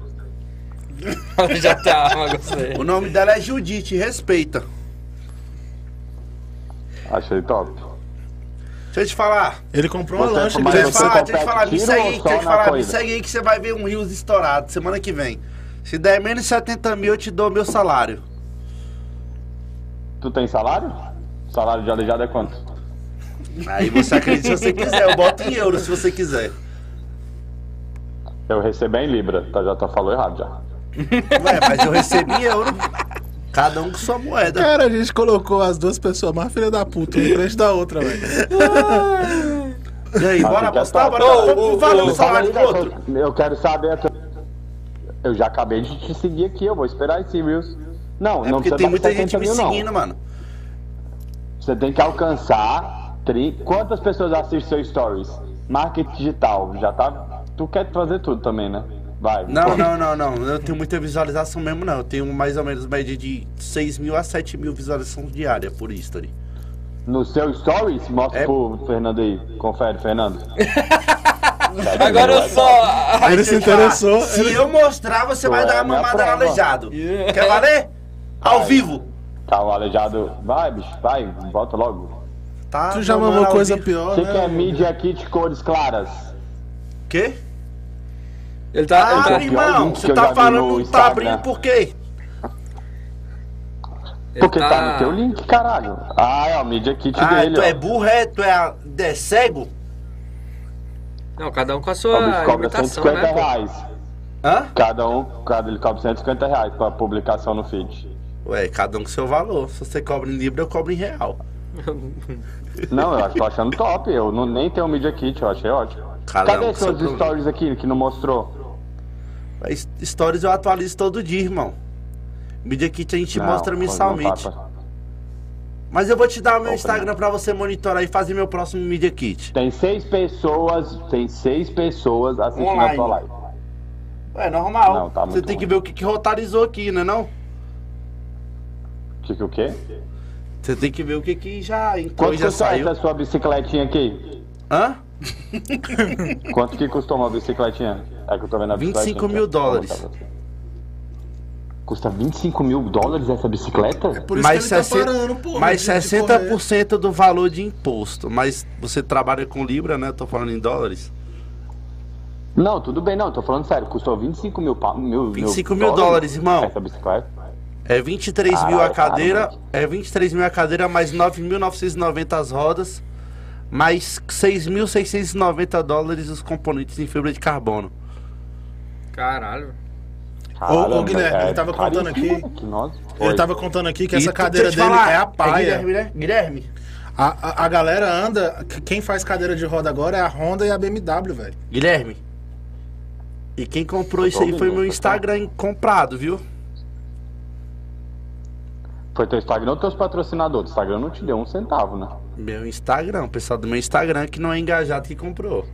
Já tá, mas gostei.
O nome dela é Judite, respeita.
Achei top.
Deixa eu te falar.
Ele comprou uma
Você-
lancha.
mas
Deixa eu
Ele
te
você
falar,
compete
deixa eu te falar. Me
tiro
segue
ou
aí, deixa eu
só
te
na
falar. Me
corrida?
segue aí que você vai ver um rios estourado semana que vem. Se der menos 70 mil, eu te dou meu salário.
Tu tem salário? Salário de Aleijado é quanto?
Aí você acredita se você quiser. Eu boto em euros se você quiser.
Eu recebo em Libra, tá? Já tá falou errado já.
Ué, mas eu recebi em euro. Cada um com sua moeda.
Cara, a gente colocou as duas pessoas mais filha da puta, uma em frente da outra,
<laughs>
velho. É.
E aí, bora
Mas você quer
apostar?
top?
Bora apostar. Vamos falar do um salário do
Fala aí,
outro.
cara, Eu quero saber. a tua- Eu já acabei de te seguir aqui, eu vou esperar esse Reels. Não,
É
não
porque
precisa
tem
dar
muita gente
70
me
mil, não.
seguindo, mano.
Você tem que alcançar. tri- Quantas pessoas assistem seus stories? Marketing digital, já tá. Tu quer fazer tudo também, né? Vai.
Não,
<laughs>
não, não, não. Eu não tenho muita visualização mesmo, não. Eu tenho mais ou menos média de 6 mil a 7 mil visualizações diárias por history.
No seu stories? Mostra
É.
pro Fernando aí. Confere,
<laughs>
Fernando. é
Agora só.
Ele se interessou.
Se
ele-
eu mostrar, você vai
Ué,
dar uma
é minha
mamada no
prova.
aleijado.
Yeah.
Quer valer? Ao
Vai.
vivo.
Tá, o aleijado. Vai, bicho, vai, volta logo.
Tá
Tu já
mamando
mamou
ao
coisa
vivo.
pior,
Você
né?
que é mídia aqui de cores claras.
Quê?
Ele tá.
Ah,
ele tá-
pior
irmão,
link
você
que eu já
tá
vi
falando
no
que não tá
Instagram.
abrindo por quê?
ele
Porque tá...
tá- então
no teu link, caralho. Ah, é o Media Kit
Ah,
dele,
tu
ó.
é burro, é? Tu é, a- é cego?
Não, cada um com a
O
sua
bicho cobra
limitação,
150
né? pô?
reais.
Hã?
Cada um, cada ele cobra 150 reais pra publicação no feed.
Ué, cada um com seu valor. Se você cobra em libra, eu cobro em real.
Não, eu acho- tô achando top. Eu não, nem tenho o Media Kit, eu achei ótimo.
Cada um
Cadê
com seu
seus
problema.
stories aqui que não mostrou?
Mas Stories eu atualizo todo dia, irmão. Media Kit a gente
Não,
mostra
não
mensalmente.
tá né? pra-
Mas eu vou te dar o meu
Opa,
Instagram pra você monitorar e fazer meu próximo Media Kit.
Tem seis pessoas, tem seis pessoas assistindo a sua
Online.
live.
É normal.
Não, tá
você
muito
tem que
ruim.
ver o que, que rotarizou aqui, né não?
Que que Tipo o quê?
Você tem que ver o que, que já entrou e
Quanto
Então já
custa
saiu.
essa sua bicicletinha aqui?
Hã?
Quanto que custou uma bicicletinha? É que eu tô vendo a
25
bicicletinha.
mil dólares.
Vou botar pra você. Custa 25 mil dólares essa bicicleta?
Por isso
mais
que ele
60
tá parando, porra.
mais
de- de
60% do valor de imposto. Mas você trabalha com Libra, né? Eu tô falando em dólares.
Não, tudo bem, não, tô falando sério. Custou 25 mil, pa- mil,
25 mil dólares, irmão.
Essa bicicleta.
É 23 mil a
Caralho, caro,
cadeira,
mano.
é 23 mil a cadeira, mais 9.990 as rodas, mais 6.690 dólares os componentes em fibra de carbono.
Caralho.
Caralho,
ô, Guilherme, ele tava contando
caríssimo,
aqui.
é Que nós...
Ele
Oi.
tava contando aqui que
E
essa
tu-
cadeira
deixa eu
dele
te falar,
é a paia.
Guilherme, né? Guilherme.
A, a, a galera anda. que- Quem faz cadeira de roda agora é a Honda e a BMW, velho.
Guilherme. E quem comprou isso aí
ouvindo,
foi meu
pessoal.
Instagram comprado, viu?
Foi teu Instagram ou teus patrocinadores? O Instagram não te deu um centavo, né?
Meu Instagram, o pessoal do meu Instagram que não é engajado que comprou.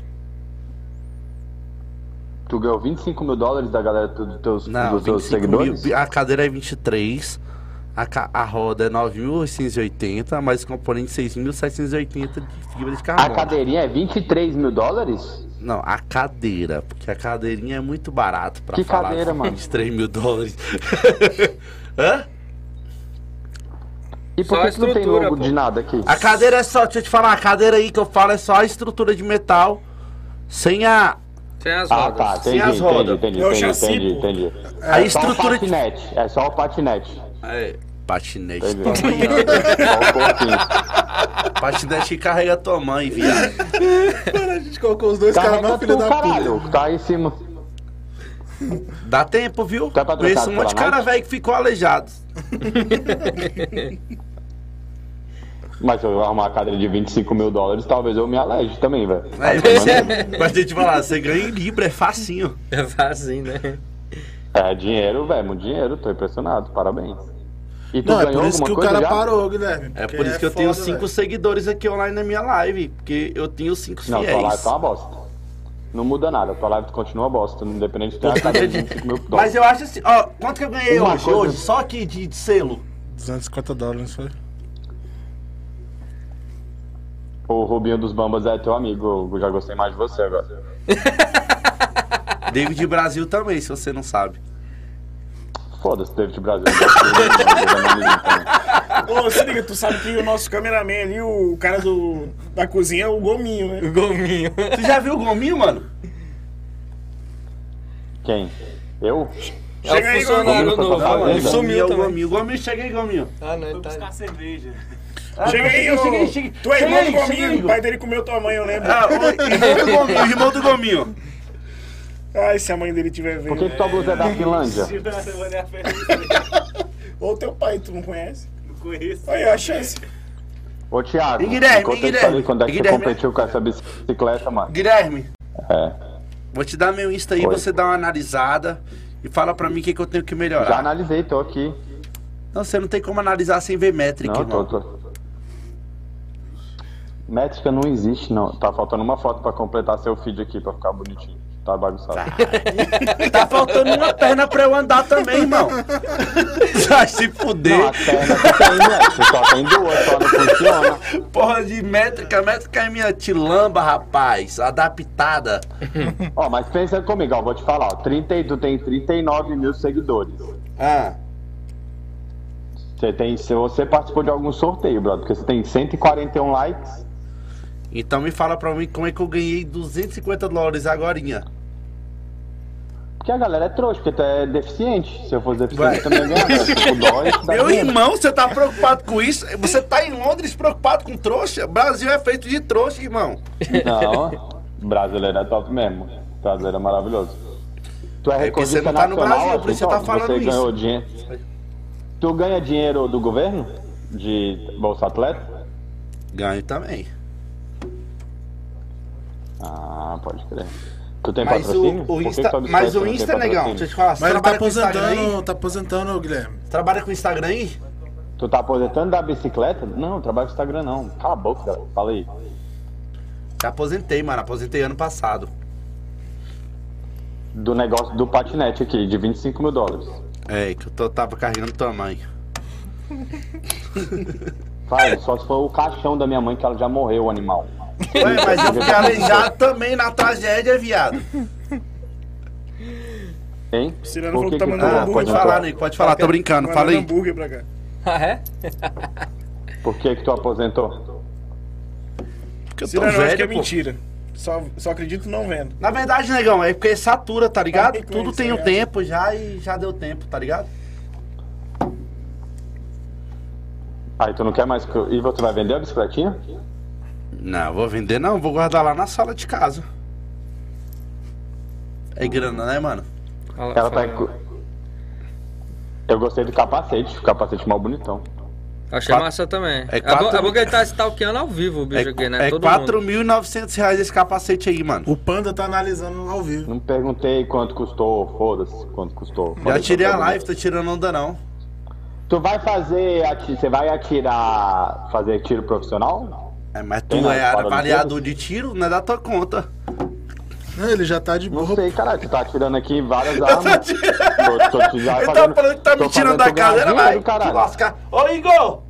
Tu ganhou 25 mil dólares da galera tu- dos teus,
Não,
dos teus
25
seguidores?
mil. A cadeira é 23. A, ca- a roda é 9.880, mais componente 6.780 de fibra de
A
Ah,
carbono.
cadeirinha é 23 mil dólares?
Não, a cadeira. Porque a cadeirinha é muito barato pra
Que
falar
cadeira,
de
mano?
23 mil dólares. <laughs> Hã?
E por
Só a
que que não tem
estrutura,
logo
pô.
de nada aqui?
A cadeira é só, deixa eu te falar, a cadeira aí que eu falo é só a estrutura de metal. Sem a.
Tem as
Ah,
rodas.
tá, entendi,
Sem as rodas.
entendi, entendi,
É o
entendi,
chassi,
entendi,
pô.
entendi.
É
A
É, Só o
estrutura de.
patinete, é só o patinete.
É, patinete.
Entendi.
tua mãe,
Só um Tá, o corpinho.
ó. patinete que carrega tua mãe, viado.
A gente colocou os dois caras
Carrega
mais filha
tu,
é da puta.
caralho, tá aí em cima.
Dá tempo, viu?
Tá patrocinado
Conheço um monte de
pela
cara
Nike?
velho que ficou aleijado.
Mas se eu arrumar a cadeira de 25 mil dólares, talvez eu me aleje também, velho.
Aí,
Tá
você,
tomando-
mas deixa eu te falar, você ganha em Libra, é facinho.
É vazio, né?
É dinheiro, velho, muito dinheiro, tô impressionado, parabéns. E tu
Não, é
ganhou
por isso
alguma
que o
coisa
cara
já?
parou, Guilherme.
É
porque
por isso que eu tenho
foda,
cinco
velho.
seguidores aqui online na minha live. Porque eu tenho cinco
Não,
é
tua live
fiéis.
tá uma bosta. Não muda nada, tua live continua bosta, independente de ter uma cadeira de 25 mil dólares.
Mas eu acho assim, ó, quanto que eu ganhei
Uma
hoje?
coisa-
Hoje, só aqui de de selo.
250 dólares, foi?
O Rubinho dos Bambas é teu amigo, eu já gostei mais de você agora.
David Brasil também, se você não sabe.
Foda-se, David Brasil. eu gosto do David Bambas, eu não ligo também.
Ô, se liga, tu sabe que o nosso cameraman ali, o cara do, da cozinha, é o Gominho, né?
O gominho.
Tu já viu o Gominho, mano?
Quem? Eu?
É o
aí,
funcionário
Gominho,
novo.
tá falando,
Ele
né?
sumiu
é o
também.
Gominho. Gominho, chega aí, Gominho.
Ah, não, ele tá...
Ah,
Chega aí, ô.
chega aí, chega aí.
Tu é
Chega
irmão
aí,
do
chega aí,
Gominho, o
Igor.
pai dele comeu tua mãe, eu lembro.
Ah, o irmão do Gominho, o irmão do Gominho.
Ai, se a mãe dele tiver
Por que,
vendo.
que tua blusa é da Finlândia?
Ou teu pai, tu não conhece? Não conheço. Olha a chance.
Ô, Thiago,
E Guilherme,
me conta
e
a
Guilherme?
história de quando é que
E
você
Guilherme?
competiu com essa bicicleta, mano.
Guilherme,
É.
vou te dar meu Insta aí,
Oi.
você dá uma analisada e fala pra mim o que, que eu tenho que
Já
melhorar.
analisei, tô aqui.
Não, você não tem como analisar sem ver métrica,
Não, tô,
irmão.
tô. Métrica não existe, não. Tá faltando uma foto pra completar seu feed aqui, pra ficar bonitinho. Tá bagunçado.
Tá faltando uma perna pra eu andar também, irmão. <laughs> Vai se fuder.
Não, a perna que tem, né? Você só tem duas, só não funciona.
Porra de métrica, métrica é minha tilamba, rapaz. Adaptada.
Ó, mas pensa comigo, ó, vou te falar, ó. 30, e- tu tem 39 mil seguidores.
Ah.
Você tem, se você participou de algum sorteio, brother, porque você tem 141 likes.
Então me fala pra mim como é que eu ganhei 250 dólares agorinha.
Porque a galera é trouxa, porque tu é deficiente. Se eu fosse
Vai.
deficiente, também ia ganhar.
<laughs>
né? Tipo, dói, tá
Meu
vendo?
irmão, você tá preocupado com isso? Você tá em Londres preocupado com trouxa? Brasil é feito de trouxa, irmão.
Não, brasileiro é top mesmo. Brasileiro é maravilhoso. Tu é
É porque você
recordista
não tá no
nacional,
Brasil, por isso você tá
Arthur,
falando
você
isso.
ganhou dinheiro. Tu ganha dinheiro do governo? De Bolsa Atleta?
Ganho também.
Ah, pode crer. Tu tem
Mas
patrocínio?
o,
Por
o
que que
Insta,
tua
mas
bicicleta
o
não tem
Insta negão,
patrocínio?
deixa eu te falar. Você
Mas ele tá
trabalha com Instagram aí?
aposentando, tá aposentando, Guilherme.
Trabalha com Instagram aí?
Tu tá aposentando da bicicleta? Não, eu trabalho com Instagram não. Cala a boca, cara. Fala aí.
Já aposentei, mano. Aposentei ano passado.
Do negócio do patinete aqui, de 25 mil dólares.
É, que eu tô, tava carregando tua mãe.
Vai, só se for o caixão da minha mãe que ela já morreu, o animal.
Ué, mas eu fiquei <laughs> aleijado também na tragédia, viado.
Hein?
Se ele não
Por
for,
que
tá
que tu
mandando hambúrguer
Ah, Pode
aposentou?
falar, Nico, pode falar, tô brincando, fala
Mandando
aí.
um hambúrguer pra cá.
Ah, é?
Por que que tu aposentou?
Porque eu tô
Cirano, acho que é
velho, pô.
mentira. Só, só acredito não vendo.
Na verdade, negão, é porque satura, tá ligado?
Parei com
Tudo
isso,
tem
tá
um
ligado?
tempo já e já deu tempo, tá ligado?
Aí tu não quer mais que o Ivo, tu vai vender a bicicletinha?
Não, vou vender não, vou guardar lá na sala de casa. É grana, né, mano?
Olha lá,
Ela tá.
falando.
Eu gostei do capacete, o capacete mal bonitão.
Achei
Quatro-
massa também.
É
É quatro...
quatro-
A boca ele tá stalkeando ao vivo o
É,
bicho aqui, né?
é
Todo
4.900 reais esse capacete aí, mano.
O Panda tá analisando ao vivo.
Não perguntei quanto custou, foda-se quanto é custou.
Já
Foda-se,
tirei
eu
a
quero
live,
ver.
tô tirando onda não.
Tu vai fazer. ati- Você vai atirar. fazer tiro profissional?
É, mas tu
Tem mais
é
parada
avaliador de tiro, não é da tua conta.
Não, ele já tá de
Não
boa.
sei, caralho, tu tá atirando aqui em várias armas. Tô, tô
<laughs>
te já
Ele tá
fazendo-
falando que tá me
tô
tirando
fazendo
da
tu ganhar
galera,
dinheiro,
vai.
caralho.
Te lascar. Ô, Igor!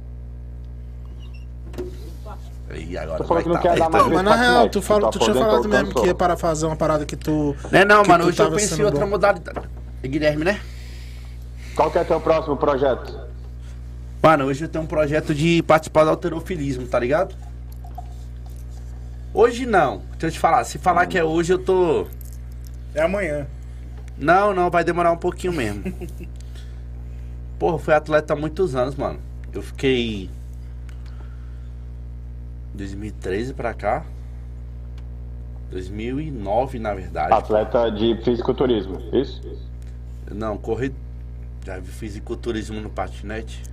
Aí, agora
Tu falou
vai
que não
tá,
quer
vai
dar
tá.
mais
Mas na real, tu,
Tu
fala,
tá
tu tinha
aposentou,
falado mesmo
cansou.
que é ia para fazer uma parada que tu.
Não é não,
que
mano,
tu
hoje eu
tava
pensei em
sendo
outra
bom.
modalidade. Guilherme, né?
Qual que é teu próximo projeto?
Mano, hoje eu tenho um projeto de participar do alterofilismo, tá ligado? Hoje não. Deixa eu te falar, se
Hum.
falar que é hoje eu tô.
É amanhã.
Não, não, vai demorar um pouquinho
<laughs>
mesmo. Porra, eu fui atleta há muitos anos, mano. Eu fiquei. 2013 pra cá. 2009, na verdade.
Atleta de fisiculturismo, isso?
Não, corri. Já fisiculturismo no patinete.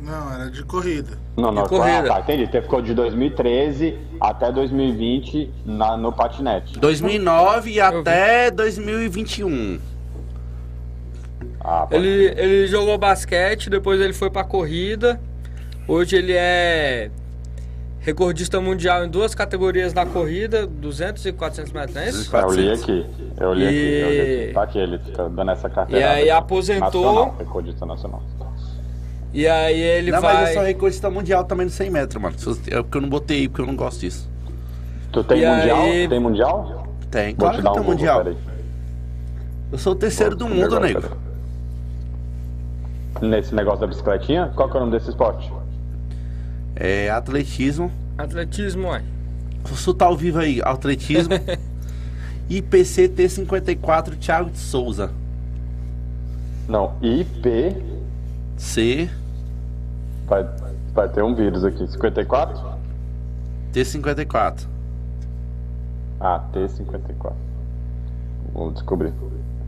Não, era de corrida.
Não, não,
E corrida.
Ah, tá, entendi. Você ficou de 2013 até 2020 na, no patinete.
2009 e até 2021.
Ah, pode
Ele, ele jogou basquete, depois ele foi pra corrida. Hoje ele é recordista mundial em duas categorias na corrida, 200 e 400 metros, não é isso?
Eu li aqui, eu li aqui, eu li
E-
aqui. Tá aqui, ele tá dando essa carteira.
E aí aposentou.
Nacional, recordista nacional.
E aí ele
não, mas
vai.
eu sou recordista mundial também de 100 metros, mano. Se você- É porque eu não botei aí, porque eu não gosto disso.
Tu tem
E
mundial?
aí-
Tem mundial?
Tem,
Vou
claro
te
que
dar um
tem
Google,
mundial.
peraí.
Eu sou o terceiro do mundo,
Negócio,
nego.
peraí. Nesse negócio da bicicletinha? Qual que é o nome desse esporte?
É atletismo.
Atletismo, ué.
Você tá ao vivo aí,
<laughs>
atletismo. IPCT54 Thiago de Souza.
Não, IP.
C
Vai, vai ter um vírus aqui. 54?
T54.
Ah, T54. Vamos descobrir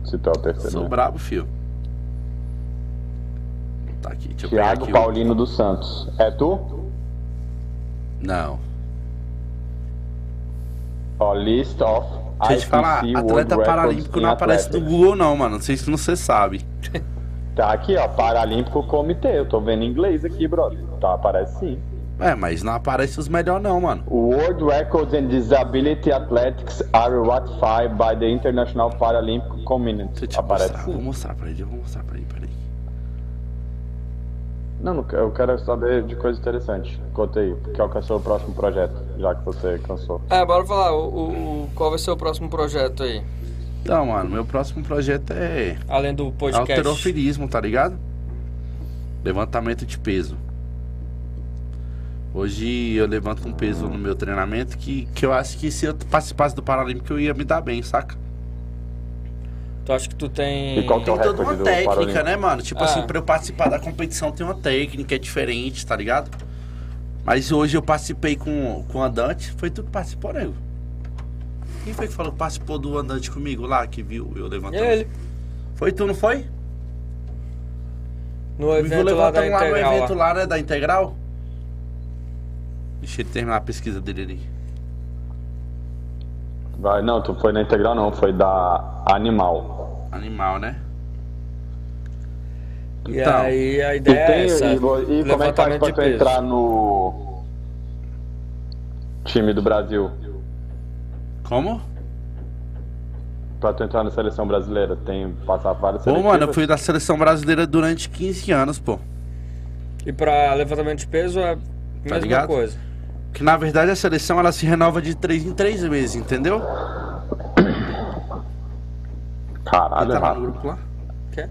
se tu é o terceiro.
Sou
né?
brabo, fio. Tá aqui, deixa eu pegar
Tiago
aqui. o-
Paulino dos Santos. É tu?
Não.
Ó, list of
Deixa eu te
IPC
falar,
World
atleta
Records
paralímpico
in
não aparece do
athletics.
Google, não, mano. Não sei se você sabe.
Tá aqui, ó, Paralímpico Comitê. Eu tô vendo em inglês aqui, brother. Tá, aparece sim.
É, mas não aparece os melhores, não, mano.
World Records and Disability Athletics are ratified by the International Paralympic
Deixa eu
Community.
te
Aparece
mostrar. Vou
sim.
mostrar pra ele, eu vou mostrar pra ele, peraí.
Não, não, eu quero saber de coisa interessante. Conta aí, qual que é o seu próximo projeto, já que você cansou.
É, bora falar, o, o- o- qual vai ser o próximo projeto aí?
Então, mano, meu próximo projeto é
Além do podcast.
Alterofilismo, tá ligado? Levantamento de peso. Hoje eu levanto um peso no meu treinamento que, que eu acho que se eu participasse do Paralímpico eu ia me dar bem, saca?
Tu acha que tu tem.
E qual que é o
Tem toda uma
recorde do Paralímpico?
técnica, né, mano? Tipo
Ah.
assim, pra eu participar da competição tem uma técnica, é diferente, tá ligado? Mas hoje eu participei com, com o andante, foi tu que participou, nego? Quem foi que falou que participou do andante comigo lá, que viu eu
E
levantando?
ele?
Foi tu, não foi?
No
Me viu
evento lá da
levantando lá um no
Integral.
evento
lá.
lá, né, da Integral. Deixa ele terminar a pesquisa dele ali.
Vai, não, tu foi na integral não, foi da Animal.
Animal, né?
E
Então,
aí a
Tu
ideia é
tem,
essa.
e, vo- e como é que faz
levantamento
pra
de
tu
peso.
entrar no time do Brasil?
Como?
Tá Pra tu entrar na seleção brasileira, tem que passar várias
Pô,
seletivas?
mano, eu fui da seleção brasileira durante 15 anos, pô.
E pra levantamento de peso é a mesma
ligado?
coisa.
Que na verdade a seleção ela se renova de 3 em 3 meses, entendeu?
Caralho,
Ele tava
errado.
no grupo lá?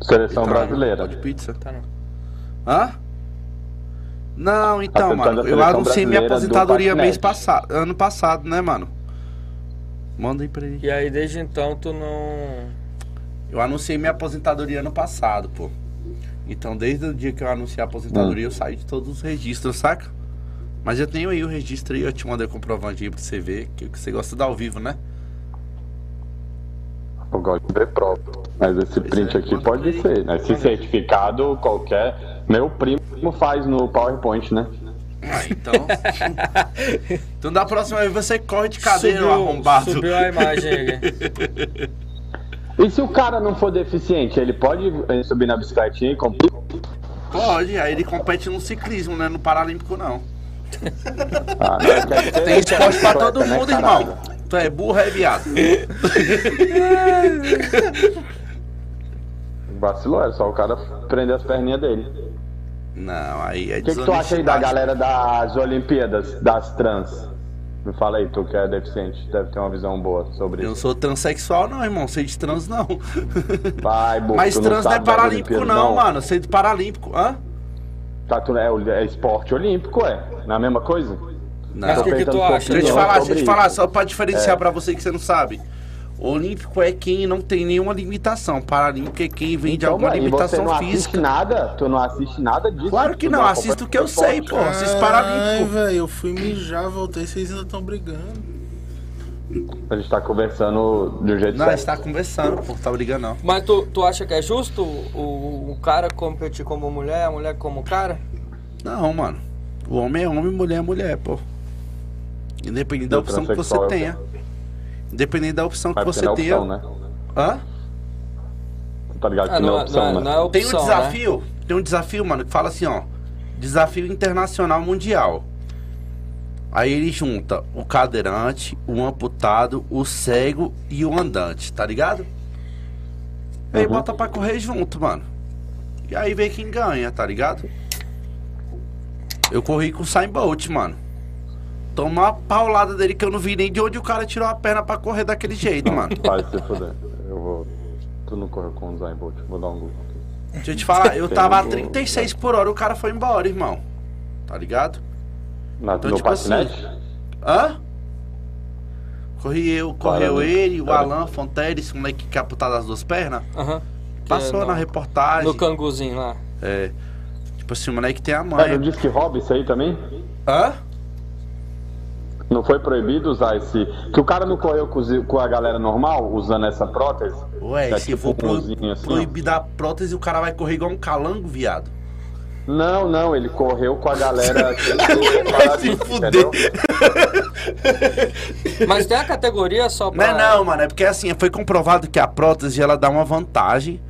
Seleção
Ele tava no
Ah, Então, brasileira.
grupo de pizza.
Tá não.
Hã? Não, então,
Acertando
mano,
Tá a
eu
seleção
anunciei minha
brasileira do
aposentadoria mês
patinete.
passado, ano passado, né, mano? Manda aí pra ele.
E aí desde então tu não.
Eu anunciei minha aposentadoria ano passado, pô. Então, desde o dia que eu anunciei a aposentadoria,
Hum.
eu saí de todos os registros, saca? Mas eu tenho aí o registro aí, eu te mandei o comprovante aí pra você ver, que que você gosta de dar ao vivo, né?
Eu gosto de ver prova. Mas esse print
é,
aqui
manda
pode
aí.
ser, né? Esse certificado qualquer. Meu primo faz no PowerPoint, né?
Ah, então. <laughs> então, da próxima vez você corre de cadeira, ô arrombado.
subiu a imagem aqui.
E se o cara não for deficiente, ele pode eh, subir na bicicletinha e competir?
Pode, aí ele compete no ciclismo, né? No Paralímpico, não.
Ah, não, quer
<laughs>
dizer,
Tem esporte pra
atleta,
todo
né,
mundo,
caralho?
irmão. Tu é burro, é viado.
Vacilou, é só o cara prender as perninhas dele.
Não, aí é
O que, que tu acha aí da
desonestidade.
galera das Olimpíadas, das trans? Me fala aí, tu que é deficiente, deve ter uma visão boa sobre
Eu não
isso.
sou transexual, não, irmão. Sei de trans, não.
Vai, burro,
Mas
tu não
trans não é
sabe das
paralímpico,
Olimpíadas,
não, mano. Sei de paralímpico. Hã?
Tá, tu, é, o- é esporte olímpico, é? Não é a mesma coisa?
Não.
Mas o que, que tu
Tô É. pensando um
acha?
Deixa eu te
Não,
falar,
sobre
deixa eu te
isso.
falar, só pra diferenciar pra você que você não sabe. Olímpico é quem não tem nenhuma limitação. Paralímpico é quem vem de
Então,
alguma
ué, e você
limitação
não assiste
física.
nada? Tu não assiste nada disso?
Claro que
Tu
não,
acompanha
assisto o que eu
esporte?
sei, pô. Assisto paralímpico.
velho, eu fui mijar, voltei, vocês ainda estão brigando.
A gente tá conversando de um jeito
Não, a gente
certo.
tá conversando, pô. Não tá brigando, não.
<laughs> Mas tu, tu acha que é justo o, o cara competir como mulher, a mulher como cara?
Não, mano. O homem é homem, mulher é mulher, pô. Independente da
E o
opção que você
transexual é o quê?
tenha. Independente da opção que
Mas porque
você
não é
tenha.
opção, né?
Hã?
Tá ligado que
Ah,
não
não,
é
é-
opção,
não, é-
né?
não é opção.
Tem um
né?
desafio, tem um desafio, mano, que fala assim, ó. Desafio internacional mundial. Aí ele junta o cadeirante, o amputado, o cego e o andante, tá ligado? Aí bota pra correr junto, mano. E aí vê quem ganha, tá ligado? Eu corri com o Simon Bolt, mano. Tomar uma paulada dele que eu não vi nem de onde o cara tirou a perna pra correr daquele jeito, mano.
Vai se fuder. Eu vou. Tu não correu com o Zayn Bolt. Vou dar um Google aqui.
Deixa eu te falar, eu tava a 36 por hora, o cara foi embora, irmão. Tá ligado?
Na,
Então,
no
tipo assim,
patinete?
Hã? Corri eu, correu
Caramba.
ele, o
Caramba.
Alan Fonteles, esse moleque que é amputado as duas pernas.
Aham. Que
Passou
é
na
no-
reportagem.
No canguzinho lá.
É. Tipo assim, o moleque tem a
Cara,
é.
mãe.
não disse que rob isso aí também?
Hã?
Tá Não foi proibido usar esse. Que o cara não correu com, os- com a galera normal, usando essa prótese?
Ué,
Que é
se
tipo
eu for
um
pro-
pãozinho assim, ó.
proibir da prótese, o cara vai correr igual um calango, viado.
Não, não, ele correu com a
<laughs>
galera. que ele
Vai se
entendeu?
fuder.
Mas tem a categoria só
Não
pra.
é não, mano. É porque assim, foi comprovado que a prótese ela dá uma vantagem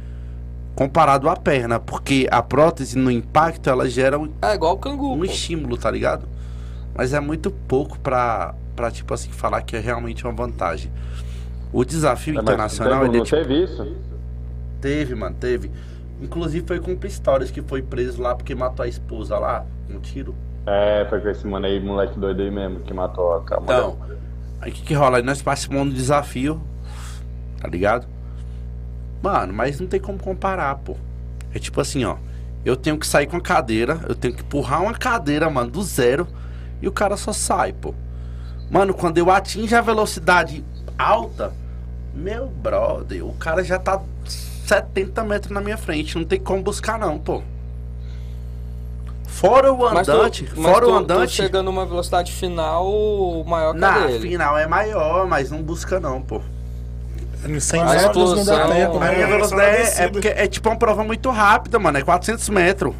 comparado à perna. Porque a prótese, no impacto, ela gera um,
É igual o cangu.
um
pô.
estímulo, tá ligado? Mas é muito pouco pra, pra, tipo assim, falar que é realmente uma vantagem. O desafio
É, mas
internacional,
teve-
ele é,
não
tipo,
teve isso?
teve, mano, teve. Inclusive foi com o Pistorius que foi preso lá porque matou a esposa lá, um tiro.
É, foi com esse mano aí, moleque doido aí mesmo, que matou a a mulher.
Então, aí o que, que rola? Aí nós participamos do desafio, tá ligado? Mano, mas não tem como comparar, pô. É tipo assim, ó. Eu tenho que sair com a cadeira, eu tenho que empurrar uma cadeira, mano, do zero, e o cara só sai, pô. Mano, quando eu atingo a velocidade alta, meu brother, o cara já tá 70 metros na minha frente, não tem como buscar não, pô. Fora o
Mas tu-
andante,
mas
fora
tu-
o
tu
andante.
chegando numa velocidade final maior que a
Na
dele.
final é maior, mas não busca não, pô.
Em 100
A
metros não dá
explosão-
tempo,
A minha
né?
velocidade é
É, é
descida.
porque é tipo uma prova muito rápida, mano. É 400 metros.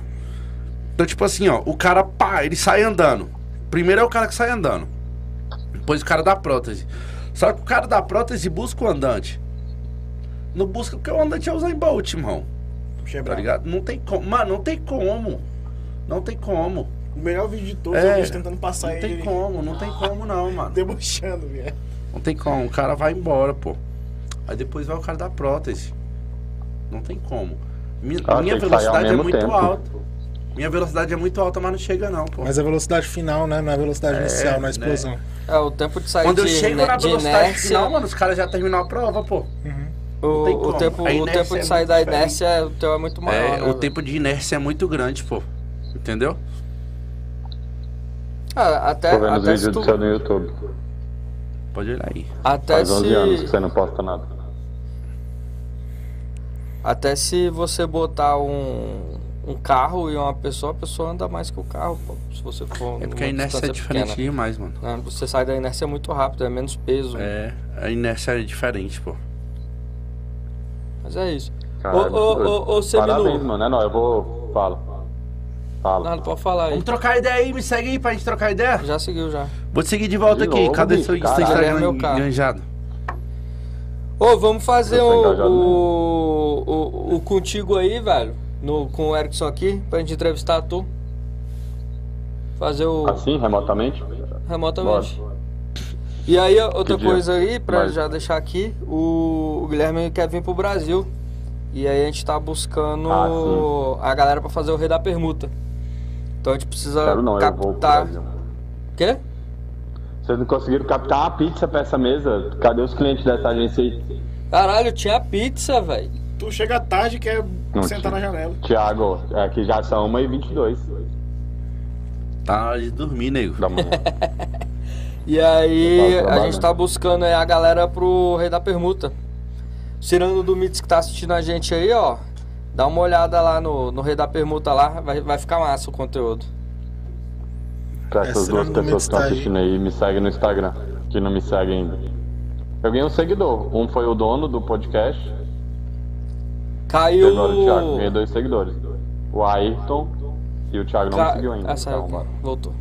Então, tipo assim, ó. O cara, pá, ele sai andando. Primeiro é o cara que sai andando. Depois o cara da prótese. Só que o cara da prótese busca o andante. Não busca porque o andante é usar em Bolt, irmão. Tá
Quebrar.
ligado? Não tem como. Mano, não tem como. Não tem como.
O melhor vídeo de todos
É.
é, o bicho tentando passar
Não tem
ele.
como, não tem como não, mano.
Debochando, velho.
Não tem como, o cara vai embora, pô. Aí depois vai o cara da prótese. Não tem como. Minha,
Ah,
minha
tem que sair ao
velocidade é
mesmo
muito
tempo.
alta. Minha velocidade é muito alta, mas não chega não, pô.
Mas a velocidade final, né? Não é a velocidade inicial, na
né?
explosão.
É o tempo de sair
Quando eu
de,
chego
ine-
na
de
velocidade
inércia.
final, mano, os caras já terminaram a prova, pô.
o,
não tem
o
como.
tempo,
A
o
inércia
tempo
é
de sair
muito
da
diferente.
inércia, o teu é muito maior.
É,
né,
o
velho?
tempo de inércia é muito grande, pô. Entendeu?
Ah, até
Tô vendo os
até se
vídeos
tu,
do seu no YouTube.
Pode olhar aí.
até
Faz 11 anos
se,
que você não posta nada.
até se você botar um, um carro e uma pessoa, a pessoa anda mais que o carro, pô. Se você for
É porque a
numa
inércia é
distância
diferente
pequena,
demais, mano.
né? Você sai da inércia muito rápido, é menos peso.
É, a inércia é diferente, pô.
Mas é isso. Ô,
Caralho,
ô, ô, ô,
Parabéns,
Seminu.
mano. É nóis, eu vou. Fala. Fala.
Nada, pode falar aí.
Vamos trocar ideia aí, me segue aí pra gente trocar ideia?
Já seguiu já.
Vou te seguir de volta
De
aqui.
novo,
Cadê
bicho,
seu
caralho.
Ele é
Instagram
meu carro.
enganjado?
Ô, vamos fazer
Eu tô
o,
engajado
o, o, o contigo aí, velho. No, com o Erickson aqui, pra gente entrevistar tu. Fazer o
Assim, remotamente?
remotamente. E aí, ó, outra
Que dia?
coisa aí, pra
Mas-
já deixar aqui, o, o Guilherme quer vir pro Brasil. E aí a gente tá buscando
Ah, sim.
a galera pra fazer o Rei da Permuta. Então a gente precisa
Quero não, eu vou pro
captar.
Brasil.
Quê?
Vocês não conseguiram captar uma pizza pra essa mesa? Cadê os clientes dessa agência aí?
Caralho, tinha pizza, velho.
Tu chega tarde e quer
Não
sentar
tinha.
na janela.
Tiago, é que já são 1h22
Tá na hora de dormir, nego.
<laughs>
da manhã.
E aí,
Eu tava
a
trabalhando.
gente tá buscando aí a galera pro Rei da Permuta. Cirano do Mitz que tá assistindo a gente aí, ó. Dá uma olhada lá no, no Rei da Permuta lá, vai, vai ficar massa o conteúdo.
Pra
É,
essas
será
duas
no momento
pessoas que estão
está aí?
assistindo aí, me segue no Instagram, que não me segue ainda. Eu ganhei um seguidor. Um foi o dono do podcast, e
Caiu.
agora o Thiago. Ganhei dois seguidores. O Ayrton e o Thiago não me
Ca-
seguiu ainda.
Ah, saiu
então,
aqui.
bora.
Voltou.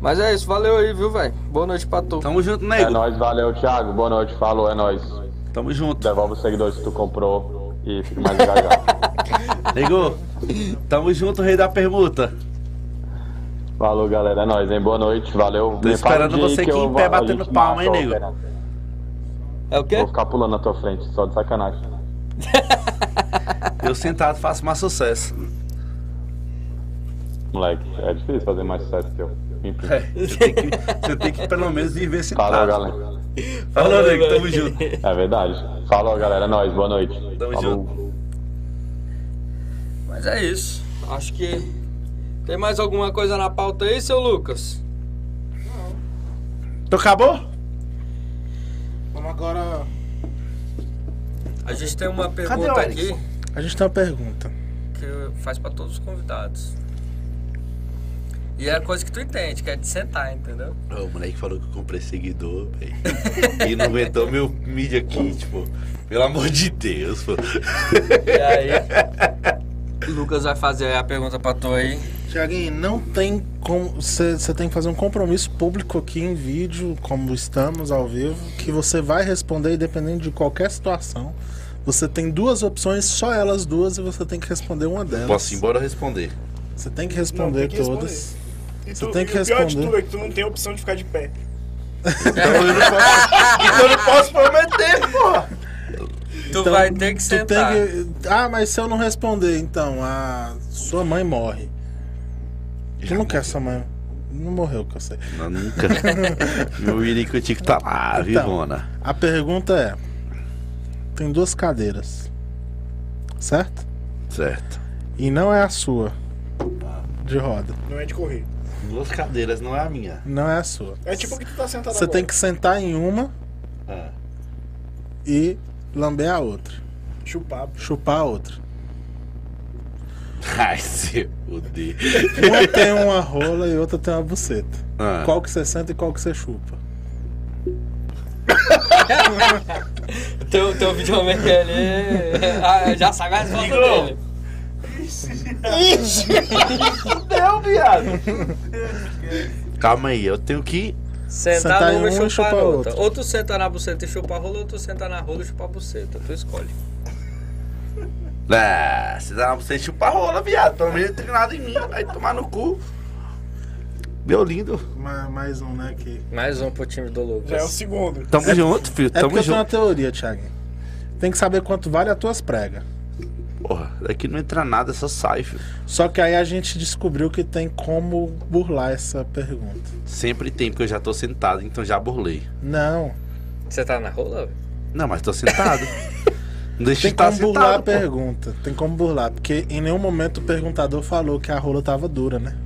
Mas é isso, valeu aí, viu, velho? Boa noite pra tu.
Tamo junto,
é
nego.
nóis, valeu, Thiago. Boa noite, falou, é nóis.
Tamo junto.
Devolve os seguidores que tu comprou e fica mais
<laughs>
engajado.
Nego, tamo junto, rei da permuta.
Falou, galera. É nóis, hein? Boa noite, valeu. Tô
esperando você aqui em pé batendo palma, hein, nego?
É o quê?
né? Vou ficar pulando na tua frente, só de sacanagem.
Eu sentado faço mais sucesso.
Moleque, é difícil fazer mais sucesso que eu.
<laughs>
Enfim.
É, Você tem que, você tem que pelo menos diversificar.
Falou, galera.
Falou, nego. Tamo junto.
É verdade. Falou, galera. É nóis. Boa noite.
Tamo
Falou.
junto.
Mas é isso. Acho que. Tem mais alguma coisa na pauta aí, seu Lucas?
Então acabou?
Vamos agora.
A gente tem uma
o
pergunta aqui
Erickson? A gente tem uma pergunta.
que faz pra todos os convidados. E é a coisa que tu entende, que é de sentar, entendeu?
Ô, o moleque falou que eu comprei seguidor, <laughs> velho. E não aguentou meu mídia kit, pô. Pelo amor de Deus, pô.
E aí. o <laughs> Lucas vai fazer a pergunta pra tu aí.
Tiaguinho, não tem como. Você tem que fazer um compromisso público aqui em vídeo, como estamos ao vivo, que você vai responder independente de qualquer situação. Você tem duas opções, só elas duas, e você tem que responder uma delas.
Posso ir embora ou responder?
Você tem que
Não,
responder
tem que
todas.
E
Você
tu-
tem
e
que
o pior de
responder.
tudo é que tu não tem opção de ficar de pé.
<laughs> Então eu não posso, então eu não posso prometer, pô.
Tu
Então,
vai ter que
tu
sentar.
tem que- Ah, mas se eu não responder, então, a sua mãe morre. Tu não quer sua mãe. Não morreu, que eu sei.
Não, <laughs> nunca. Meu iricotico tá lá, viu,
Então.
Rona?
A pergunta é: tem duas cadeiras, certo?
Certo.
E não é a sua de roda.
Não é de correr.
Duas cadeiras, não é a minha.
Não é a sua.
É tipo que tu tá sentado
Você
agora.
tem que sentar em uma
Ah.
e lamber a outra,
chupar. pô.
chupar a outra.
Ai, se fuder. <laughs>
Uma tem uma rola e outra tem uma buceta.
Ah.
Qual que você senta e qual que você chupa?
Teu, teu videomaker <laughs> ali. ah, já sabe a resposta dele.
Calma aí, eu tenho que.
Sentar,
Sentar em
numa e chupar,
uma e chupar
outra.
outra.
Ou tu senta na buceta e chupa a rola, ou tu senta na rola e chupa a buceta. Tu escolhe.
Ah, se dá pra você chupar rola, viado. Pelo menos não tem nada em mim. Vai tomar no cu. Meu lindo.
Ma- Mais um, né? Que...
Mais um pro time do
Já é o
Lucas.
segundo.
Tamo junto, filho.
É
Tamo
porque eu tenho uma
junto.
teoria, Thiago. Tem que saber quanto vale as tuas pregas.
Porra, daqui não entra nada, só sai, filho.
Só que aí a gente descobriu que tem como burlar essa pergunta.
Sempre tem, porque eu já tô sentado, então já burlei.
Não.
Você tá na rola? velho?
Não, mas
<laughs>
tô sentado. Não deixa
Tem
de estar
como burlar a
sentado. pô.
pergunta. Tem como burlar. Porque em nenhum momento o perguntador falou que a rola tava dura, né?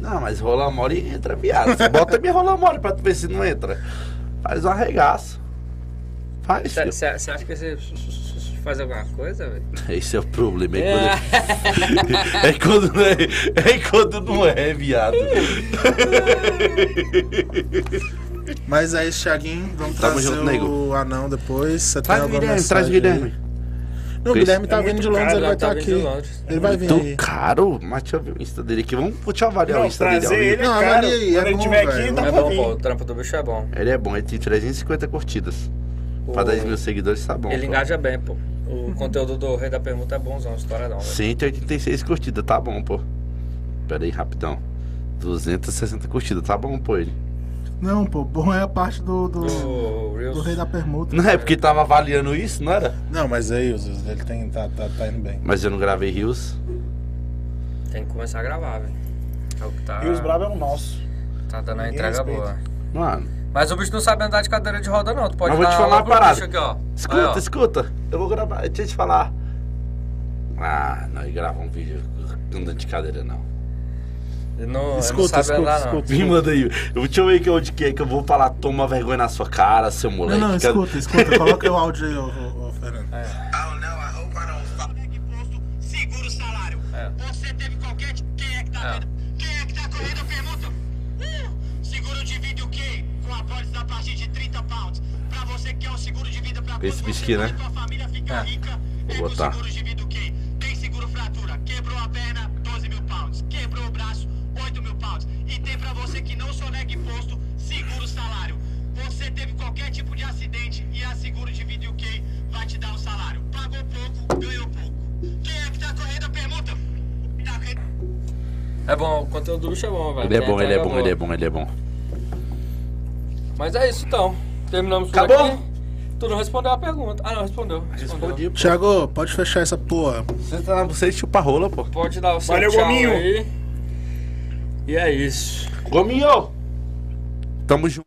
Não, mas rola mole e entra, viado. Você Bota minha rola mole pra tu ver se não entra. Faz um arregaço. Faz, filho.
Você acha que você faz alguma coisa, velho?
Esse é o problema. É quando, <laughs> é quando não é, é quando não é, viado.
Mas aí, Thiaguinho, vamos
Tamo
trazer
junto,
o
nego.
anão depois. Você tem
Traz o
alguma
Guilherme,
mensagem
traz o
aí?
Guilherme.
Não, o Guilherme tá
É
vindo de
muito
Londres,
caro,
ele
lá
vai
tá
estar
vindo
aqui.
de Londres.
Ele vai vir
Muito
aí.
caro. Mas deixa eu ver o Insta dele aqui. Vamos, deixa eu avaliar o
Não,
Insta dele. ao
trazer
vivo.
ele é
Tá Não,
caro.
avalia aí, é
Quando ele
bom,
tiver
velho.
aqui, tá dá
é
pra
bom, pô. O
vir.
trampo do bicho é bom.
Ele é bom, ele tem 350 curtidas. Pra
O-
10 mil seguidores, tá bom.
Ele
pô.
engaja bem, pô.
<laughs>
O conteúdo do Rei da Permuta é bonzão, história não, velho.
186 curtidas, tá bom, pô. Pera aí, rapidão. 260 curtidas, tá bom, pô, ele.
Não, pô, bom é a parte do, do,
O Reels.
do rei da permuta.
Não é porque tava avaliando isso, não era?
Não, mas aí, os- os- ele tem, tá, tá, tá indo bem.
Mas eu não gravei rios.
Tem que começar a gravar, velho. É o que tá,
E os bravos é o nosso.
tá dando a
ninguém
entrega
respeita.
boa.
Mano,
Mas o bicho não sabe andar de cadeira de roda, não. Tu pode
Mas vou
dar
te falar
aula
uma
pro
parada.
bicho aqui, ó.
escuta,
Aí, ó.
escuta. Eu vou gravar, deixa eu te falar. Ah, não, e gravar um vídeo andando de cadeira, não.
Ele não, ele não
Escuta,
sabe andar,
escuta,
não.
Ah, escuta.
Me manda aí. Eu vou te ver que onde que é que eu vou falar, toma vergonha na sua cara, seu
Não,
moleque.
não,
Cadê-
escuta, escuta. Coloca o áudio aí, ô, ô, ô, Fernando.
Segura o salário.
É.
Você teve qualquer. tipo- Quem é que tá
É.
vendo? Quem é que tá correndo? Eu pergunto. Uh, seguro de vida o quê? Com a pólice a partir de 30 pounds. Pra você que quer um seguro de vida pra
Esse
quando
bicho
você
aqui,
morre,
né?
Tua família fica rica. Pega o
botar.
seguro de vida o quê? Tem seguro fratura. Quebrou a perna, 12 mil pounds. Quebrou o braço, 8 mil pounds. E tem pra você que não sonega imposto, seguro salário. Você teve qualquer tipo de acidente e a seguro de vida o quê? Vai te dar um salário. Pagou pouco, ganhou pouco. Quem é que tá correndo a permuta? Tá correndo.
É bom, o conteúdo do bicho é bom, velho.
<laughs> Ele é
Tem
bom, ele é
entrega
bom,
boa.
ele é bom, ele é bom.
Mas é isso, então. Terminamos por
Acabou?
aqui. Tu não respondeu a pergunta. Ah, não, respondeu. respondeu.
Respondi, pô.
Thiago, pode fechar essa porra.
Você tá na você chupa rola, pô.
Pode dar o seu
Valeu,
tchau
Gominho.
aí. E é isso.
Gominho! Tamo junto.